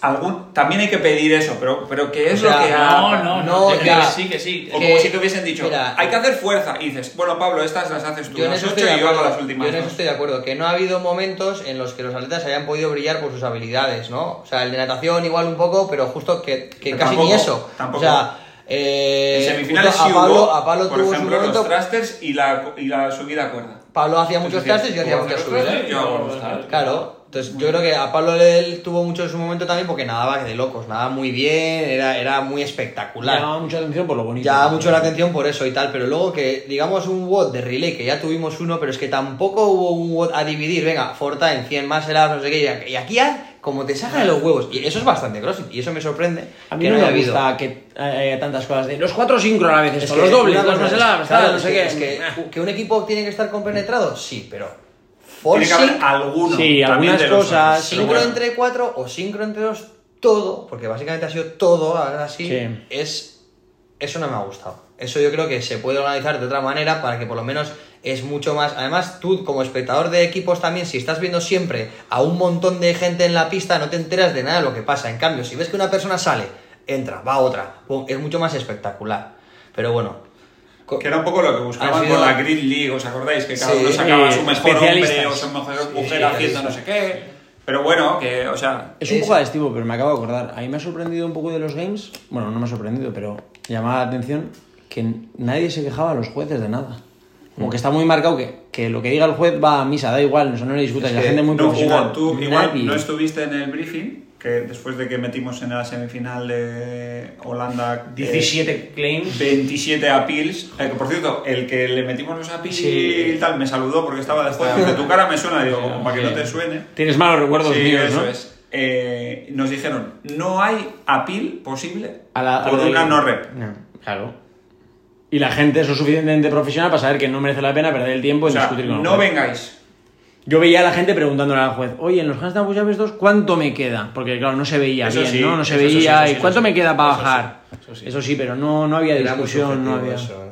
Speaker 5: Algún, también hay que pedir eso, pero, pero que es
Speaker 6: O sea,
Speaker 5: lo que
Speaker 7: No,
Speaker 5: ha-
Speaker 7: no,
Speaker 6: no,
Speaker 7: no. que-
Speaker 6: ya.
Speaker 7: que Sí, que sí.
Speaker 5: O
Speaker 6: Que-
Speaker 5: como si te hubiesen dicho,
Speaker 6: mira,
Speaker 5: hay que hacer fuerza. Y dices, bueno, Pablo, estas las haces tú
Speaker 6: Yo en
Speaker 5: las
Speaker 6: eso
Speaker 5: ocho
Speaker 6: estoy de
Speaker 5: y yo hago
Speaker 6: acuerdo.
Speaker 5: las últimas
Speaker 6: Yo en eso
Speaker 5: dos".
Speaker 6: estoy de acuerdo, que no ha habido momentos en los que los atletas hayan podido brillar por sus habilidades, ¿no? O sea, el de natación igual un poco, pero justo que, que
Speaker 5: Pero
Speaker 6: casi ni
Speaker 5: tampoco,
Speaker 6: eso.
Speaker 5: tampoco.
Speaker 6: O sea, eh,
Speaker 5: En semifinales
Speaker 6: justo
Speaker 5: sí
Speaker 6: a Pablo,
Speaker 5: hubo,
Speaker 6: a Pablo
Speaker 5: por
Speaker 6: tuvo
Speaker 5: ejemplo,
Speaker 6: su momento.
Speaker 5: los thrusters y la, y la subida a cuerda.
Speaker 6: Pablo hacía muchos
Speaker 5: Entonces,
Speaker 6: trastes y yo hacía
Speaker 5: tú
Speaker 6: muchas
Speaker 5: haces
Speaker 6: subidas.
Speaker 5: thrusters, yo hago los thrusters.
Speaker 6: Claro, entonces yo creo que a Pablo él tuvo mucho en su momento también porque nadaba de locos, nadaba muy bien, era, era muy espectacular.
Speaker 4: Llamaba mucha atención por lo bonito.
Speaker 6: Llama mucho la atención por eso y tal, pero luego que, digamos, un WOD de relay, que ya tuvimos uno, pero es que tampoco hubo un WOD a dividir, venga, Forta en 100 más helados, no sé qué, y- y aquí haz como te saca de los huevos. Y eso es bastante crossfit, y eso me sorprende
Speaker 4: A mí
Speaker 6: que
Speaker 4: no,
Speaker 6: no haya
Speaker 4: me
Speaker 6: habido.
Speaker 4: gusta que haya tantas cosas de los cuatro sincro a veces,
Speaker 6: Es
Speaker 4: o
Speaker 6: que
Speaker 4: los dobles,
Speaker 6: una
Speaker 4: los
Speaker 6: cosa es-
Speaker 4: maseladas,
Speaker 6: claro,
Speaker 4: tal, no
Speaker 6: es
Speaker 4: sé
Speaker 6: que-
Speaker 4: qué.
Speaker 6: es que, que un equipo tiene que estar compenetrado, sí, pero.
Speaker 5: Tiene que
Speaker 6: forcing,
Speaker 5: haber
Speaker 4: Sí,
Speaker 5: alguno. también
Speaker 4: algunas
Speaker 5: de los
Speaker 4: cosas,
Speaker 5: otros. Pero
Speaker 6: sincro
Speaker 5: bueno,
Speaker 6: entre cuatro o sincro entre dos, todo, porque básicamente ha sido todo, ahora sí,
Speaker 4: Sí.
Speaker 6: es. Eso no me ha gustado. Eso yo creo que se puede organizar de otra manera para que por lo menos es mucho más. Además, tú como espectador de equipos también, si estás viendo siempre a un montón de gente en la pista, no te enteras de nada de lo que pasa. En cambio, si ves que una persona sale, entra, va otra, pum, es mucho más espectacular. Pero bueno. co-
Speaker 5: Que era un poco lo que
Speaker 6: Ha
Speaker 5: buscaban
Speaker 6: sido-
Speaker 5: con la Grid League, ¿os acordáis? Que cada
Speaker 6: Sí,
Speaker 5: uno sacaba
Speaker 4: sí,
Speaker 5: su mejor hombre
Speaker 4: especialistas.
Speaker 5: o su mejor mujer
Speaker 6: sí,
Speaker 5: haciendo no sé qué. Pero bueno, que, o sea,
Speaker 4: Es un
Speaker 6: Es-
Speaker 4: poco adestivo, pero me acabo de acordar. A mí me ha sorprendido un poco de los games. Bueno, no me ha sorprendido, pero llamaba la atención que nadie se quejaba a los jueces de nada. Como que está muy marcado que, que lo que diga el juez va a misa, da igual, eso no le discutas.
Speaker 6: Es
Speaker 4: la
Speaker 6: que
Speaker 4: gente es muy
Speaker 5: Eh, no,
Speaker 4: profesional.
Speaker 5: Hugo, tú igual
Speaker 4: Nadie.
Speaker 5: no estuviste en el briefing, que después de que metimos en la semifinal de Holanda... eh,
Speaker 4: 17 claims.
Speaker 5: 27 appeals. Eh, que por cierto, el que le metimos los appeals
Speaker 4: Sí.
Speaker 5: y tal me saludó porque estaba después. De tu cara me suena, digo, como para que no te suene.
Speaker 4: Tienes malos recuerdos
Speaker 5: Sí,
Speaker 4: míos,
Speaker 5: eso
Speaker 4: ¿no?
Speaker 5: es. Eh, nos dijeron, no hay appeal posible
Speaker 4: A la- a
Speaker 5: por
Speaker 4: la-
Speaker 5: una no rep.
Speaker 4: No, claro. Y la gente es lo suficientemente profesional para saber que no merece la pena perder el tiempo
Speaker 5: O
Speaker 4: en
Speaker 5: sea,
Speaker 4: discutir con el
Speaker 5: no
Speaker 4: juez.
Speaker 5: vengáis.
Speaker 4: Yo veía a la gente preguntándole al juez, oye, en los Handstand Push Ups 2, ¿cuánto me queda? Porque, claro, no se veía
Speaker 5: Eso
Speaker 4: bien,
Speaker 5: sí,
Speaker 4: ¿no? No se
Speaker 5: eso sí,
Speaker 4: veía.
Speaker 5: eso sí,
Speaker 4: ¿Y
Speaker 5: eso
Speaker 4: cuánto
Speaker 5: sí.
Speaker 4: me queda para
Speaker 5: Eso sí,
Speaker 4: bajar?
Speaker 7: eso
Speaker 4: Eso
Speaker 7: sí.
Speaker 4: sí, pero no, no había
Speaker 6: Era muy
Speaker 4: discusión, no
Speaker 6: subjetivo
Speaker 4: había.
Speaker 6: eso, ¿eh?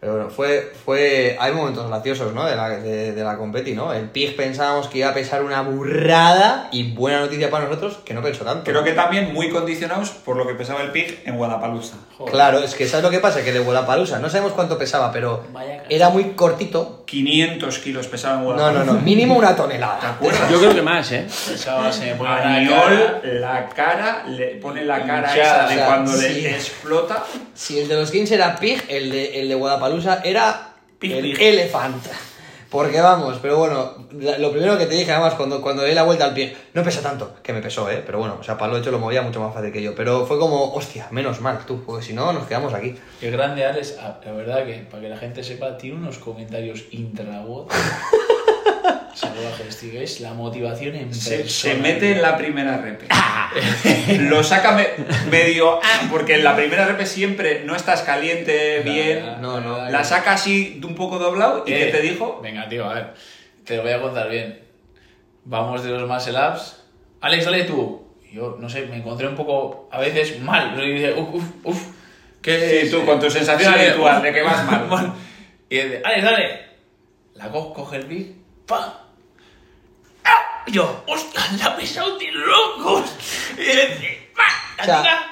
Speaker 6: Pero bueno, fue, fue. Hay momentos graciosos, ¿no? De la, de, de la competi, ¿no? El Pig pensábamos que iba a pesar una burrada y buena noticia para nosotros que no pensó tanto.
Speaker 5: Creo que también muy condicionados por lo que pesaba el pig en Guadalajara.
Speaker 7: Joder.
Speaker 6: Claro, es que ¿sabes lo que pasa? Que de Guadalajara, no sabemos cuánto pesaba, pero
Speaker 7: Vaya cacho.
Speaker 6: era muy cortito.
Speaker 5: 500 kilos pesaba en
Speaker 6: No,
Speaker 5: Guadalajara.
Speaker 6: no, no, mínimo una
Speaker 5: ¿Te
Speaker 6: tonelada.
Speaker 5: acuerdas?
Speaker 4: Yo creo que más, ¿eh?
Speaker 7: El chaval se me pone
Speaker 5: A
Speaker 7: la
Speaker 5: Niol,
Speaker 7: cara.
Speaker 5: la cara, le pone la cara
Speaker 7: Hinchada,
Speaker 5: esa de
Speaker 6: o sea,
Speaker 5: cuando
Speaker 6: sí.
Speaker 5: le explota.
Speaker 6: Si el de los 15 era Pig, el de, el de Guadalajara era
Speaker 5: Pig,
Speaker 6: el
Speaker 5: pig.
Speaker 6: elefante. Porque vamos, pero bueno, la- lo primero que te dije además cuando, cuando di la vuelta al pie, no pesa tanto, que me pesó, ¿eh? Pero bueno, o sea, para lo hecho lo movía mucho más fácil que yo. Pero fue como, hostia, menos mal tú, porque si no nos quedamos aquí.
Speaker 7: El grande Alex, ah, la verdad que, para que la gente sepa, tiene unos comentarios intrabot. Salvajes, tío, es la motivación en
Speaker 5: Se, se
Speaker 7: persona,
Speaker 5: mete
Speaker 7: tío.
Speaker 5: en la primera rep. lo saca me- medio. ah, Porque en la primera rep siempre no estás caliente,
Speaker 7: Ya,
Speaker 5: bien.
Speaker 7: ya,
Speaker 6: no, no,
Speaker 7: ya,
Speaker 5: La
Speaker 7: ya.
Speaker 5: saca así de un poco doblado. ¿Y
Speaker 7: Eh,
Speaker 5: qué te dijo?
Speaker 7: Venga, tío, a ver. Te lo voy a contar bien. Vamos de los muscle ups. Alex, dale tú. Y Yo, no sé, me encontré un poco, a veces, mal. Y dije, uff, uff, uff. ¿Qué
Speaker 5: Sí, tú, con tu sensación
Speaker 7: Sí,
Speaker 5: habitual
Speaker 7: uf,
Speaker 5: de que vas mal.
Speaker 7: Y dice, Alex, dale. La co- coge el big, ¡pam! ¡Ah! Y Yo, hostia, la ha pesado de locos. Y dice, ¡pam! La
Speaker 6: O sea-
Speaker 7: chica,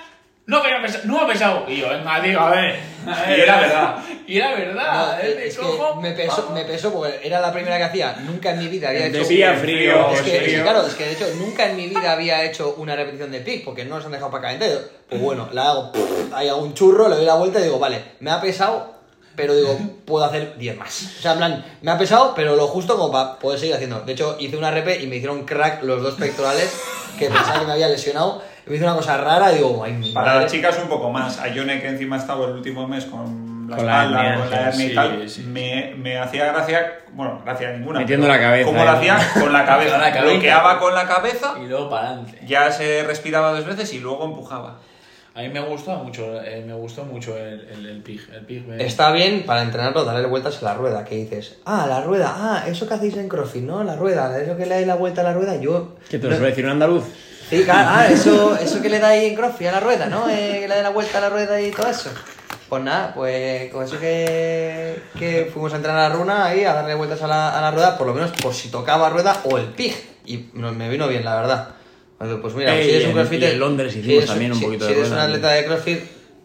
Speaker 7: no me ha pesado, no me ha pesado. Y yo, venga, tío, a ver. a
Speaker 5: Y
Speaker 7: ver".
Speaker 5: era verdad.
Speaker 7: Y era verdad.
Speaker 6: No,
Speaker 7: ¿eh?
Speaker 6: es
Speaker 7: Me
Speaker 6: que
Speaker 7: cojo,
Speaker 6: me pesó,
Speaker 7: ¡pam!
Speaker 6: me pesó porque era la primera que hacía, nunca en mi vida había
Speaker 4: Te
Speaker 6: hecho...
Speaker 4: pilla
Speaker 5: frío,
Speaker 4: frío.
Speaker 6: Es que, es que,
Speaker 5: frío.
Speaker 6: claro, es que de hecho nunca en mi vida había hecho una repetición de pick porque no nos han dejado para calentar. Yo, Pues bueno, la hago, pff, ahí hago un churro, le doy la vuelta y digo, vale, me ha pesado, pero digo, puedo hacer 10 más. O sea, en plan, me ha pesado, pero lo justo como para poder seguir haciendo. De hecho, hice una rep y me hicieron crack los dos pectorales que pensaba que me había lesionado. Y me hizo una cosa rara y digo, ay, mi
Speaker 5: Para
Speaker 6: madre".
Speaker 5: las chicas un poco más. A Yone, que encima estaba el último mes con la
Speaker 4: Con la
Speaker 5: espalda,
Speaker 4: hernia,
Speaker 5: con la hernia y
Speaker 8: sí,
Speaker 5: tal,
Speaker 8: sí.
Speaker 5: me, me hacía gracia, bueno, gracia ninguna.
Speaker 4: Metiendo
Speaker 5: pero
Speaker 4: la cabeza
Speaker 5: Como
Speaker 4: ahí.
Speaker 5: lo hacía con la cabeza.
Speaker 7: Con la cabeza.
Speaker 5: Bloqueaba con la cabeza,
Speaker 7: Y luego para adelante.
Speaker 5: ya se respiraba dos veces y luego empujaba.
Speaker 7: A mí me gusta mucho, eh, me gustó mucho el, el, el pig. El pig me-
Speaker 6: Está bien para entrenarlo, darle vueltas a la rueda, que dices, ah, la rueda, ah, eso que hacéis en CrossFit, ¿no? La rueda, eso que le dais la vuelta a la rueda, yo...
Speaker 4: ¿Qué te lo suele decir un andaluz?
Speaker 6: Sí, claro, ah, eso, eso que le da ahí en crossfit a la rueda, ¿no? Eh, que le da la vuelta a la rueda y todo eso. Pues nada, pues con eso que, que fuimos a entrar a la runa ahí, a darle vueltas a la, a la rueda, por lo menos por si tocaba rueda o el pig. Y no- me vino bien, la verdad. Bueno, Pues mira,
Speaker 4: Eh,
Speaker 6: si eres
Speaker 4: y
Speaker 6: un
Speaker 4: en-
Speaker 6: crossfit.
Speaker 4: y en Londres hicimos también un poquito
Speaker 6: si
Speaker 4: de
Speaker 6: eres
Speaker 4: rueda,
Speaker 6: un
Speaker 4: ¿no?
Speaker 6: atleta de crossfit,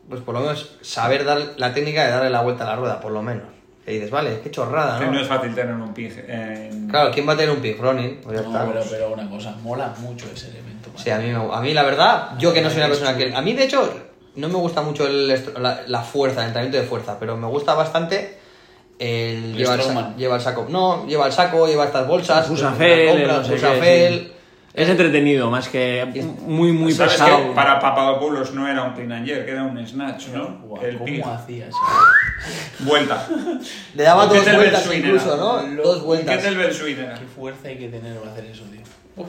Speaker 6: pues por lo menos saber dar la técnica de darle la vuelta a la rueda, por lo menos. Y dices, vale, qué chorrada,
Speaker 5: Que no
Speaker 6: ¿no?
Speaker 5: es fácil tener un pig. en-
Speaker 6: Ah. Claro, ¿quién va a tener un pig? Ronin, pues ya está.
Speaker 7: No, pero, pero una cosa, mola mucho ese elemento.
Speaker 6: Sí, a mí, me- a mí la verdad, yo que no soy una persona que... A mí, de hecho, no me gusta mucho el estro- la, la fuerza, el entrenamiento de fuerza, pero me gusta bastante el,
Speaker 7: El
Speaker 6: llevar, sa-
Speaker 7: strongman.
Speaker 6: llevar saco. No, lleva el saco, lleva estas bolsas.
Speaker 4: Fusafel,
Speaker 6: compras,
Speaker 4: no sé qué,
Speaker 6: Fusafel.
Speaker 4: sí. Es entretenido, más que muy, muy
Speaker 5: ¿Sabes
Speaker 4: pesado.
Speaker 5: que para Papadopoulos no era un clean and jerk, era un snatch, ¿no?
Speaker 7: Guau,
Speaker 5: el
Speaker 7: ¿Cómo
Speaker 5: pig.
Speaker 7: hacías?
Speaker 5: Vuelta.
Speaker 6: Le daba
Speaker 5: ¿Qué
Speaker 6: dos
Speaker 5: kettlebell
Speaker 6: vueltas
Speaker 5: swing
Speaker 6: incluso,
Speaker 5: era?
Speaker 6: ¿no?
Speaker 5: Lo-
Speaker 6: dos
Speaker 5: un
Speaker 6: vueltas.
Speaker 5: kettlebell swing era.
Speaker 7: Qué fuerza hay que tener para hacer eso, tío. Uf.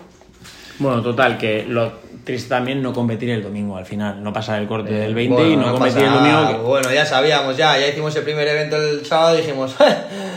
Speaker 4: Bueno, total, que lo triste también no competir el domingo al final. No pasar el corte del 20 y
Speaker 6: Eh, Bueno,
Speaker 4: no,
Speaker 6: no
Speaker 4: competir
Speaker 6: pasa
Speaker 4: el domingo.
Speaker 6: nada.
Speaker 4: que-
Speaker 6: Bueno, ya sabíamos, ya, ya hicimos el primer evento el sábado y dijimos,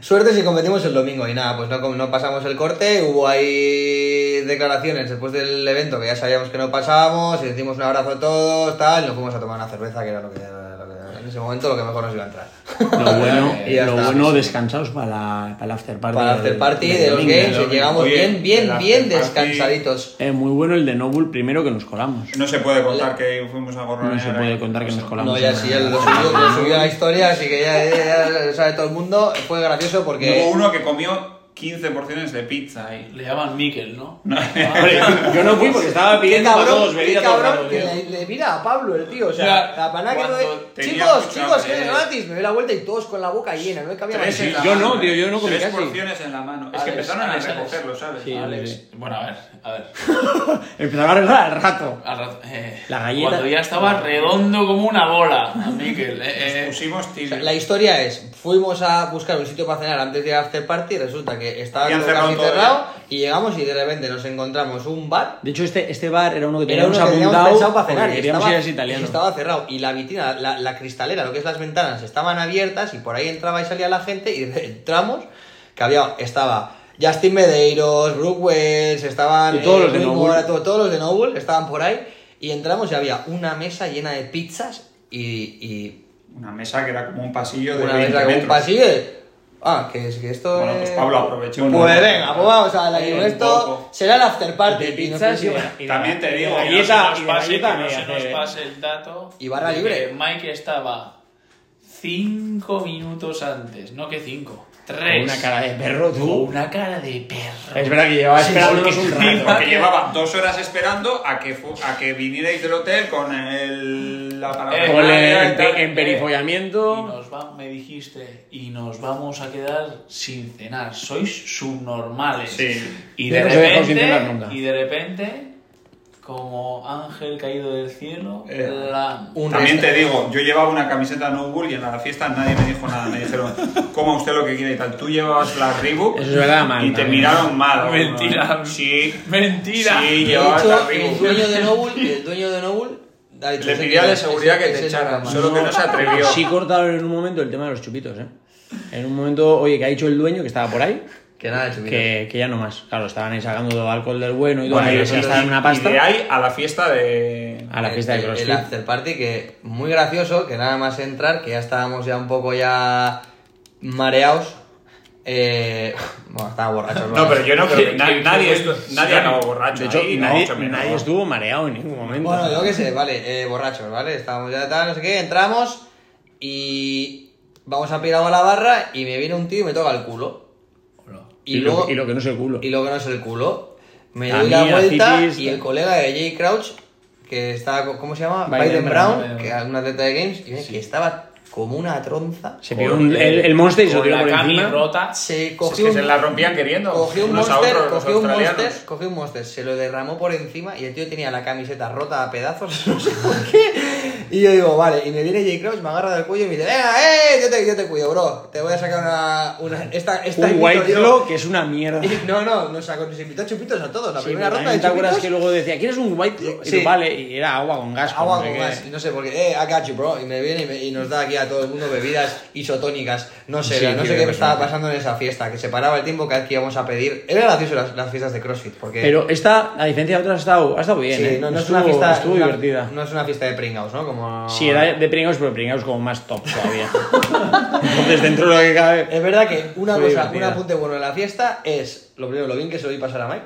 Speaker 6: suerte si competimos el domingo. Y nada, pues no, com- no pasamos el corte, hubo ahí declaraciones después del evento que ya sabíamos que no pasábamos, y hicimos un abrazo a todos, tal, y nos fuimos a tomar una cerveza, que era lo que, lo que- en ese momento lo que mejor nos iba a entrar.
Speaker 4: Lo bueno,
Speaker 6: Y ya
Speaker 4: lo
Speaker 6: está.
Speaker 4: bueno descansados para, la- para el after party.
Speaker 6: Para el
Speaker 4: del-
Speaker 6: after party
Speaker 4: del
Speaker 6: de los
Speaker 4: domingo.
Speaker 6: games, y
Speaker 5: domingo.
Speaker 6: llegamos
Speaker 5: Oye,
Speaker 6: bien,
Speaker 5: el
Speaker 6: bien,
Speaker 5: after
Speaker 6: bien
Speaker 5: party-
Speaker 6: descansaditos.
Speaker 4: Eh, muy bueno el de Noble primero que nos colamos.
Speaker 5: No se puede contar que fuimos a ¿eh? Pues gorronear.
Speaker 4: No se puede
Speaker 5: ahí.
Speaker 4: contar que nos colamos.
Speaker 6: No, ya
Speaker 4: en-
Speaker 6: sí, ya lo subió, lo subió a la historia, así que ya, ya- ya lo sabe todo el mundo. Fue gracioso porque...
Speaker 5: Hubo uno que comió 15 porciones de pizza ahí.
Speaker 7: Le llaman Miquel, ¿no? Ah,
Speaker 4: Hombre, yo no fui porque estaba
Speaker 6: Qué
Speaker 4: pidiendo para todos,
Speaker 6: cabrón, qué
Speaker 4: bebida todo el rato,
Speaker 6: cabrón que
Speaker 4: tío.
Speaker 6: le, le mira a Pablo el tío. O sea,
Speaker 5: Ya,
Speaker 6: la pana que no
Speaker 5: cuando
Speaker 6: es.
Speaker 5: tenía eh.
Speaker 6: Chicos,
Speaker 5: mucha
Speaker 6: chicos,
Speaker 5: hambre.
Speaker 6: que es gratis. Me doy la vuelta y todos con la boca llena, no me cabía
Speaker 5: Tres en
Speaker 6: más.
Speaker 5: la
Speaker 4: yo
Speaker 5: mano,
Speaker 4: no, tío, yo no comí
Speaker 5: Tres
Speaker 4: casi.
Speaker 5: porciones en la mano. Es que
Speaker 7: Alex,
Speaker 5: empezaron a
Speaker 7: Alex, Alex.
Speaker 5: recogerlo, ¿sabes?
Speaker 4: Sí,
Speaker 7: Alex.
Speaker 4: sí,
Speaker 7: Bueno, a ver, a ver.
Speaker 4: Empezaba a arreglar al rato.
Speaker 7: Al rato- eh,
Speaker 4: La galleta-
Speaker 7: Cuando ya estaba redondo como una bola, a Miquel. eh, eh.
Speaker 5: Pusimos
Speaker 6: O sea,
Speaker 5: tibio.
Speaker 6: La historia es, fuimos a buscar un sitio para cenar antes de ir al after party y resulta que estaba
Speaker 5: Y han
Speaker 6: todo casi
Speaker 5: cerrado todo
Speaker 6: cerrado y llegamos y de repente nos encontramos un bar.
Speaker 4: De hecho, este, este bar era uno que
Speaker 6: Era uno
Speaker 4: teníamos
Speaker 6: que teníamos
Speaker 4: apuntado
Speaker 6: pensado para
Speaker 4: porque
Speaker 6: cenar y
Speaker 4: queríamos
Speaker 6: estaba,
Speaker 4: ir a ese italiano.
Speaker 6: estaba cerrado y la vitrina, la, la cristalera, lo que es las ventanas, estaban abiertas y por ahí entraba y salía la gente y entramos que había, estaba Justin Medeiros, Brooke Wells, estaban.
Speaker 4: Y todos los de
Speaker 6: Will
Speaker 4: Noble.
Speaker 6: Mora, to- todos los de Noble estaban por ahí. Y entramos y había una mesa llena de pizzas y. y
Speaker 5: Una mesa que era como un pasillo de
Speaker 6: una
Speaker 5: 20
Speaker 6: mesa con un
Speaker 5: metros.
Speaker 6: pasillo. de- Ah, que es que esto.
Speaker 5: Bueno, pues
Speaker 6: es-
Speaker 5: Pablo aprovechó un
Speaker 6: Pues
Speaker 5: momento. Eh,
Speaker 6: venga, pues vamos a la
Speaker 5: Un
Speaker 6: que esto
Speaker 5: poco.
Speaker 6: será el after party.
Speaker 4: De
Speaker 6: y nos
Speaker 4: pizzas y
Speaker 6: pusimos-
Speaker 4: de- y de-
Speaker 5: También te
Speaker 4: y de
Speaker 5: digo,
Speaker 7: Que no se
Speaker 4: galleta,
Speaker 7: nos
Speaker 4: y de
Speaker 7: pase,
Speaker 4: galleta
Speaker 7: que no
Speaker 4: media,
Speaker 7: se nos
Speaker 4: eh.
Speaker 7: pase el dato.
Speaker 6: Y barra
Speaker 7: de que
Speaker 6: libre.
Speaker 7: Mike estaba 5 minutos antes, no que 5, 3.
Speaker 4: Con Una cara de perro, tú.
Speaker 7: Una cara de perro.
Speaker 4: Es verdad que llevaba
Speaker 7: Sí,
Speaker 4: esperándonos
Speaker 7: porque-
Speaker 4: un
Speaker 5: Sí,
Speaker 4: rato.
Speaker 5: porque llevaba dos horas esperando a que, fu- a que vinierais del hotel con el, la
Speaker 7: Eh,
Speaker 4: Con el
Speaker 5: parafernalia y tal.
Speaker 4: empe-
Speaker 7: Y
Speaker 4: emperifollamiento.
Speaker 7: nos va- me dijiste, y nos vamos a quedar sin cenar. Sois subnormales.
Speaker 5: Sí.
Speaker 7: Y
Speaker 4: Yo
Speaker 7: de
Speaker 4: no os he dejado
Speaker 7: repente,
Speaker 4: sin cenar nunca.
Speaker 7: y de repente, como ángel caído del cielo,
Speaker 5: Eh,
Speaker 7: plan.
Speaker 6: un
Speaker 5: También
Speaker 6: resta-
Speaker 5: te digo, yo llevaba una camiseta No Bull y en la fiesta nadie me dijo nada. Me dijeron, coma usted lo que quiera y tal. Tú llevabas la Reebok
Speaker 4: Eso era mal,
Speaker 5: y te
Speaker 4: también.
Speaker 5: miraron mal.
Speaker 7: Mentira.
Speaker 5: Sí.
Speaker 7: Mentira.
Speaker 5: Sí,
Speaker 6: De
Speaker 5: llevabas la
Speaker 6: hecho, el dueño
Speaker 5: Reebok.
Speaker 6: de Noble, el dueño de Noble ha dicho,
Speaker 5: Le
Speaker 6: "Ese
Speaker 5: pidió a
Speaker 6: tío
Speaker 5: la
Speaker 6: es-
Speaker 5: seguridad
Speaker 6: ese-
Speaker 5: que te
Speaker 6: ese es
Speaker 5: echaran,
Speaker 6: Ramas".
Speaker 5: solo que no se atrevió.
Speaker 4: Sí cortaron en un momento el tema de los chupitos, ¿eh? En un momento, oye, que ha dicho el dueño que estaba por ahí,
Speaker 6: Que nada, chupitos.
Speaker 4: que, que ya no más. Claro, estaban ahí sacando alcohol del bueno y todo,
Speaker 5: Bueno,
Speaker 4: y
Speaker 5: y,
Speaker 4: les gastaban una
Speaker 5: y de
Speaker 4: pasta
Speaker 5: ahí a la fiesta de...
Speaker 4: a la fiesta de
Speaker 6: El-
Speaker 4: CrossFit.
Speaker 6: Este, El after party que muy gracioso, que nada más entrar, que ya estábamos ya un poco ya mareados. Eh, bueno, estaba borrachos.
Speaker 5: No, pero yo no creo que
Speaker 7: Que-
Speaker 5: na-
Speaker 7: que-
Speaker 5: nadie,
Speaker 7: que-
Speaker 5: estu- nadie acabó borracho.
Speaker 4: De hecho,
Speaker 5: ahí, no,
Speaker 4: nadie,
Speaker 5: mucho menos.
Speaker 4: nadie estuvo mareado en ningún momento.
Speaker 6: Bueno, yo qué sé, vale, eh, borrachos, ¿vale? Estábamos ya tal, no sé qué, entramos y vamos a pirado a la barra y me viene un tío y me toca el culo.
Speaker 4: y, lo, y lo que no es el culo.
Speaker 6: Y luego no es el culo. Me
Speaker 4: A
Speaker 6: doy
Speaker 4: mí,
Speaker 6: la
Speaker 4: a
Speaker 6: vuelta
Speaker 4: Citis,
Speaker 6: y el
Speaker 4: tal.
Speaker 6: colega de Jay Crouch, que estaba, co- ¿cómo se llama?
Speaker 4: Biden
Speaker 6: Biden,
Speaker 4: Brown, Biden
Speaker 6: Brown, que es un atleta de Games, y que estaba como una tronza.
Speaker 4: Se pilló un- el, el monster y se lo
Speaker 7: con
Speaker 4: tiró
Speaker 7: la
Speaker 4: por
Speaker 7: cami
Speaker 4: encima.
Speaker 7: rota.
Speaker 6: Se
Speaker 5: Es
Speaker 6: cogió
Speaker 5: que se
Speaker 6: un,
Speaker 5: la rompían queriendo.
Speaker 6: cogió un
Speaker 5: unos a
Speaker 6: monster,
Speaker 5: otros, los
Speaker 6: cogió un
Speaker 5: australianos.
Speaker 6: monster, cogió un monster, se lo derramó por encima y el tío tenía la camiseta rota a pedazos, no sé por qué. Y yo digo, vale, y me viene Jay Crouch, me agarra del cuello y me dice, venga, eh, yo te, yo te cuido, bro, te voy a sacar una, una esta, esta
Speaker 4: Un
Speaker 6: invito
Speaker 4: white
Speaker 6: yo".
Speaker 4: claw que es una mierda.
Speaker 6: Y- No, no, nos, sacó, nos invitó a chupitos a todos. La
Speaker 4: Sí,
Speaker 6: primera
Speaker 4: pero
Speaker 6: ronda de
Speaker 4: también ¿Te acuerdas
Speaker 6: chupitos.
Speaker 4: que luego decía, ¿quieres un white claw? Y tú,
Speaker 6: Sí.
Speaker 4: vale, y era agua con gas. no
Speaker 6: Agua
Speaker 4: sé
Speaker 6: con
Speaker 4: qué.
Speaker 6: gas, y no sé por qué, eh, I got you, bro. Y me viene y, me- y nos da aquí a todo el mundo bebidas isotónicas. No sé,
Speaker 4: Sí,
Speaker 6: no
Speaker 4: tío,
Speaker 6: sé qué
Speaker 4: de
Speaker 6: me estaba
Speaker 4: repente.
Speaker 6: pasando en esa fiesta, que se paraba el tiempo cada vez que íbamos a pedir. Era gracioso las, las fiestas de CrossFit, porque.
Speaker 4: Pero esta, a diferencia de otras, ha estado, ha estado bien.
Speaker 6: sí,
Speaker 4: ¿eh?
Speaker 6: no, no es
Speaker 4: estuvo,
Speaker 6: una fiesta.
Speaker 4: estuvo
Speaker 6: una-
Speaker 4: divertida.
Speaker 6: No es una fiesta de Pringles, ¿no? Como.
Speaker 4: Sí, era de Pringles, pero Pringles como más top todavía. Entonces, dentro de lo que cabe.
Speaker 6: Es verdad que una
Speaker 4: Fue
Speaker 6: cosa, un
Speaker 4: divertida.
Speaker 6: apunte bueno de la fiesta es, lo primero, lo bien que se lo vi pasar a Mike.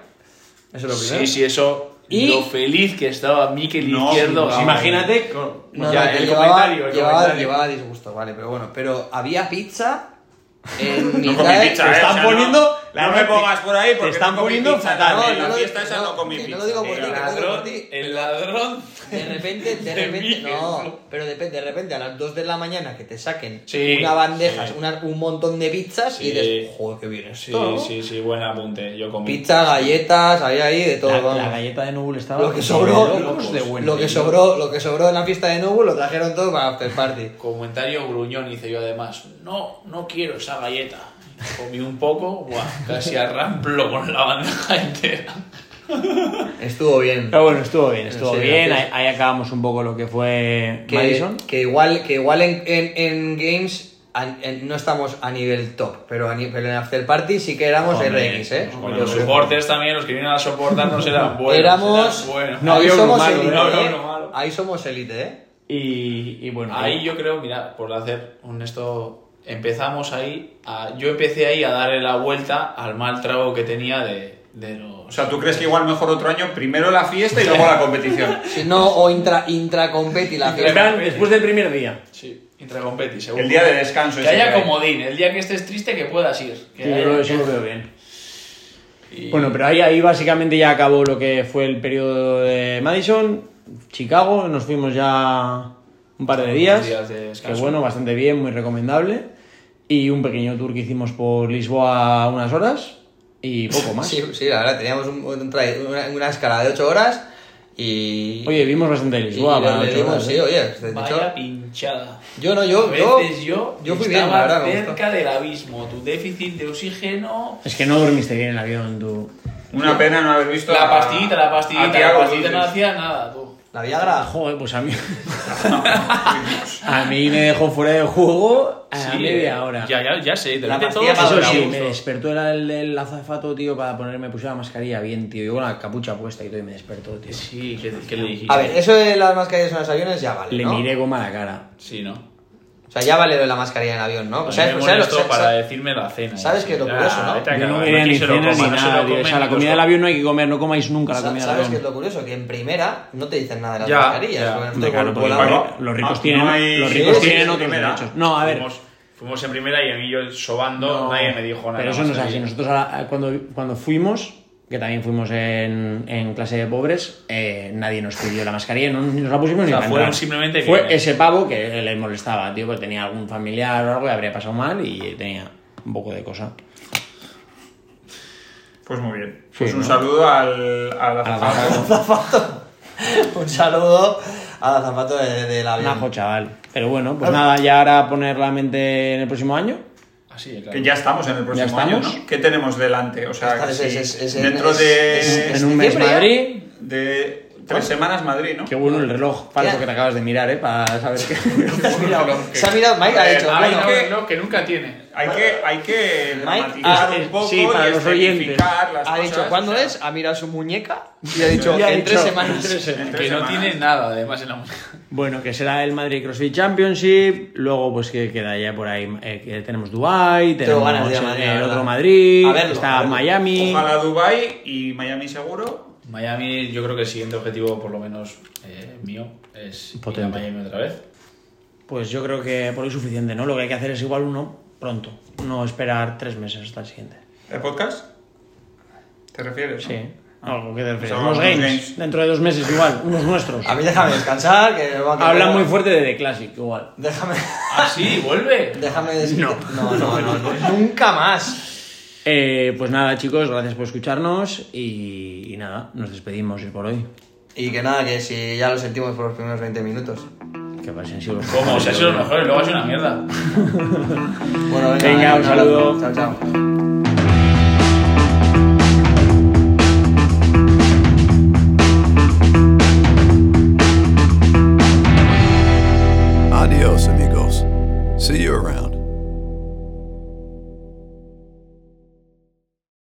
Speaker 6: Eso es lo primero.
Speaker 7: Sí, sí, eso.
Speaker 6: Y-
Speaker 7: Lo feliz que estaba Mikel
Speaker 5: No,
Speaker 7: Izquierdo.
Speaker 5: pues
Speaker 7: Gabay.
Speaker 4: Imagínate. pues
Speaker 6: No,
Speaker 5: Ya,
Speaker 6: no, que
Speaker 5: el
Speaker 6: llevaba,
Speaker 5: comentario, el
Speaker 6: llevaba,
Speaker 5: comentario.
Speaker 6: llevaba disgusto, vale, pero bueno. Pero había pizza en
Speaker 5: No
Speaker 6: mitad
Speaker 5: comí
Speaker 6: de-
Speaker 5: pizza,
Speaker 4: te
Speaker 5: eh,
Speaker 4: están
Speaker 5: o sea,
Speaker 4: poniendo
Speaker 5: No,
Speaker 4: la
Speaker 5: no me
Speaker 4: noche.
Speaker 5: pongas por ahí
Speaker 4: Te
Speaker 5: porque
Speaker 4: están
Speaker 5: no comí
Speaker 4: poniendo
Speaker 5: pizza,
Speaker 4: fatal.
Speaker 5: no,
Speaker 6: No,
Speaker 5: en
Speaker 6: no
Speaker 5: la
Speaker 6: lo-
Speaker 5: fiesta esa no comí
Speaker 6: que
Speaker 5: pizza.
Speaker 6: no lo digo por
Speaker 5: Eh,
Speaker 6: ti,
Speaker 7: El
Speaker 6: que
Speaker 5: nada.
Speaker 6: no-
Speaker 7: ladrón. El ladrón.
Speaker 6: De repente, de
Speaker 7: De
Speaker 6: repente,
Speaker 7: Miguel.
Speaker 6: no, pero depende, de repente a las 2 de la mañana que te saquen
Speaker 7: Sí,
Speaker 6: una bandeja, una- un montón de pizzas y
Speaker 7: Sí.
Speaker 6: dices, joder, qué bien
Speaker 7: Sí,
Speaker 6: esto. ¿no?".
Speaker 7: sí, sí, buen apunte. Yo comí.
Speaker 6: Pizza, galletas, había ahí de todo,
Speaker 4: La,
Speaker 6: vamos.
Speaker 4: la galleta de Nubul estaba.
Speaker 6: Lo que sobró,
Speaker 4: de locos de bueno.
Speaker 6: lo que sobró, lo que sobró en la fiesta de Nobu lo trajeron todo para after party.
Speaker 7: Comentario gruñón hice yo además. No, no quiero esa galleta. Comí un poco, buah, casi arramplo con la bandeja entera.
Speaker 6: Estuvo bien.
Speaker 4: Pero bueno, estuvo bien, estuvo
Speaker 6: Sí,
Speaker 4: bien. Ahí,
Speaker 6: gracias.
Speaker 4: ahí acabamos un poco lo que fue
Speaker 6: que,
Speaker 4: Madison.
Speaker 6: que igual, que igual en, en- en games an- en- no estamos a nivel top, pero, a ni- pero en after party sí que éramos
Speaker 4: Hombre,
Speaker 6: RX, ¿eh?
Speaker 7: Con los soportes también, los que vienen a soportarnos eran buenos.
Speaker 6: Éramos.
Speaker 7: eran buenos.
Speaker 4: No
Speaker 6: ahí
Speaker 4: había uno
Speaker 6: somos
Speaker 4: malo,
Speaker 6: élite,
Speaker 7: no había
Speaker 6: ¿eh?
Speaker 7: uno malo.
Speaker 6: Ahí somos élite, ¿eh?
Speaker 4: Y, y bueno,
Speaker 7: Ahí yo creo, mira, por hacer un esto, empezamos ahí, a- yo empecé ahí a darle la vuelta al mal trago que tenía de, de los...
Speaker 5: O sea, ¿tú crees que igual mejor otro año primero la fiesta y luego la competición?
Speaker 6: Si no, o intra, intracompeti la
Speaker 4: En
Speaker 6: fiesta.
Speaker 4: plan, después del primer día.
Speaker 7: Sí, intracompeti, seguro.
Speaker 5: El día de descanso.
Speaker 7: Que
Speaker 5: ese
Speaker 7: haya
Speaker 5: hay.
Speaker 7: comodín, el día que estés triste que puedas ir. Que
Speaker 4: Sí, yo
Speaker 7: haya-
Speaker 4: creo que eso lo veo bien.
Speaker 7: y-
Speaker 4: Bueno, pero ahí, ahí básicamente ya acabó lo que fue el periodo de Madison, Chicago, nos fuimos ya un par de
Speaker 7: Unos
Speaker 4: días,
Speaker 7: días de descanso.
Speaker 4: que bueno, bastante bien, muy recomendable, y un pequeño tour que hicimos por Lisboa unas horas y poco más.
Speaker 6: Sí, sí, la verdad, teníamos un- un trai- una, una escala de 8 horas y.
Speaker 4: Oye, vimos bastante de
Speaker 6: y
Speaker 4: Lisboa.
Speaker 6: le-
Speaker 4: para
Speaker 6: le
Speaker 4: ocho
Speaker 6: dimos-
Speaker 4: horas, ¿eh?
Speaker 6: sí, oye, de
Speaker 7: Vaya
Speaker 6: hecho,
Speaker 7: pinchada.
Speaker 6: Yo no,
Speaker 7: A
Speaker 6: yo. Yo,
Speaker 7: veces yo,
Speaker 6: yo fui bien, la
Speaker 7: estaba
Speaker 6: verdad. me gustó.
Speaker 7: cerca del abismo. Tu déficit de oxígeno...
Speaker 4: Es que no dormiste bien en el avión, tú.
Speaker 5: Una pena no haber visto
Speaker 7: La
Speaker 5: a-
Speaker 7: pastillita, la pastillita,
Speaker 5: a Thiago
Speaker 7: la pastillita no
Speaker 5: Dulces.
Speaker 7: hacía nada, tú.
Speaker 6: La Viagra.
Speaker 4: Joder, pues a mí. a mí me dejó fuera de juego a la
Speaker 7: Sí,
Speaker 4: media
Speaker 7: eh,
Speaker 4: hora.
Speaker 7: Ya, ya, ya sé, te
Speaker 6: La
Speaker 7: la todo.
Speaker 6: pastilla
Speaker 4: Eso
Speaker 6: para
Speaker 7: sobre la
Speaker 4: sí,
Speaker 7: uso.
Speaker 4: me despertó el, el, el azafato, tío, para ponerme, puse la mascarilla bien, tío. Yo con la capucha puesta y todo, y me despertó, tío.
Speaker 7: Sí, que, que le dijiste.
Speaker 6: A ver, eso de las mascarillas en los aviones ya vale,
Speaker 4: Le
Speaker 6: ¿no?
Speaker 4: miré goma a la cara.
Speaker 8: Sí, ¿no?
Speaker 6: O sea, ya vale lo de la mascarilla en avión, ¿no?
Speaker 7: A mí
Speaker 6: O sea,
Speaker 7: me
Speaker 6: es- o sea, lo-
Speaker 7: molestó
Speaker 6: o sea,
Speaker 7: para
Speaker 6: o sea,
Speaker 7: decirme la cena.
Speaker 6: ¿sabes qué es lo
Speaker 7: Ah,
Speaker 6: curioso, no?
Speaker 7: vete a
Speaker 4: Yo no
Speaker 7: cagar,
Speaker 4: quería ni
Speaker 7: se lo
Speaker 4: cena
Speaker 7: coman,
Speaker 4: ni
Speaker 7: no se lo
Speaker 4: nada, tío.
Speaker 7: comen,
Speaker 4: O sea, la
Speaker 7: los
Speaker 4: comida del
Speaker 7: dos.
Speaker 4: avión no hay que comer, no comáis nunca la comida del
Speaker 6: ¿Sabes qué es
Speaker 4: avión.
Speaker 6: lo curioso? Que en primera no te dicen nada de las
Speaker 7: Ya,
Speaker 6: mascarillas.
Speaker 7: ya.
Speaker 6: porque
Speaker 4: Hombre,
Speaker 6: nosotros
Speaker 4: claro, porque
Speaker 6: volamos-
Speaker 5: volado.
Speaker 4: los ricos
Speaker 5: Ah,
Speaker 4: tienen,
Speaker 5: no hay-
Speaker 4: los
Speaker 5: Sí,
Speaker 4: ricos
Speaker 5: sí,
Speaker 4: tienen
Speaker 5: sí,
Speaker 4: otros
Speaker 5: primera.
Speaker 4: derechos. No, a ver.
Speaker 8: Fuimos, fuimos en primera y a mí yo sobando,
Speaker 4: No,
Speaker 8: nadie me dijo nada.
Speaker 4: Pero eso
Speaker 8: más
Speaker 4: no es
Speaker 8: que-
Speaker 4: así. Nosotros a la- a cuando, cuando fuimos, que también fuimos en, en clase de pobres, eh, nadie nos pidió la mascarilla, no, ni nos la pusimos ni
Speaker 7: sea,
Speaker 4: para
Speaker 7: fueron
Speaker 4: entrar.
Speaker 7: simplemente
Speaker 4: Fue
Speaker 7: que-
Speaker 4: ese pavo que le molestaba, tío, que tenía algún familiar o algo y habría pasado mal y tenía un poco de cosa.
Speaker 5: Pues muy bien.
Speaker 4: Sí,
Speaker 5: Pues un
Speaker 4: ¿no?
Speaker 5: saludo al, al azafado.
Speaker 6: Un saludo al azafato de- del avión.
Speaker 4: Najo, chaval. Pero bueno, pues nada, ya ahora poner la mente en el próximo año.
Speaker 7: Así, claro.
Speaker 5: Que ya estamos en el
Speaker 4: Ya
Speaker 5: próximo
Speaker 4: estamos.
Speaker 5: año, ¿no? ¿Qué tenemos delante? O sea,
Speaker 6: Esta
Speaker 5: que
Speaker 6: es-
Speaker 5: si
Speaker 6: es- es- es-
Speaker 5: dentro
Speaker 6: es-
Speaker 5: de,
Speaker 6: es-
Speaker 4: En un mes
Speaker 6: diciembre ya?
Speaker 4: Madrid.
Speaker 5: de tres semanas Madrid, ¿no?
Speaker 4: Qué bueno el reloj falso
Speaker 6: Ya.
Speaker 4: que te acabas de mirar, ¿eh? Para saber qué.
Speaker 6: Se ha mirado, Mike ha
Speaker 5: Eh,
Speaker 6: dicho,
Speaker 5: a
Speaker 7: Ay,
Speaker 6: bueno,
Speaker 7: no,
Speaker 5: que-
Speaker 7: no, que nunca tiene.
Speaker 5: Hay que, hay que
Speaker 6: Mike,
Speaker 5: dramatizar
Speaker 4: ah,
Speaker 5: un
Speaker 4: sí,
Speaker 5: poco
Speaker 4: para
Speaker 5: y
Speaker 4: los oyentes.
Speaker 5: escenificar las
Speaker 6: ha
Speaker 5: cosas,
Speaker 6: dicho, ¿cuándo
Speaker 5: o sea,
Speaker 6: es? Ha mirado su muñeca y ha dicho,
Speaker 4: Ya ha
Speaker 6: en tres
Speaker 4: dicho,
Speaker 6: semanas.
Speaker 4: en tres semanas.
Speaker 5: En tres
Speaker 7: Que no
Speaker 5: semanas.
Speaker 7: tiene nada, además, en la música.
Speaker 4: Bueno, que será el Madrid CrossFit Championship, luego pues que queda ya por ahí, eh, que tenemos Dubai, tenemos
Speaker 6: ganas de ir a
Speaker 4: el-
Speaker 6: Madrid, la
Speaker 4: el
Speaker 6: verdad.
Speaker 4: otro Madrid,
Speaker 6: A verlo, a
Speaker 4: está
Speaker 6: verlo.
Speaker 4: Miami.
Speaker 5: Ojalá Dubai y Miami seguro.
Speaker 7: Miami, yo creo que el siguiente objetivo, por lo menos eh, mío, es ir a
Speaker 4: Potente.
Speaker 7: Miami otra vez.
Speaker 4: Pues yo creo que por hoy es suficiente, ¿no? Lo que hay que hacer es igual uno pronto, no esperar tres meses hasta el siguiente.
Speaker 5: ¿El podcast? ¿Te refieres? no?
Speaker 4: Sí, algo que te refieres.
Speaker 5: Pues
Speaker 4: Unos
Speaker 5: hagamos
Speaker 4: games,
Speaker 5: unos games.
Speaker 4: dentro de dos meses igual, unos nuestros.
Speaker 6: A mí déjame descansar, que me va a quedar-
Speaker 4: Habla muy fuerte de The Classic, igual.
Speaker 6: Déjame,
Speaker 7: ¡Ah, sí! ¡Vuelve!
Speaker 6: déjame des-
Speaker 4: No.
Speaker 6: no, no, no, no, nunca más.
Speaker 4: Eh, pues nada, chicos, gracias por escucharnos y, y nada, nos despedimos por hoy.
Speaker 6: Y que nada, que si ya lo sentimos por los primeros 20 minutos.
Speaker 4: Que pasen sido los
Speaker 7: ¿Cómo? Si ha sido lo mejor, luego ha sido una mierda.
Speaker 6: Bueno, venga,
Speaker 4: Venga, un
Speaker 6: abrazo.
Speaker 4: saludo.
Speaker 6: Chao, chao.